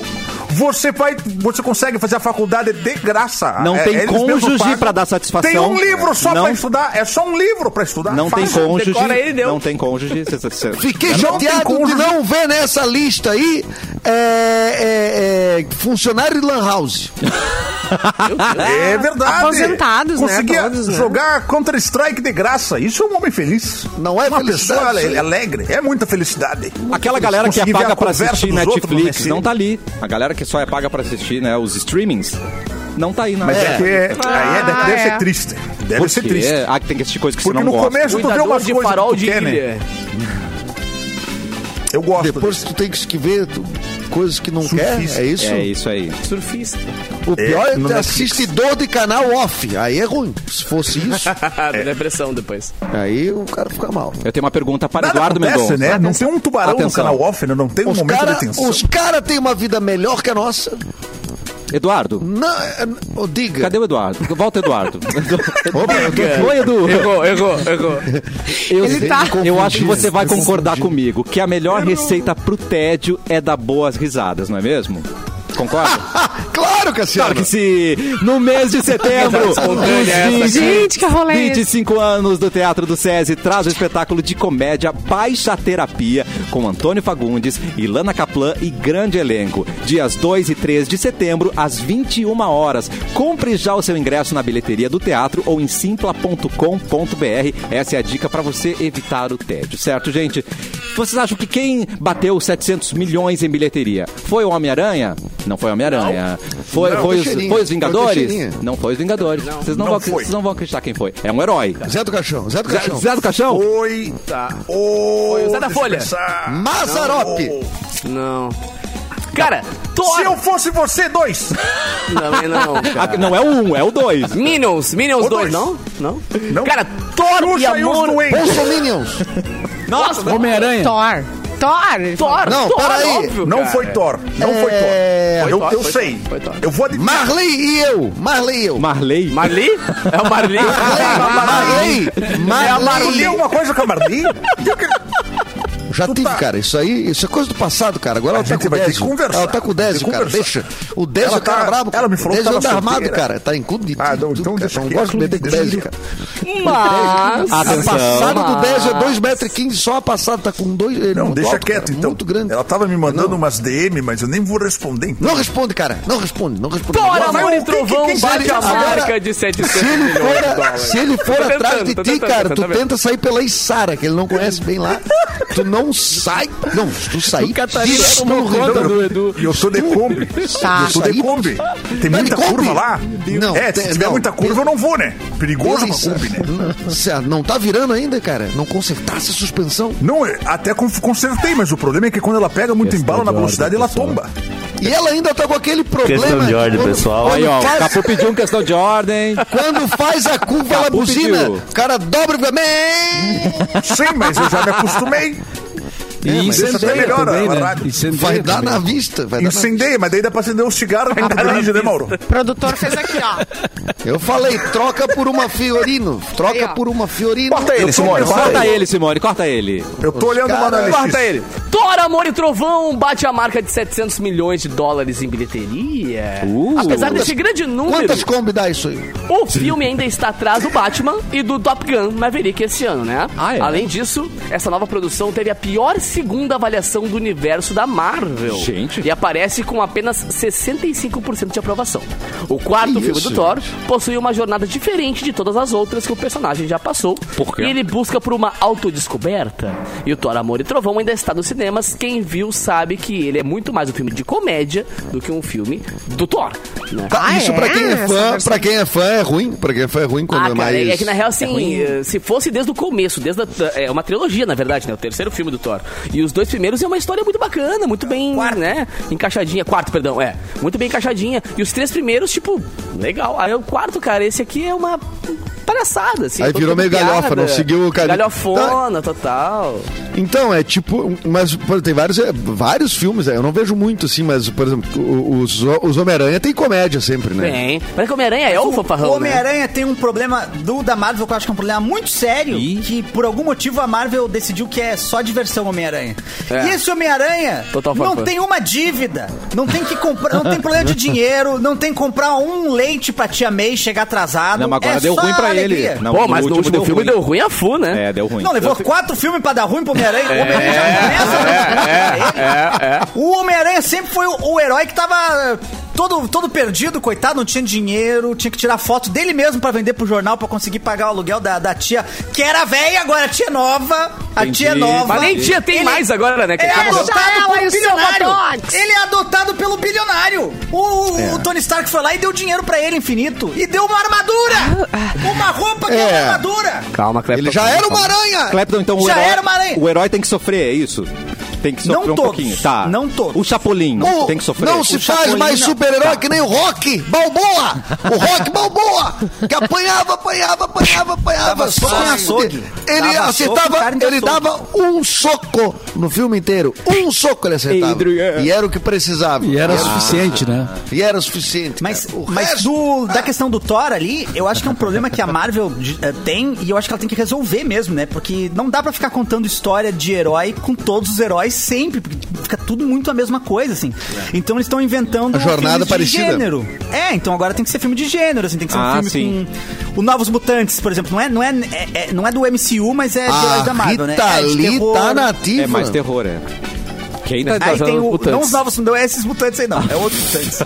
[SPEAKER 4] Você vai, você consegue fazer a faculdade de graça.
[SPEAKER 1] Não
[SPEAKER 4] É,
[SPEAKER 1] tem
[SPEAKER 4] eles mesmos
[SPEAKER 1] cônjuge
[SPEAKER 4] pagam.
[SPEAKER 1] pra dar satisfação.
[SPEAKER 4] Tem um livro só
[SPEAKER 1] Não-
[SPEAKER 4] pra estudar, é só um livro pra estudar.
[SPEAKER 1] Não tem
[SPEAKER 4] Fácil.
[SPEAKER 1] cônjuge.
[SPEAKER 8] decora ele, deu.
[SPEAKER 1] Não tem cônjuge. cê- cê- cê-
[SPEAKER 6] Fiquei
[SPEAKER 4] Não tem
[SPEAKER 6] chateado de
[SPEAKER 4] cônjuge.
[SPEAKER 6] não ver nessa lista aí é, é, é, funcionário de Lan House.
[SPEAKER 4] É verdade.
[SPEAKER 2] Aposentados, né,
[SPEAKER 4] Conseguia
[SPEAKER 2] todos, né?
[SPEAKER 4] jogar Counter-Strike de graça. Isso é um homem feliz.
[SPEAKER 6] Não é
[SPEAKER 4] Uma
[SPEAKER 6] felicidade,
[SPEAKER 4] pessoa
[SPEAKER 6] isso aí.
[SPEAKER 4] ale- alegre. É muita felicidade.
[SPEAKER 1] Aquela galera que é
[SPEAKER 4] Conseguir ver
[SPEAKER 1] paga
[SPEAKER 4] a
[SPEAKER 1] pra
[SPEAKER 4] conversa
[SPEAKER 1] assistir
[SPEAKER 4] dos outros no
[SPEAKER 1] Netflix
[SPEAKER 4] Messi.
[SPEAKER 1] não tá ali. A galera que só é paga pra assistir, né? Os streamings não tá aí na
[SPEAKER 4] Mas é, que aí é, deve,
[SPEAKER 2] Ah,
[SPEAKER 4] deve
[SPEAKER 2] é.
[SPEAKER 4] ser triste. Deve
[SPEAKER 1] Por
[SPEAKER 4] ser
[SPEAKER 1] quê?
[SPEAKER 4] triste.
[SPEAKER 1] Ah, que tem que assistir coisa que
[SPEAKER 4] Porque
[SPEAKER 1] você não
[SPEAKER 4] no
[SPEAKER 1] gosta.
[SPEAKER 4] começo tu vê
[SPEAKER 8] Cuidador
[SPEAKER 4] umas
[SPEAKER 8] de
[SPEAKER 4] coisas
[SPEAKER 8] farol
[SPEAKER 4] que tu
[SPEAKER 8] de
[SPEAKER 4] quer, né?
[SPEAKER 8] ilha.
[SPEAKER 4] Eu gosto.
[SPEAKER 6] Depois tu tem que ver tu- coisas que não
[SPEAKER 4] Surfista.
[SPEAKER 6] quer. É isso?
[SPEAKER 1] É isso aí.
[SPEAKER 8] Surfista.
[SPEAKER 6] O pior é,
[SPEAKER 4] no
[SPEAKER 6] ter
[SPEAKER 4] Netflix.
[SPEAKER 6] assistidor de canal off. Aí é ruim. Se fosse isso,
[SPEAKER 8] Ah, dá depressão depois.
[SPEAKER 6] aí o cara fica mal.
[SPEAKER 1] Eu tenho uma pergunta para
[SPEAKER 4] Nada
[SPEAKER 1] Eduardo
[SPEAKER 4] acontece,
[SPEAKER 1] Mendonça.
[SPEAKER 4] né? Não tem um tubarão
[SPEAKER 1] Atenção.
[SPEAKER 4] no canal off, né? Não tem um
[SPEAKER 6] Os
[SPEAKER 4] momento
[SPEAKER 6] cara-
[SPEAKER 4] de tensão.
[SPEAKER 6] os cara têm uma vida melhor que a nossa.
[SPEAKER 1] Eduardo,
[SPEAKER 6] Não, é- não- diga.
[SPEAKER 1] cadê o Eduardo? Volta, Eduardo.
[SPEAKER 6] Opa, eu tô aqui.
[SPEAKER 1] Oi, Edu.
[SPEAKER 8] Errou, errou, errou.
[SPEAKER 1] Eu,
[SPEAKER 2] Ele
[SPEAKER 1] sei-
[SPEAKER 2] tá-
[SPEAKER 1] eu acho que você vai concordar comigo que a melhor receita pro tédio é dar boas risadas, não é mesmo? Concorda?
[SPEAKER 6] Claro, é Cassiano.
[SPEAKER 1] Claro que sim! No mês de setembro, os 20,
[SPEAKER 2] Tá Gente, que rolê é esse?
[SPEAKER 1] 25 anos do Teatro do SESI traz o espetáculo de comédia Baixa Terapia com Antônio Fagundes, Ilana Kaplan e grande elenco. Dias 2 e 3 de setembro, às 21 horas. Compre já o seu ingresso na bilheteria do teatro ou em simpla.com.br. Essa é a dica para você evitar o tédio, certo, gente? Vocês acham que quem bateu 700 milhões em bilheteria foi o Homem-Aranha? Não foi o Homem-Aranha. Foi,
[SPEAKER 6] Não,
[SPEAKER 1] foi os,
[SPEAKER 6] Teixeirinha.
[SPEAKER 1] foi os
[SPEAKER 6] Foi o
[SPEAKER 1] Vingadores?
[SPEAKER 6] Teixeirinha.
[SPEAKER 1] não foi os Vingadores. Vocês não,
[SPEAKER 4] Não
[SPEAKER 1] vão,
[SPEAKER 4] foi.
[SPEAKER 1] vocês não vão acreditar quem foi. É um herói.
[SPEAKER 6] Zé do Caixão, Zé do
[SPEAKER 1] Zé,
[SPEAKER 6] Caixão.
[SPEAKER 1] Zé do Caixão?
[SPEAKER 4] Oi. Oi.
[SPEAKER 8] Zé da
[SPEAKER 4] deixa eu
[SPEAKER 8] Folha.
[SPEAKER 4] pensar.
[SPEAKER 6] Hum? Mazarope.
[SPEAKER 8] Não. Cara,
[SPEAKER 4] Se
[SPEAKER 8] Thor.
[SPEAKER 4] eu fosse você, dois.
[SPEAKER 8] Também não, cara.
[SPEAKER 1] Ah, não é o um, é o dois.
[SPEAKER 8] Minions, Minions
[SPEAKER 4] Ô,
[SPEAKER 8] 2,
[SPEAKER 4] dois.
[SPEAKER 8] não? Não?
[SPEAKER 4] Não.
[SPEAKER 8] Cara, Thor e
[SPEAKER 4] Puxa aí os
[SPEAKER 8] amor.
[SPEAKER 4] doentes.
[SPEAKER 6] Bolsominions.
[SPEAKER 8] Nossa,
[SPEAKER 5] Homem-Aranha.
[SPEAKER 2] Thor. Thor. ele falou.
[SPEAKER 8] Thor,
[SPEAKER 6] Não,
[SPEAKER 8] Thor,
[SPEAKER 6] peraí.
[SPEAKER 8] óbvio,
[SPEAKER 4] Não
[SPEAKER 8] cara.
[SPEAKER 4] foi Thor. Não foi
[SPEAKER 6] É,
[SPEAKER 4] Thor. Eu,
[SPEAKER 8] Thor,
[SPEAKER 4] eu
[SPEAKER 8] foi
[SPEAKER 4] sei.
[SPEAKER 8] Thor, foi Thor.
[SPEAKER 4] Eu vou adivinhar.
[SPEAKER 6] Marley e eu. Marley e eu.
[SPEAKER 1] Marley.
[SPEAKER 8] Marli? É o Marli?
[SPEAKER 6] Marley. Marley.
[SPEAKER 4] Tu deu uma coisa com a Marli?
[SPEAKER 6] Já tive,
[SPEAKER 4] tá-
[SPEAKER 6] cara. Isso aí, isso é coisa do passado, cara. Agora ela tá
[SPEAKER 4] gente
[SPEAKER 6] com
[SPEAKER 4] vai ter
[SPEAKER 6] 10.
[SPEAKER 4] que conversar.
[SPEAKER 6] Ela tá com 10,
[SPEAKER 4] Tem que
[SPEAKER 6] cara.
[SPEAKER 4] conversar.
[SPEAKER 6] Deixa. O 10 é
[SPEAKER 4] Ela
[SPEAKER 6] o cara
[SPEAKER 4] tá-
[SPEAKER 6] brabo. cara.
[SPEAKER 4] ela me falou que
[SPEAKER 6] 10 anda
[SPEAKER 4] tava
[SPEAKER 6] armado,
[SPEAKER 4] solteira.
[SPEAKER 6] cara. Tá em clube de
[SPEAKER 4] Ah,
[SPEAKER 6] tudo,
[SPEAKER 4] não, então
[SPEAKER 6] cara.
[SPEAKER 4] deixa
[SPEAKER 6] Não
[SPEAKER 4] quieto,
[SPEAKER 6] gosto de meter
[SPEAKER 4] deixa
[SPEAKER 6] 10,
[SPEAKER 4] quieto.
[SPEAKER 6] cara.
[SPEAKER 8] Mas...
[SPEAKER 6] A
[SPEAKER 1] Atenção.
[SPEAKER 6] passada do 10 é 2,15m, só a passada tá com 2.
[SPEAKER 4] Não, deixa quieto, então.
[SPEAKER 6] é Muito grande.
[SPEAKER 4] Ela tava me mandando umas DM, mas eu nem vou responder. então.
[SPEAKER 6] Não responde, cara. Não responde, não responde.
[SPEAKER 8] Thor,
[SPEAKER 6] Agora,
[SPEAKER 8] amor
[SPEAKER 4] o
[SPEAKER 8] e
[SPEAKER 4] que-
[SPEAKER 8] trovão
[SPEAKER 4] que- que-
[SPEAKER 8] bate a
[SPEAKER 6] agora-
[SPEAKER 8] marca de
[SPEAKER 6] Se
[SPEAKER 8] 700
[SPEAKER 6] ele
[SPEAKER 8] milhões de
[SPEAKER 6] for,
[SPEAKER 8] dólares.
[SPEAKER 6] se ele for
[SPEAKER 8] Tô
[SPEAKER 6] atrás
[SPEAKER 8] tentando,
[SPEAKER 6] de
[SPEAKER 8] tô
[SPEAKER 6] ti,
[SPEAKER 8] tentando,
[SPEAKER 6] cara,
[SPEAKER 8] tô
[SPEAKER 6] tu
[SPEAKER 8] tentando.
[SPEAKER 6] tenta sair pela Isara, que ele não conhece bem lá. Tu não sai. Não, se tu sair.
[SPEAKER 5] O Catarina
[SPEAKER 6] disso,
[SPEAKER 5] tomou
[SPEAKER 6] não
[SPEAKER 5] conta
[SPEAKER 6] roda.
[SPEAKER 5] do Edu.
[SPEAKER 4] E eu sou de Kombi.
[SPEAKER 2] Tá.
[SPEAKER 4] Eu sou de Kombi. Tem
[SPEAKER 6] Mas
[SPEAKER 4] muita
[SPEAKER 6] Kombi?
[SPEAKER 4] curva lá?
[SPEAKER 6] Não,
[SPEAKER 4] É,
[SPEAKER 6] tem-
[SPEAKER 4] se tiver
[SPEAKER 6] não.
[SPEAKER 4] muita curva, eu não vou, né? Perigoso uma
[SPEAKER 6] Pensa.
[SPEAKER 4] Kombi, né?
[SPEAKER 6] Cê Não tá virando ainda, cara? Não consertasse a suspensão?
[SPEAKER 4] Não, é- até con- consertei, mas o problema é que quando ela pega muito embalo na velocidade, ela tomba.
[SPEAKER 6] E ela ainda tá com aquele problema.
[SPEAKER 10] Questão de
[SPEAKER 6] que
[SPEAKER 10] ordem,
[SPEAKER 6] quando-
[SPEAKER 10] pessoal.
[SPEAKER 6] quando
[SPEAKER 10] Aí, ó, o
[SPEAKER 6] faz-
[SPEAKER 1] Capu pediu uma questão de ordem.
[SPEAKER 6] Quando faz a curva, ela
[SPEAKER 1] Capu pediu.
[SPEAKER 6] buzina. O cara dobra e fica. "Mé".
[SPEAKER 4] Sim, mas eu já me acostumei.
[SPEAKER 5] E
[SPEAKER 4] mas isso até
[SPEAKER 5] incendeia
[SPEAKER 4] melhora
[SPEAKER 5] também,
[SPEAKER 4] a
[SPEAKER 5] né?
[SPEAKER 4] rádio.
[SPEAKER 5] Incendeia
[SPEAKER 6] Vai dar
[SPEAKER 5] também.
[SPEAKER 6] na vista. Vai dar na...
[SPEAKER 4] Incendei, mas daí dá pra acender um cigarro ainda dirige, né, Mauro?
[SPEAKER 2] O produtor fez aqui, ó.
[SPEAKER 6] Eu falei, troca por uma Fiorino. Troca
[SPEAKER 2] Aí, ó.
[SPEAKER 6] por uma Fiorino.
[SPEAKER 10] Corta ele, Simone, corta
[SPEAKER 1] Corta
[SPEAKER 10] ele.
[SPEAKER 1] ele, Simone, corta ele.
[SPEAKER 4] Eu tô olhando lá na LX.
[SPEAKER 10] Corta ele.
[SPEAKER 3] Thor, Amor e Trovão bate a marca de 700 milhões de dólares em bilheteria.
[SPEAKER 1] Uh.
[SPEAKER 3] Apesar
[SPEAKER 6] Quantas-
[SPEAKER 3] desse grande número,
[SPEAKER 6] Quantas Kombi dá isso aí?
[SPEAKER 3] o filme ainda está atrás do Batman e do Top Gun Maverick esse ano, né?
[SPEAKER 1] Ah, é?
[SPEAKER 3] Além disso, essa nova produção teve a pior segunda avaliação do universo da Marvel.
[SPEAKER 1] Gente.
[SPEAKER 3] E aparece com apenas 65% de aprovação. O quarto
[SPEAKER 6] Que
[SPEAKER 3] filme
[SPEAKER 6] isso,
[SPEAKER 3] do Thor possui uma jornada diferente de todas as outras que o personagem já passou.
[SPEAKER 1] Por quê?
[SPEAKER 3] E ele busca por uma autodescoberta. E o Thor Amor e Trovão ainda está nos cinemas. Quem viu sabe que ele é muito mais um filme de comédia do que um filme do Thor. Né?
[SPEAKER 6] Tá,
[SPEAKER 2] Ah,
[SPEAKER 6] isso
[SPEAKER 2] é?
[SPEAKER 6] pra quem é
[SPEAKER 2] Essa
[SPEAKER 6] fã,
[SPEAKER 2] versão-
[SPEAKER 6] pra quem é fã é ruim. Pra quem é fã é ruim quando
[SPEAKER 3] Ah, cara,
[SPEAKER 6] é mais.
[SPEAKER 3] é que na real, assim,
[SPEAKER 2] ruim.
[SPEAKER 3] eh, se fosse desde o começo, desde a, é uma trilogia, na verdade, né? O terceiro filme do Thor. E os dois primeiros é uma história muito bacana, muito bem, né? Encaixadinha. Quarto, perdão, é. Muito bem encaixadinha. E os três primeiros, tipo, legal. Aí o quarto, cara, esse aqui é uma palhaçada, assim.
[SPEAKER 6] Aí
[SPEAKER 3] todo
[SPEAKER 6] virou
[SPEAKER 3] mundo
[SPEAKER 6] meio galhofa,
[SPEAKER 3] piada,
[SPEAKER 6] não seguiu o cara-
[SPEAKER 3] Galhofona, total.
[SPEAKER 6] Então, é tipo. Mas pô, tem vários, é, vários filmes, é, eu não vejo muito, assim, mas, por exemplo, o- os, os Homem-Aranha tem comédia sempre, né?
[SPEAKER 3] Bem. Mas que Homem-Aranha
[SPEAKER 1] um
[SPEAKER 3] é o
[SPEAKER 9] O
[SPEAKER 3] fanfarrão, né?
[SPEAKER 9] Homem-Aranha tem um problema do da Marvel que eu acho que é um problema muito sério. Que por algum motivo a Marvel decidiu que é só diversão Homem-Aranha.
[SPEAKER 3] É.
[SPEAKER 9] E esse Homem-Aranha
[SPEAKER 3] Total
[SPEAKER 9] não
[SPEAKER 3] fanfã.
[SPEAKER 9] tem uma dívida. Não tem que comprar, não tem problema de dinheiro, não tem que comprar um leite pra tia May chegar atrasado.
[SPEAKER 1] Não, mas agora
[SPEAKER 9] é
[SPEAKER 1] deu
[SPEAKER 9] só
[SPEAKER 1] ruim pra
[SPEAKER 9] alegria.
[SPEAKER 1] ele.
[SPEAKER 9] Não.
[SPEAKER 1] Não,
[SPEAKER 3] Pô, mas no, último, filme deu ruim a fu, né?
[SPEAKER 1] É, deu ruim. É,
[SPEAKER 9] levou quatro filmes pra dar ruim pro Homem-Aranha. O Homem-Aranha já começa. né? O Homem-Aranha sempre foi o, o herói que tava eh, todo, todo perdido, coitado, não tinha dinheiro, tinha que tirar foto dele mesmo pra vender pro jornal pra conseguir pagar o aluguel da, da tia, que era velha, agora a tia nova. A
[SPEAKER 1] Entendi.
[SPEAKER 9] tia nova.
[SPEAKER 3] Mas nem tia tem
[SPEAKER 9] Ele
[SPEAKER 3] mais agora, né? Que
[SPEAKER 9] É
[SPEAKER 3] ele tá morrendo.
[SPEAKER 9] adotado
[SPEAKER 2] ela e
[SPEAKER 9] pelo
[SPEAKER 2] o seu
[SPEAKER 9] bilionário.
[SPEAKER 2] botox.
[SPEAKER 9] Ele é adotado pelo bilionário. O, o-
[SPEAKER 1] É.
[SPEAKER 9] o Tony Stark foi lá e deu dinheiro pra ele infinito. E deu uma armadura.
[SPEAKER 2] Ah,
[SPEAKER 9] Uma roupa que é,
[SPEAKER 6] É.
[SPEAKER 9] uma armadura.
[SPEAKER 3] Calma, Clepton.
[SPEAKER 6] Ele já era uma aranha!
[SPEAKER 1] Clepton, então o
[SPEAKER 9] Já
[SPEAKER 1] herói,
[SPEAKER 9] era uma aranha.
[SPEAKER 1] o herói tem que sofrer, é isso? Tem que sofrer
[SPEAKER 9] Não
[SPEAKER 1] um
[SPEAKER 9] todos.
[SPEAKER 1] pouquinho. Tá.
[SPEAKER 9] Não todos.
[SPEAKER 1] O Chapolin
[SPEAKER 6] Não,
[SPEAKER 1] tem que sofrer.
[SPEAKER 6] não se
[SPEAKER 1] O
[SPEAKER 6] faz
[SPEAKER 1] Chapolin não.
[SPEAKER 6] mais
[SPEAKER 1] Tá.
[SPEAKER 6] super-herói que nem o Rock Balboa! O Rock Balboa! Que apanhava, apanhava, apanhava, apanhava.
[SPEAKER 9] Dava soco em açougue.
[SPEAKER 6] Ele
[SPEAKER 9] Dava soco em
[SPEAKER 6] acertava,
[SPEAKER 9] carne de
[SPEAKER 6] ele
[SPEAKER 9] açougue.
[SPEAKER 6] dava um soco no filme inteiro. Um soco ele acertava.
[SPEAKER 1] Adrian.
[SPEAKER 6] E era o que precisava.
[SPEAKER 5] E era suficiente, né?
[SPEAKER 6] E era o suficiente.
[SPEAKER 9] Mas,
[SPEAKER 6] cara. É, O
[SPEAKER 9] mas
[SPEAKER 6] resto-
[SPEAKER 9] do- da questão do Thor ali, eu acho que é um problema que a Marvel eh, tem e eu acho que ela tem que resolver mesmo, né? Porque não dá pra ficar contando história de herói com todos os heróis sempre, porque fica tudo muito a mesma coisa, assim. Então eles estão inventando
[SPEAKER 6] É. A jornada
[SPEAKER 9] filmes
[SPEAKER 6] parecida.
[SPEAKER 9] de gênero. É, então agora tem que ser filme de gênero, assim, tem que ser
[SPEAKER 1] Ah,
[SPEAKER 9] um filme
[SPEAKER 1] sim.
[SPEAKER 9] com o Novos Mutantes, por exemplo, não é, não é, é- é- não é do MCU, mas é de heróis da
[SPEAKER 6] A
[SPEAKER 9] Marvel, né?
[SPEAKER 6] Ah, Rita
[SPEAKER 9] é de
[SPEAKER 6] Lee
[SPEAKER 9] terror.
[SPEAKER 6] tá nativa.
[SPEAKER 1] É mais terror, é. Quem tá
[SPEAKER 9] Aí tem né? o, não os
[SPEAKER 1] mutantes?
[SPEAKER 9] novos, não é esses mutantes aí não, é outros mutantes.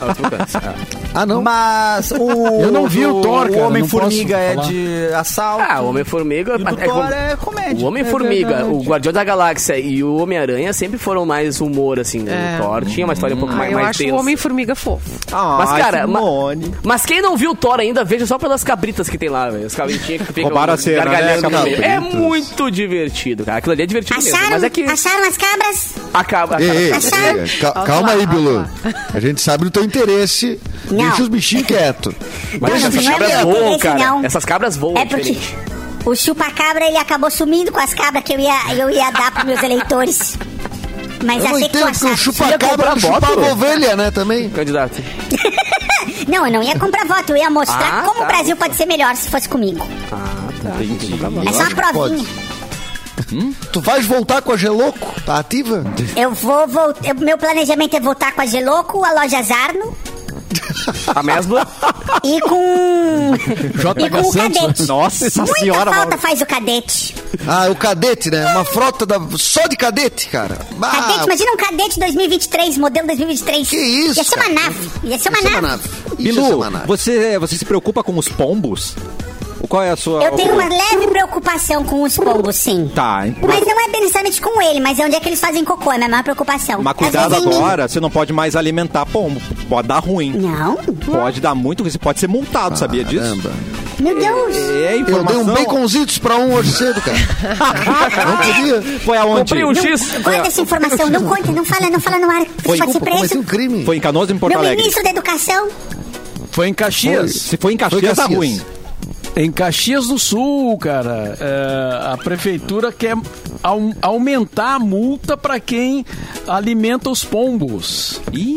[SPEAKER 6] Ah, não.
[SPEAKER 9] Mas o.
[SPEAKER 5] Eu não vi o Thor, cara,
[SPEAKER 9] O
[SPEAKER 5] não
[SPEAKER 9] Homem-Formiga
[SPEAKER 5] posso
[SPEAKER 9] é
[SPEAKER 5] falar.
[SPEAKER 9] de assalto.
[SPEAKER 3] Ah, o Homem-Formiga.
[SPEAKER 9] E do
[SPEAKER 3] é,
[SPEAKER 9] Thor
[SPEAKER 3] como-
[SPEAKER 9] é comédia.
[SPEAKER 3] O Homem-Formiga,
[SPEAKER 9] É
[SPEAKER 3] o Guardião da Galáxia e o Homem-Aranha sempre foram mais humor, assim, né?
[SPEAKER 2] É.
[SPEAKER 3] O Thor tinha uma história um pouco
[SPEAKER 2] Ah,
[SPEAKER 3] mais,
[SPEAKER 2] eu
[SPEAKER 3] mais
[SPEAKER 2] acho
[SPEAKER 3] tensa.
[SPEAKER 2] o Homem-Formiga fofo.
[SPEAKER 3] Mas,
[SPEAKER 1] Ai,
[SPEAKER 3] cara, ma-
[SPEAKER 1] Simone.
[SPEAKER 3] mas quem não viu o Thor ainda, veja só pelas cabritas que tem lá, velho. As cabritinhas que ficam
[SPEAKER 1] Roubaram a cena, né,
[SPEAKER 3] gargalhando no meio. É
[SPEAKER 1] cabritas.
[SPEAKER 3] muito divertido, cara. Aquilo ali é divertido mesmo. Mas
[SPEAKER 7] Acharam,
[SPEAKER 3] é que
[SPEAKER 7] acharam as cabras?
[SPEAKER 3] acaba.
[SPEAKER 6] Ei, ei,
[SPEAKER 7] Acharam?
[SPEAKER 6] ei, cal- calma aí, Bilu. A gente sabe do teu interesse. Deixa os bichinhos quietos.
[SPEAKER 3] Mas
[SPEAKER 7] Não,
[SPEAKER 3] essas
[SPEAKER 7] não é
[SPEAKER 3] cabras
[SPEAKER 7] meu
[SPEAKER 3] voam,
[SPEAKER 7] interesse,
[SPEAKER 3] cara.
[SPEAKER 7] não.
[SPEAKER 3] Essas cabras voam.
[SPEAKER 7] É porque
[SPEAKER 3] diferente.
[SPEAKER 7] o chupa-cabra ele acabou sumindo com as cabras que eu ia, eu ia dar pros meus eleitores. Mas
[SPEAKER 6] Eu não
[SPEAKER 7] achei que tu
[SPEAKER 6] entendo porque o
[SPEAKER 7] achaste.
[SPEAKER 6] chupa-cabra
[SPEAKER 3] comprar
[SPEAKER 6] não
[SPEAKER 3] moto?
[SPEAKER 6] chupava ovelha, né, também?
[SPEAKER 1] Tá
[SPEAKER 3] Candidato.
[SPEAKER 7] Não, eu não ia comprar voto, eu ia mostrar
[SPEAKER 3] Ah,
[SPEAKER 7] como
[SPEAKER 3] tá.
[SPEAKER 7] o Brasil pode ser melhor se fosse comigo.
[SPEAKER 6] Tá, então
[SPEAKER 1] Entendi.
[SPEAKER 7] É só uma provinha.
[SPEAKER 6] Pode. Hum? Tu vais voltar com a Geloco? Tá ativa?
[SPEAKER 7] Eu vou voltar. Meu planejamento é voltar com a Geloco, a loja Zarno
[SPEAKER 3] A mesma.
[SPEAKER 7] e com. e com o cadete.
[SPEAKER 1] Nossa
[SPEAKER 7] Muita
[SPEAKER 1] senhora,
[SPEAKER 7] falta
[SPEAKER 1] Mauro.
[SPEAKER 7] faz o cadete.
[SPEAKER 6] Ah, o cadete, né? Uma frota da... só de cadete, cara. Ah,
[SPEAKER 7] Cadete, imagina um cadete 2023, modelo 2023.
[SPEAKER 6] Que isso,
[SPEAKER 7] Ia ser uma
[SPEAKER 6] cara?
[SPEAKER 7] nave. Ia ser uma
[SPEAKER 6] isso é uma
[SPEAKER 7] nave.
[SPEAKER 6] nave. Isso é
[SPEAKER 1] Bilu,
[SPEAKER 6] uma nave.
[SPEAKER 1] você, você se preocupa com os pombos? O qual é a sua.
[SPEAKER 7] Eu tenho uma leve preocupação com os pombos, sim.
[SPEAKER 1] Tá, hein?
[SPEAKER 7] Mas não é necessariamente com ele, mas é onde é que eles fazem cocô, é a minha maior preocupação.
[SPEAKER 1] Mas
[SPEAKER 7] Às
[SPEAKER 1] cuidado
[SPEAKER 7] vezes em mim.
[SPEAKER 1] agora, você não pode mais alimentar pombo. Pode dar ruim.
[SPEAKER 7] Não.
[SPEAKER 1] Pode dar muito ruim. Você pode ser multado, sabia disso?
[SPEAKER 7] Meu Deus.
[SPEAKER 1] É
[SPEAKER 6] Eu dei
[SPEAKER 1] informação.
[SPEAKER 6] um baconzitos pra um hoje cedo, cara. Não queria.
[SPEAKER 1] Foi aonde?
[SPEAKER 3] Comprei um X.
[SPEAKER 7] Guarda essa informação, não conta, não fala, não fala no ar.
[SPEAKER 1] Foi-
[SPEAKER 7] Você pode ser
[SPEAKER 6] Cometi
[SPEAKER 7] preso.
[SPEAKER 6] um crime.
[SPEAKER 1] Foi em Canoas ou em Porto
[SPEAKER 7] Meu
[SPEAKER 1] Alegre?
[SPEAKER 7] ministro da educação.
[SPEAKER 5] Foi em Caxias.
[SPEAKER 1] Se foi em Caxias,
[SPEAKER 6] Foi em
[SPEAKER 1] tá
[SPEAKER 6] Caxias.
[SPEAKER 1] ruim.
[SPEAKER 5] Em Caxias do Sul, cara, é, a prefeitura quer au- aumentar a multa para quem alimenta os pombos.
[SPEAKER 1] Ih,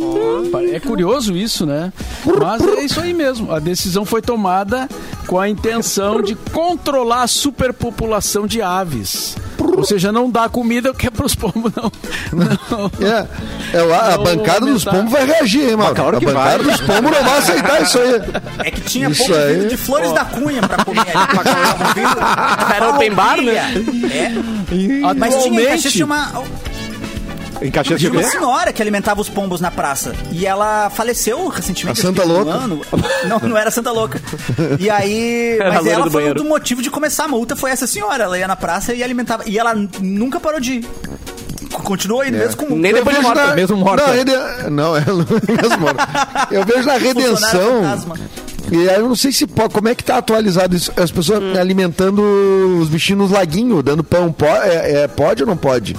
[SPEAKER 5] É curioso isso, né? Mas é isso aí mesmo. A decisão foi tomada com a intenção de controlar a superpopulação de aves. Ou seja, não dá comida que é pros pombos, não. não.
[SPEAKER 6] É, é lá, a
[SPEAKER 5] Não
[SPEAKER 6] bancada dos
[SPEAKER 5] aumentar.
[SPEAKER 6] pombos vai reagir, hein, mano?
[SPEAKER 1] claro
[SPEAKER 6] a
[SPEAKER 1] que
[SPEAKER 6] bancada
[SPEAKER 1] vai.
[SPEAKER 6] dos pombos não vai aceitar isso aí.
[SPEAKER 9] É que tinha
[SPEAKER 6] Isso
[SPEAKER 9] pouco vidro
[SPEAKER 6] aí.
[SPEAKER 9] de flores da cunha pra comer ali. pra comer um vidro.
[SPEAKER 3] Era open bar, né?
[SPEAKER 9] É. Mas tinha, em Caxias
[SPEAKER 5] Atualmente-
[SPEAKER 9] tinha uma,
[SPEAKER 1] em Caxias de
[SPEAKER 9] tinha uma
[SPEAKER 1] Goiás?
[SPEAKER 9] senhora que alimentava os pombos na praça. E ela faleceu recentemente.
[SPEAKER 6] A Santa
[SPEAKER 9] acho que um
[SPEAKER 6] Louca.
[SPEAKER 9] ano. Não, não era Santa Louca. E aí...
[SPEAKER 3] Era a
[SPEAKER 9] mas
[SPEAKER 3] loira
[SPEAKER 9] ela
[SPEAKER 3] do
[SPEAKER 9] falou
[SPEAKER 3] banheiro.
[SPEAKER 9] do motivo de começar a multa foi essa senhora. Ela ia na praça e alimentava. E ela n- nunca parou de ir. C- Continua
[SPEAKER 6] É.
[SPEAKER 9] indo, mesmo com...
[SPEAKER 3] Nem depois de
[SPEAKER 6] vejo
[SPEAKER 3] morta.
[SPEAKER 6] na-
[SPEAKER 1] é mesmo morta.
[SPEAKER 6] na rede- Não, é mesmo morta. Eu vejo na
[SPEAKER 9] Funcionário
[SPEAKER 6] redenção.
[SPEAKER 9] fantasma.
[SPEAKER 6] E aí eu não sei se pode, como é que tá atualizado isso. As pessoas
[SPEAKER 5] Hum.
[SPEAKER 6] alimentando os bichinhos nos laguinhos, dando pão. po- é- é, pode ou não pode?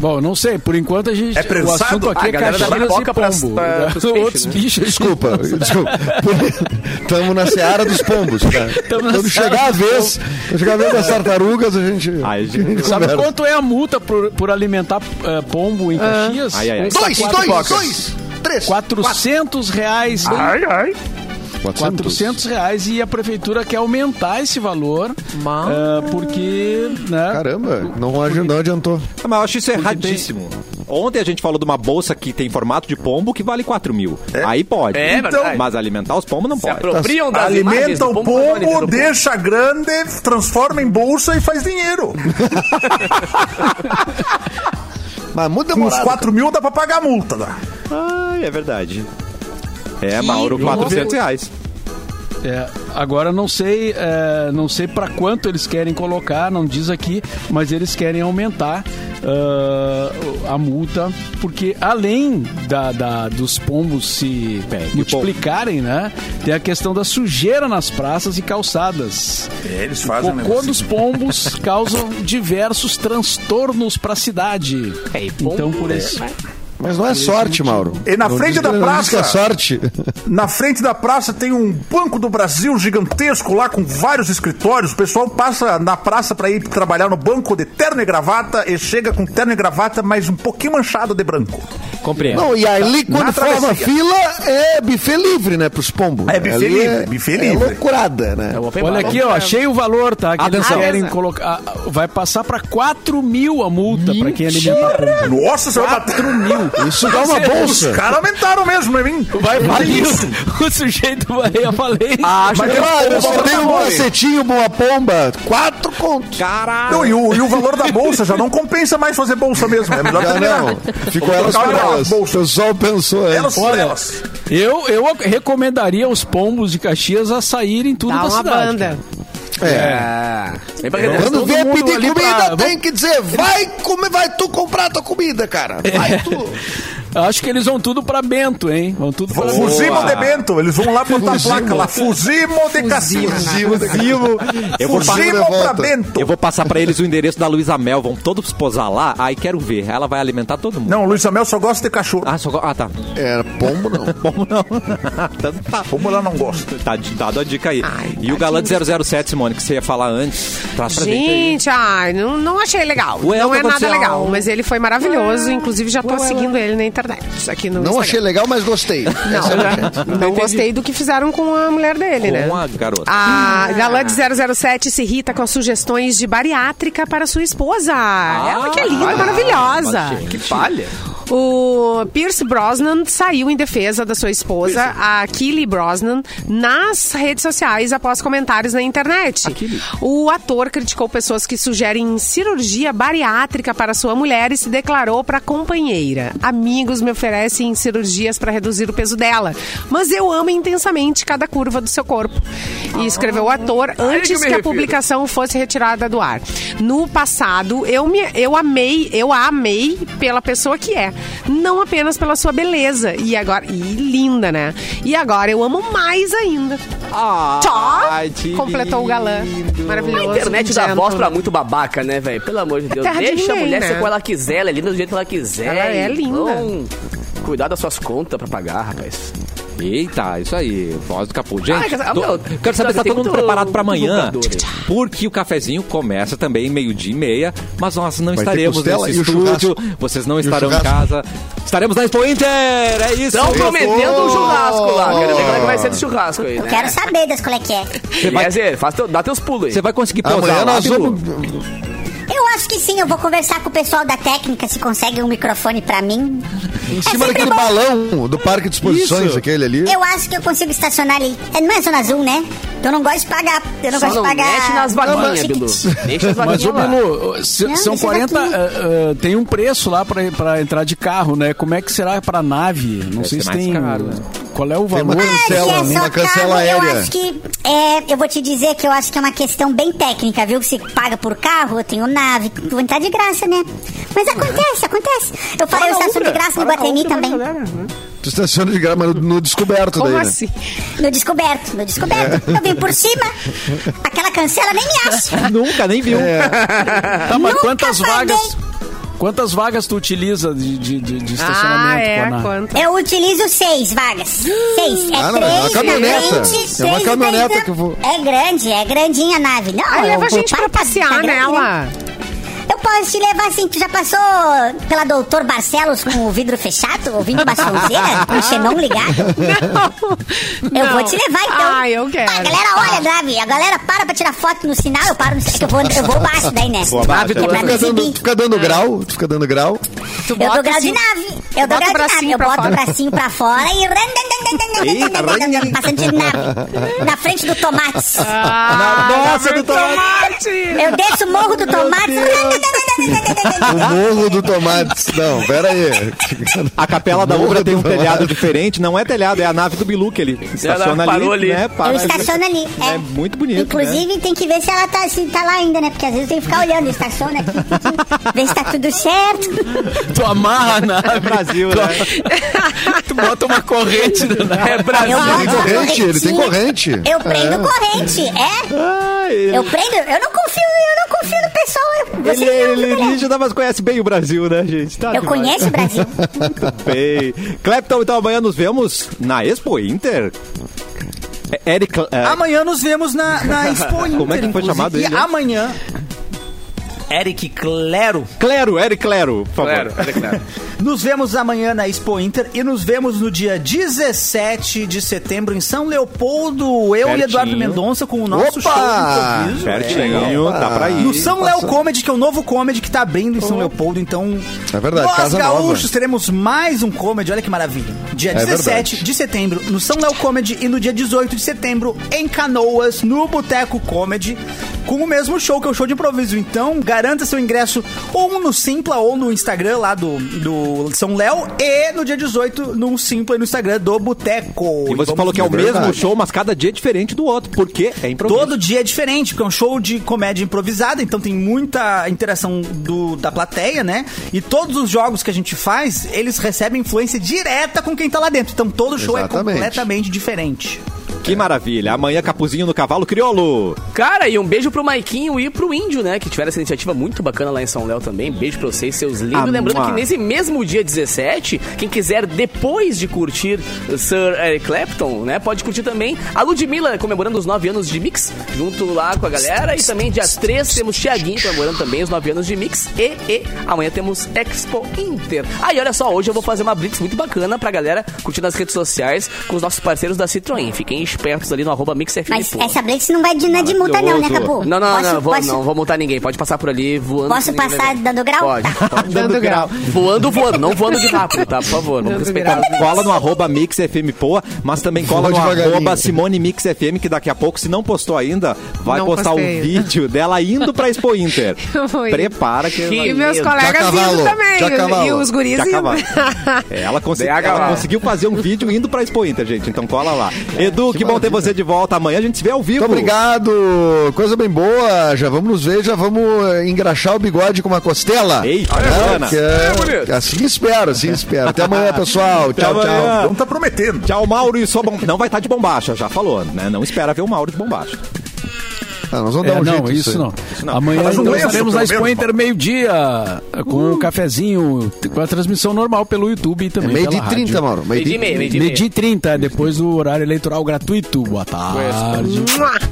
[SPEAKER 5] Bom, não sei. Por enquanto a gente.
[SPEAKER 4] É
[SPEAKER 5] o
[SPEAKER 4] prensado?
[SPEAKER 5] assunto aqui
[SPEAKER 3] Ah, a
[SPEAKER 5] é
[SPEAKER 3] galera dá
[SPEAKER 5] Caxias e
[SPEAKER 3] pipoca pras-
[SPEAKER 5] pombo.
[SPEAKER 3] pra- pros peixes,
[SPEAKER 5] Outros
[SPEAKER 3] né?
[SPEAKER 5] bichos.
[SPEAKER 6] Desculpa, desculpa. Estamos na seara dos pombos. Tá?
[SPEAKER 5] na seara
[SPEAKER 6] Quando chegar a
[SPEAKER 5] dos
[SPEAKER 6] vez, quando chegar a vez das tartarugas, a gente.
[SPEAKER 1] Ai, gente.
[SPEAKER 6] a gente
[SPEAKER 5] Sabe
[SPEAKER 6] conversa.
[SPEAKER 5] quanto é a multa por, por alimentar eh, pombo em Caxias?
[SPEAKER 1] Ai, ai, ai.
[SPEAKER 5] Um
[SPEAKER 6] Dois,
[SPEAKER 5] saco de
[SPEAKER 6] dois,
[SPEAKER 5] pipocas.
[SPEAKER 6] dois, três.
[SPEAKER 5] 400 reais. hein?
[SPEAKER 6] Quatrocentos.
[SPEAKER 5] 400 reais e a prefeitura quer aumentar esse valor eh, porque né
[SPEAKER 6] Caramba, não, adi- não adiantou.
[SPEAKER 1] Ah, Mas eu acho isso erradíssimo. Ontem a gente falou de uma bolsa que tem formato de pombo que vale 4 mil. Aí pode.
[SPEAKER 3] É verdade.
[SPEAKER 1] mas alimentar os pombos não
[SPEAKER 3] Se
[SPEAKER 1] pode.
[SPEAKER 3] apropriam das imagens
[SPEAKER 4] Alimenta
[SPEAKER 3] do né?
[SPEAKER 4] o
[SPEAKER 3] pombo, mas não alimenta
[SPEAKER 4] pombo,
[SPEAKER 3] o pombo.
[SPEAKER 4] deixa grande, transforma em bolsa e faz dinheiro.
[SPEAKER 6] Mas muda
[SPEAKER 4] Com uns
[SPEAKER 6] demorado.
[SPEAKER 4] 4 mil dá pra pagar a multa. Dá.
[SPEAKER 1] Ah, é verdade. É, Mauro,
[SPEAKER 5] louco.
[SPEAKER 1] 400 reais.
[SPEAKER 5] É, agora não sei, é, não sei para quanto eles querem colocar, não diz aqui, mas eles querem aumentar ah, a multa, porque além da, da- dos pombos se
[SPEAKER 1] É, e o
[SPEAKER 5] multiplicarem, né, tem a questão da sujeira nas praças e calçadas.
[SPEAKER 1] É,
[SPEAKER 4] Eles
[SPEAKER 5] O
[SPEAKER 3] é um
[SPEAKER 1] um
[SPEAKER 4] fazem
[SPEAKER 5] cocô dos pombos causam diversos transtornos para a cidade.
[SPEAKER 3] É, e pombo,
[SPEAKER 5] Então por
[SPEAKER 3] né?
[SPEAKER 5] isso.
[SPEAKER 6] Mas não é sorte, Mauro.
[SPEAKER 4] E na
[SPEAKER 6] Não
[SPEAKER 4] frente
[SPEAKER 6] diz-
[SPEAKER 4] da
[SPEAKER 6] não diz
[SPEAKER 4] praça?
[SPEAKER 6] que é sorte.
[SPEAKER 4] Na frente da praça tem um Banco do Brasil gigantesco lá com vários escritórios. O pessoal passa na praça pra ir trabalhar no banco de terno e gravata e chega com terno e gravata, mas um pouquinho manchado de branco.
[SPEAKER 5] É.
[SPEAKER 1] Compreendo.
[SPEAKER 6] Não, e ali quando forma
[SPEAKER 4] travessia.
[SPEAKER 6] fila é buffet livre, né, pros pombos.
[SPEAKER 4] É buffet
[SPEAKER 6] Ali
[SPEAKER 4] livre, buffet
[SPEAKER 6] É
[SPEAKER 4] livre.
[SPEAKER 6] loucurada, né?
[SPEAKER 3] É o open
[SPEAKER 5] Olha
[SPEAKER 3] bar.
[SPEAKER 5] aqui, ó, achei o valor, tá? Que eles
[SPEAKER 1] Atenção.
[SPEAKER 5] querem colocar. ah, Vai passar pra 4 mil a multa pra quem alimentar pombo.
[SPEAKER 4] Nossa, senhora, tá
[SPEAKER 5] mil.
[SPEAKER 6] Isso dá uma
[SPEAKER 4] os
[SPEAKER 6] bolsa.
[SPEAKER 4] caras aumentaram mesmo, não é mim?
[SPEAKER 5] Vai valer isso. Ah, O sujeito vai à falência.
[SPEAKER 3] Acho
[SPEAKER 6] Mas
[SPEAKER 3] que
[SPEAKER 6] claro,
[SPEAKER 3] o
[SPEAKER 6] só
[SPEAKER 3] pombo
[SPEAKER 6] tem um
[SPEAKER 3] tá bom, hein?
[SPEAKER 6] macetinho, boa pomba, quatro contos.
[SPEAKER 1] Caralho.
[SPEAKER 4] Não, e, o, e o valor da bolsa já não compensa mais fazer bolsa mesmo. É melhor
[SPEAKER 6] Já
[SPEAKER 4] terminar.
[SPEAKER 6] não. Ficou elas por
[SPEAKER 4] Calma,
[SPEAKER 6] elas. O
[SPEAKER 4] bolsa.
[SPEAKER 6] pessoal pensou é.
[SPEAKER 4] Elas
[SPEAKER 6] antes.
[SPEAKER 4] por elas.
[SPEAKER 5] Eu, eu recomendaria aos pombos de Caxias a saírem tudo
[SPEAKER 2] Dá
[SPEAKER 5] da
[SPEAKER 2] Tá uma
[SPEAKER 5] cidade.
[SPEAKER 2] banda.
[SPEAKER 5] cara.
[SPEAKER 6] É.
[SPEAKER 3] Vem pra cá.
[SPEAKER 6] Quando
[SPEAKER 5] todo
[SPEAKER 6] vier
[SPEAKER 5] mundo
[SPEAKER 6] pedir
[SPEAKER 5] ali pra-
[SPEAKER 6] comida,
[SPEAKER 5] vamos-
[SPEAKER 6] tem que dizer, vai comer, vai tu comprar tua comida, cara. Vai tu.
[SPEAKER 5] Acho que eles vão tudo pra Bento, hein? Vão tudo pra Bento.
[SPEAKER 4] Fuzimo de Bento. Eles vão lá botar a placa lá. Fuzimo de Cacias.
[SPEAKER 1] Fuzilo. Eu vou,
[SPEAKER 6] Fuzilo.
[SPEAKER 1] passar,
[SPEAKER 4] Fuzimo pra
[SPEAKER 6] volta.
[SPEAKER 4] Bento.
[SPEAKER 1] eu vou passar pra eles o endereço da Luísa Mel. Vão todos posar lá. Aí quero ver. Ela vai alimentar todo mundo.
[SPEAKER 4] Não, o Luiz Amel só gosta de cachorro.
[SPEAKER 1] Ah, só... go- ah tá.
[SPEAKER 6] É, pombo não.
[SPEAKER 1] Como não? Tanto
[SPEAKER 3] Ah.
[SPEAKER 1] tá.
[SPEAKER 4] Como ela não gosta.
[SPEAKER 1] Tá d- dado a dica aí. e o galã de 007, Simone, que você ia falar antes, traz pra gente. aí.
[SPEAKER 2] Gente, ai, não, não achei legal.
[SPEAKER 1] Ué, o
[SPEAKER 2] não
[SPEAKER 1] que
[SPEAKER 2] é nada
[SPEAKER 1] aconteceu?
[SPEAKER 2] legal, mas ele foi maravilhoso. Inclusive, já tô seguindo ele na internet. Aqui no
[SPEAKER 6] Não
[SPEAKER 2] Instagram.
[SPEAKER 6] achei legal, mas gostei. Essa é a verdade.
[SPEAKER 2] Não, não gostei do que fizeram com a mulher dele, né?
[SPEAKER 1] Com a garota.
[SPEAKER 2] A galã de 007 se irrita com as sugestões de bariátrica para sua esposa. Ela que é linda, maravilhosa.
[SPEAKER 3] Que palha.
[SPEAKER 2] O Pierce Brosnan saiu em defesa da sua esposa, a Kylie Brosnan, nas redes sociais após comentários na internet. O ator criticou pessoas que sugerem cirurgia bariátrica para sua mulher e se declarou para a companheira. Amigos me oferecem cirurgias para reduzir o peso dela, mas eu amo intensamente cada curva do seu corpo. E escreveu o ator antes
[SPEAKER 8] me
[SPEAKER 2] que a
[SPEAKER 8] refiro.
[SPEAKER 2] publicação publicação fosse retirada do ar. No passado, eu me eu amei, eu a amei pela pessoa que é, não apenas pela sua beleza. E agora, e linda, né? E agora eu amo mais ainda. Ah, Tchau!
[SPEAKER 1] que
[SPEAKER 2] Completou o galã.
[SPEAKER 3] A
[SPEAKER 2] Maravilhoso.
[SPEAKER 3] internet
[SPEAKER 2] um
[SPEAKER 3] dá voz pra
[SPEAKER 2] gentleman.
[SPEAKER 3] muito babaca, né, velho? Pelo amor de Deus.
[SPEAKER 2] terra de
[SPEAKER 3] Deixa a
[SPEAKER 2] ninguém,
[SPEAKER 3] mulher ser
[SPEAKER 2] né?
[SPEAKER 3] como ela quiser, ela é linda do jeito que ela quiser.
[SPEAKER 2] Ela é
[SPEAKER 3] e
[SPEAKER 2] linda.
[SPEAKER 3] vão Cuidar das suas contas pra pagar, rapaz.
[SPEAKER 1] Eita, isso aí, voz do capô. Gente,
[SPEAKER 3] Ah,
[SPEAKER 1] tô-
[SPEAKER 3] meu,
[SPEAKER 1] quero saber se tá
[SPEAKER 3] tem
[SPEAKER 1] todo mundo
[SPEAKER 3] muito-
[SPEAKER 1] preparado pra
[SPEAKER 3] muito
[SPEAKER 1] amanhã.
[SPEAKER 3] jogador.
[SPEAKER 1] Porque o cafezinho começa também meio-dia e meia, mas nós não
[SPEAKER 6] Vai ter
[SPEAKER 1] estaremos
[SPEAKER 6] costela
[SPEAKER 1] nesse
[SPEAKER 6] e o
[SPEAKER 1] estúdio,
[SPEAKER 6] churrasco.
[SPEAKER 1] vocês não
[SPEAKER 6] o
[SPEAKER 1] estarão em
[SPEAKER 6] churrasco.
[SPEAKER 1] casa. Estaremos na Expo Inter, é isso.
[SPEAKER 3] Estão
[SPEAKER 1] aí.
[SPEAKER 3] prometendo um churrasco lá. Quero ver como é que vai ser esse churrasco aí, né?
[SPEAKER 7] Quero saber das qual é que é.
[SPEAKER 3] Eliezer, faz teu, dá teus pulos aí.
[SPEAKER 1] Você vai conseguir posar
[SPEAKER 6] Amanhã
[SPEAKER 1] lá,
[SPEAKER 6] nós
[SPEAKER 1] Bilu?
[SPEAKER 6] vamos.
[SPEAKER 7] Eu acho que sim, eu vou conversar com o pessoal da técnica se consegue um microfone pra mim.
[SPEAKER 6] Em cima daquele balão do Parque de Exposições,
[SPEAKER 1] Isso.
[SPEAKER 6] aquele ali.
[SPEAKER 7] Eu acho que eu consigo estacionar ali. É, não é zona azul, né? Eu não gosto de pagar. Eu não
[SPEAKER 3] Só
[SPEAKER 7] gosto
[SPEAKER 3] não
[SPEAKER 7] de pagar.
[SPEAKER 3] mexe nas
[SPEAKER 1] é
[SPEAKER 3] vaguinhas,
[SPEAKER 7] ticket.
[SPEAKER 3] Bilu. Deixa as
[SPEAKER 5] Mas,
[SPEAKER 3] vaguinhas
[SPEAKER 5] ô,
[SPEAKER 3] lá.
[SPEAKER 5] Bilu, se-
[SPEAKER 7] Não,
[SPEAKER 5] são
[SPEAKER 7] deixa eu
[SPEAKER 5] 40.
[SPEAKER 7] aqui.
[SPEAKER 1] eh,
[SPEAKER 5] ah, ah, tem um preço lá pra, pra entrar de carro, né? Como é que será pra nave? Não
[SPEAKER 1] Deve ser
[SPEAKER 5] sei se
[SPEAKER 1] mais
[SPEAKER 5] tem.
[SPEAKER 1] caro, né?
[SPEAKER 5] Qual é o
[SPEAKER 6] Tem um uma
[SPEAKER 5] valor?
[SPEAKER 7] Ah, se é
[SPEAKER 6] cancela,
[SPEAKER 7] só
[SPEAKER 6] uma cancela
[SPEAKER 7] carro, Eu
[SPEAKER 6] aérea.
[SPEAKER 7] acho que. é, eu vou te dizer que eu acho que é uma questão bem técnica, viu? Que se paga por carro, eu tenho nave, vou entrar de graça, né? Mas acontece, acontece. Eu falei, eu estaciono de graça no Guatemi também.
[SPEAKER 6] Tu estaciona de graça, mas no, no descoberto
[SPEAKER 2] Como
[SPEAKER 6] daí, né?
[SPEAKER 2] assim?
[SPEAKER 7] No descoberto, no
[SPEAKER 6] É.
[SPEAKER 7] descoberto. Eu vim por cima, aquela cancela nem me acha.
[SPEAKER 1] Nunca nem viu.
[SPEAKER 6] É.
[SPEAKER 5] Tá, mas
[SPEAKER 7] Nunca
[SPEAKER 5] quantas
[SPEAKER 7] paguei.
[SPEAKER 5] vagas. Quantas vagas tu utiliza de, de, de- de estacionamento?
[SPEAKER 2] Ah, é,
[SPEAKER 5] com a nave?
[SPEAKER 2] quanto?
[SPEAKER 7] Eu utilizo seis vagas. Seis. É
[SPEAKER 6] Ah, não, mas é uma
[SPEAKER 7] três na
[SPEAKER 6] caminhoneta.
[SPEAKER 7] frente,
[SPEAKER 6] É uma
[SPEAKER 7] seis na-
[SPEAKER 6] caminhoneta que eu vou-
[SPEAKER 7] É grande, é grandinha a nave. Não,
[SPEAKER 2] Ah,
[SPEAKER 7] eu
[SPEAKER 2] leva a
[SPEAKER 7] vou-
[SPEAKER 2] gente pra
[SPEAKER 7] tá- tá
[SPEAKER 2] passear
[SPEAKER 7] grande, né?
[SPEAKER 2] nela.
[SPEAKER 7] Eu posso te levar assim, tu já passou pela Doutor Barcelos com o vidro fechado, ouvindo uma sonzeira, com o xenon ligado?
[SPEAKER 2] Não.
[SPEAKER 7] Eu
[SPEAKER 2] não.
[SPEAKER 7] vou te levar então.
[SPEAKER 2] Ah, eu quero.
[SPEAKER 7] Tá, a galera olha, Davi, a galera para pra tirar foto no sinal, eu paro no sinal, que eu vou, eu vou baixo daí, né?
[SPEAKER 6] Tu
[SPEAKER 7] Que é pra
[SPEAKER 6] fica,
[SPEAKER 7] não
[SPEAKER 6] dando,
[SPEAKER 7] subir.
[SPEAKER 6] tu fica dando grau, tu fica dando grau.
[SPEAKER 2] Tu
[SPEAKER 7] Eu
[SPEAKER 2] bota
[SPEAKER 7] dou grau de
[SPEAKER 2] assim-
[SPEAKER 7] nave. Eu dou
[SPEAKER 2] Bota o
[SPEAKER 7] grau de nave.
[SPEAKER 2] bracinho
[SPEAKER 7] Eu
[SPEAKER 2] pra
[SPEAKER 7] boto o
[SPEAKER 2] fora.
[SPEAKER 7] bracinho pra fora e. Passando de nave. Na frente do tomate.
[SPEAKER 2] Ah,
[SPEAKER 1] Nossa, do
[SPEAKER 7] Eu desço o morro do tomate.
[SPEAKER 6] O morro do tomate. Não, pera aí.
[SPEAKER 1] A capela da
[SPEAKER 6] Morro
[SPEAKER 1] Ubra tem um
[SPEAKER 6] do Mar.
[SPEAKER 1] telhado diferente. Não é telhado, é a nave do Bilu que ele estaciona ali.
[SPEAKER 3] parou ali.
[SPEAKER 1] Né,
[SPEAKER 7] Eu
[SPEAKER 1] para
[SPEAKER 7] estaciono ali. É,
[SPEAKER 1] É muito bonito,
[SPEAKER 7] Inclusive, tem que ver se ela tá, se tá lá ainda, né? Porque às vezes tem que ficar olhando, estaciona aqui, aqui, ver se tá tudo certo.
[SPEAKER 5] Tu amarra a
[SPEAKER 1] É
[SPEAKER 5] nave,
[SPEAKER 1] Brasil, né?
[SPEAKER 5] tu bota uma corrente na nave.
[SPEAKER 3] É Brasil.
[SPEAKER 7] Eu
[SPEAKER 6] Ele tem
[SPEAKER 7] boto a
[SPEAKER 6] corrente, ele tem corrente.
[SPEAKER 7] tá Eu prendo corrente, é?
[SPEAKER 1] Ah,
[SPEAKER 7] Eu prendo, eu não confio, eu não confio no pessoal. eu- Vocês
[SPEAKER 1] Ele, é
[SPEAKER 7] não,
[SPEAKER 1] ele,
[SPEAKER 7] mulher.
[SPEAKER 1] indígena, mas conhece bem o Brasil, né, gente? Tá
[SPEAKER 7] Eu
[SPEAKER 1] demais.
[SPEAKER 7] conheço o Brasil.
[SPEAKER 1] Muito bem. Clepton, então amanhã nos vemos na Expo Inter. É, Eric, é,
[SPEAKER 9] Amanhã nos vemos na, na Expo Inter,
[SPEAKER 1] Como é que foi
[SPEAKER 9] inclusive.
[SPEAKER 1] chamado
[SPEAKER 9] E
[SPEAKER 1] ele?
[SPEAKER 9] amanhã, Eric Clero.
[SPEAKER 1] Clero, Eric Clero, por favor.
[SPEAKER 3] Claro, é claro.
[SPEAKER 9] Nos vemos amanhã na Expo Inter e nos vemos no dia 17 de setembro em São Leopoldo. Eu e
[SPEAKER 1] Certinho.
[SPEAKER 9] Eduardo Mendonça com o nosso
[SPEAKER 6] Opa!
[SPEAKER 9] show de improviso.
[SPEAKER 1] Certinho, dá Tá pra ir.
[SPEAKER 9] No São Léo Comedy, que é o novo comedy que tá abrindo em São Leopoldo, então.
[SPEAKER 6] Uhum. É verdade,
[SPEAKER 9] nós
[SPEAKER 6] casa nova. É
[SPEAKER 9] gaúchos teremos mais um comedy, olha que maravilha. Dia 17
[SPEAKER 6] verdade.
[SPEAKER 9] de setembro no São Léo Comedy e no dia 18 de setembro em Canoas, no Boteco Comedy, com o mesmo show que é o show de improviso. Então, garanta seu ingresso ou no Simpla ou no Instagram lá do, do São Léo e no dia 18 no Simpla e no Instagram do Boteco.
[SPEAKER 1] E você
[SPEAKER 9] Vamos
[SPEAKER 1] falou que é o
[SPEAKER 6] É verdade.
[SPEAKER 1] mesmo show, mas cada dia é diferente do outro, porque é improviso.
[SPEAKER 9] Todo dia é diferente, porque é um show de comédia improvisada, então tem muita interação do, da plateia, né? E todos os jogos que a gente faz, eles recebem influência direta com quem tá lá dentro. Então todo show
[SPEAKER 6] Exatamente.
[SPEAKER 9] é completamente diferente.
[SPEAKER 1] Que maravilha. Amanhã, Capuzinho no Cavalo Criolo.
[SPEAKER 3] Cara, e um beijo pro Maiquinho e pro Índio, né? Que tiveram essa iniciativa muito bacana lá em São Léo também. Beijo pra vocês, seus lindos.
[SPEAKER 1] Amor.
[SPEAKER 3] Lembrando que nesse mesmo dia 17, quem quiser, depois de curtir eh, Sir Eric Clapton, né? Pode curtir também a Ludmilla comemorando os 9 anos de Mix, junto lá com a galera. E também dia 3 temos Thiaguinho comemorando também os 9 anos de Mix. E, e amanhã temos Expo Inter. Ah, e olha só, hoje eu vou fazer uma Blitz muito bacana pra galera curtir nas redes sociais com os nossos parceiros da Citroën. Fiquem bem espertos ali no arroba MixFM.
[SPEAKER 7] Mas
[SPEAKER 3] pô.
[SPEAKER 7] essa Blitz não vai de, não é de multa, não, né, Capu?
[SPEAKER 3] Não, não, não,
[SPEAKER 7] Posso-
[SPEAKER 3] não, vou,
[SPEAKER 7] posso-
[SPEAKER 3] não vou multar ninguém. Pode passar por ali voando. que
[SPEAKER 7] Posso
[SPEAKER 3] ninguém vai
[SPEAKER 7] passar
[SPEAKER 3] ver.
[SPEAKER 7] dando grau?
[SPEAKER 3] Pode.
[SPEAKER 7] Tá.
[SPEAKER 3] pode. Dando grau. Voando, voando. Não voando de rápido, tá? Por favor, vamos respeitar.
[SPEAKER 1] Cola no arroba MixFMPoa, mas também cola
[SPEAKER 6] Vou
[SPEAKER 1] no
[SPEAKER 6] devagarinho.
[SPEAKER 1] arroba Simone Mix FM, que daqui a pouco, se não postou ainda, vai
[SPEAKER 2] Não
[SPEAKER 1] postar
[SPEAKER 2] postei.
[SPEAKER 1] um vídeo dela indo pra Expo Inter.
[SPEAKER 2] Eu vou ir.
[SPEAKER 1] Prepara que...
[SPEAKER 2] E
[SPEAKER 3] Sim.
[SPEAKER 2] meus
[SPEAKER 3] Já
[SPEAKER 2] colegas
[SPEAKER 6] cavalo,
[SPEAKER 2] indo também. e
[SPEAKER 6] já
[SPEAKER 2] os- E
[SPEAKER 6] cavalo,
[SPEAKER 2] os guris
[SPEAKER 1] já
[SPEAKER 2] indo.
[SPEAKER 1] cavalo. É, Ela, consegui-
[SPEAKER 3] DH
[SPEAKER 1] ela
[SPEAKER 3] lá.
[SPEAKER 1] conseguiu fazer um vídeo indo pra Expo Inter, gente. Então cola lá. Edu, que, bom ter você de volta. Amanhã a gente se vê ao vivo.
[SPEAKER 6] É, Muito obrigado, coisa bem boa. Já vamos nos ver, já vamos eh, engraxar o bigode com uma costela.
[SPEAKER 1] Ei,
[SPEAKER 6] É,
[SPEAKER 1] bacana.
[SPEAKER 6] que é- assim espero, assim espero. Até amanhã, pessoal.
[SPEAKER 1] Até
[SPEAKER 6] Tchau,
[SPEAKER 1] amanhã.
[SPEAKER 6] tchau.
[SPEAKER 4] Não tá prometendo.
[SPEAKER 1] Tchau, Mauro. E só bom... Não vai estar de bombacha, já falou, né? Não espera ver o Mauro de bombacha.
[SPEAKER 6] Ah, nós vamos
[SPEAKER 5] É,
[SPEAKER 6] dar um
[SPEAKER 5] não,
[SPEAKER 6] jeito
[SPEAKER 5] isso,
[SPEAKER 6] nisso aí.
[SPEAKER 5] não. Amanhã
[SPEAKER 4] Faz um
[SPEAKER 5] então,
[SPEAKER 6] é assim,
[SPEAKER 4] lenço,
[SPEAKER 5] estaremos na
[SPEAKER 4] pelo
[SPEAKER 5] Expo
[SPEAKER 4] menos,
[SPEAKER 5] Inter meio-dia, com o cafezinho, t- com a transmissão normal pelo YouTube e também
[SPEAKER 6] Hum. É meio
[SPEAKER 5] pela
[SPEAKER 6] de 30,
[SPEAKER 5] rádio.
[SPEAKER 6] Mauro. Meio
[SPEAKER 3] É, Meio de
[SPEAKER 6] de
[SPEAKER 3] meia, meio de meia.
[SPEAKER 6] é.
[SPEAKER 5] Meio-dia e 30, depois do horário eleitoral gratuito. Boa tarde.
[SPEAKER 2] Mua!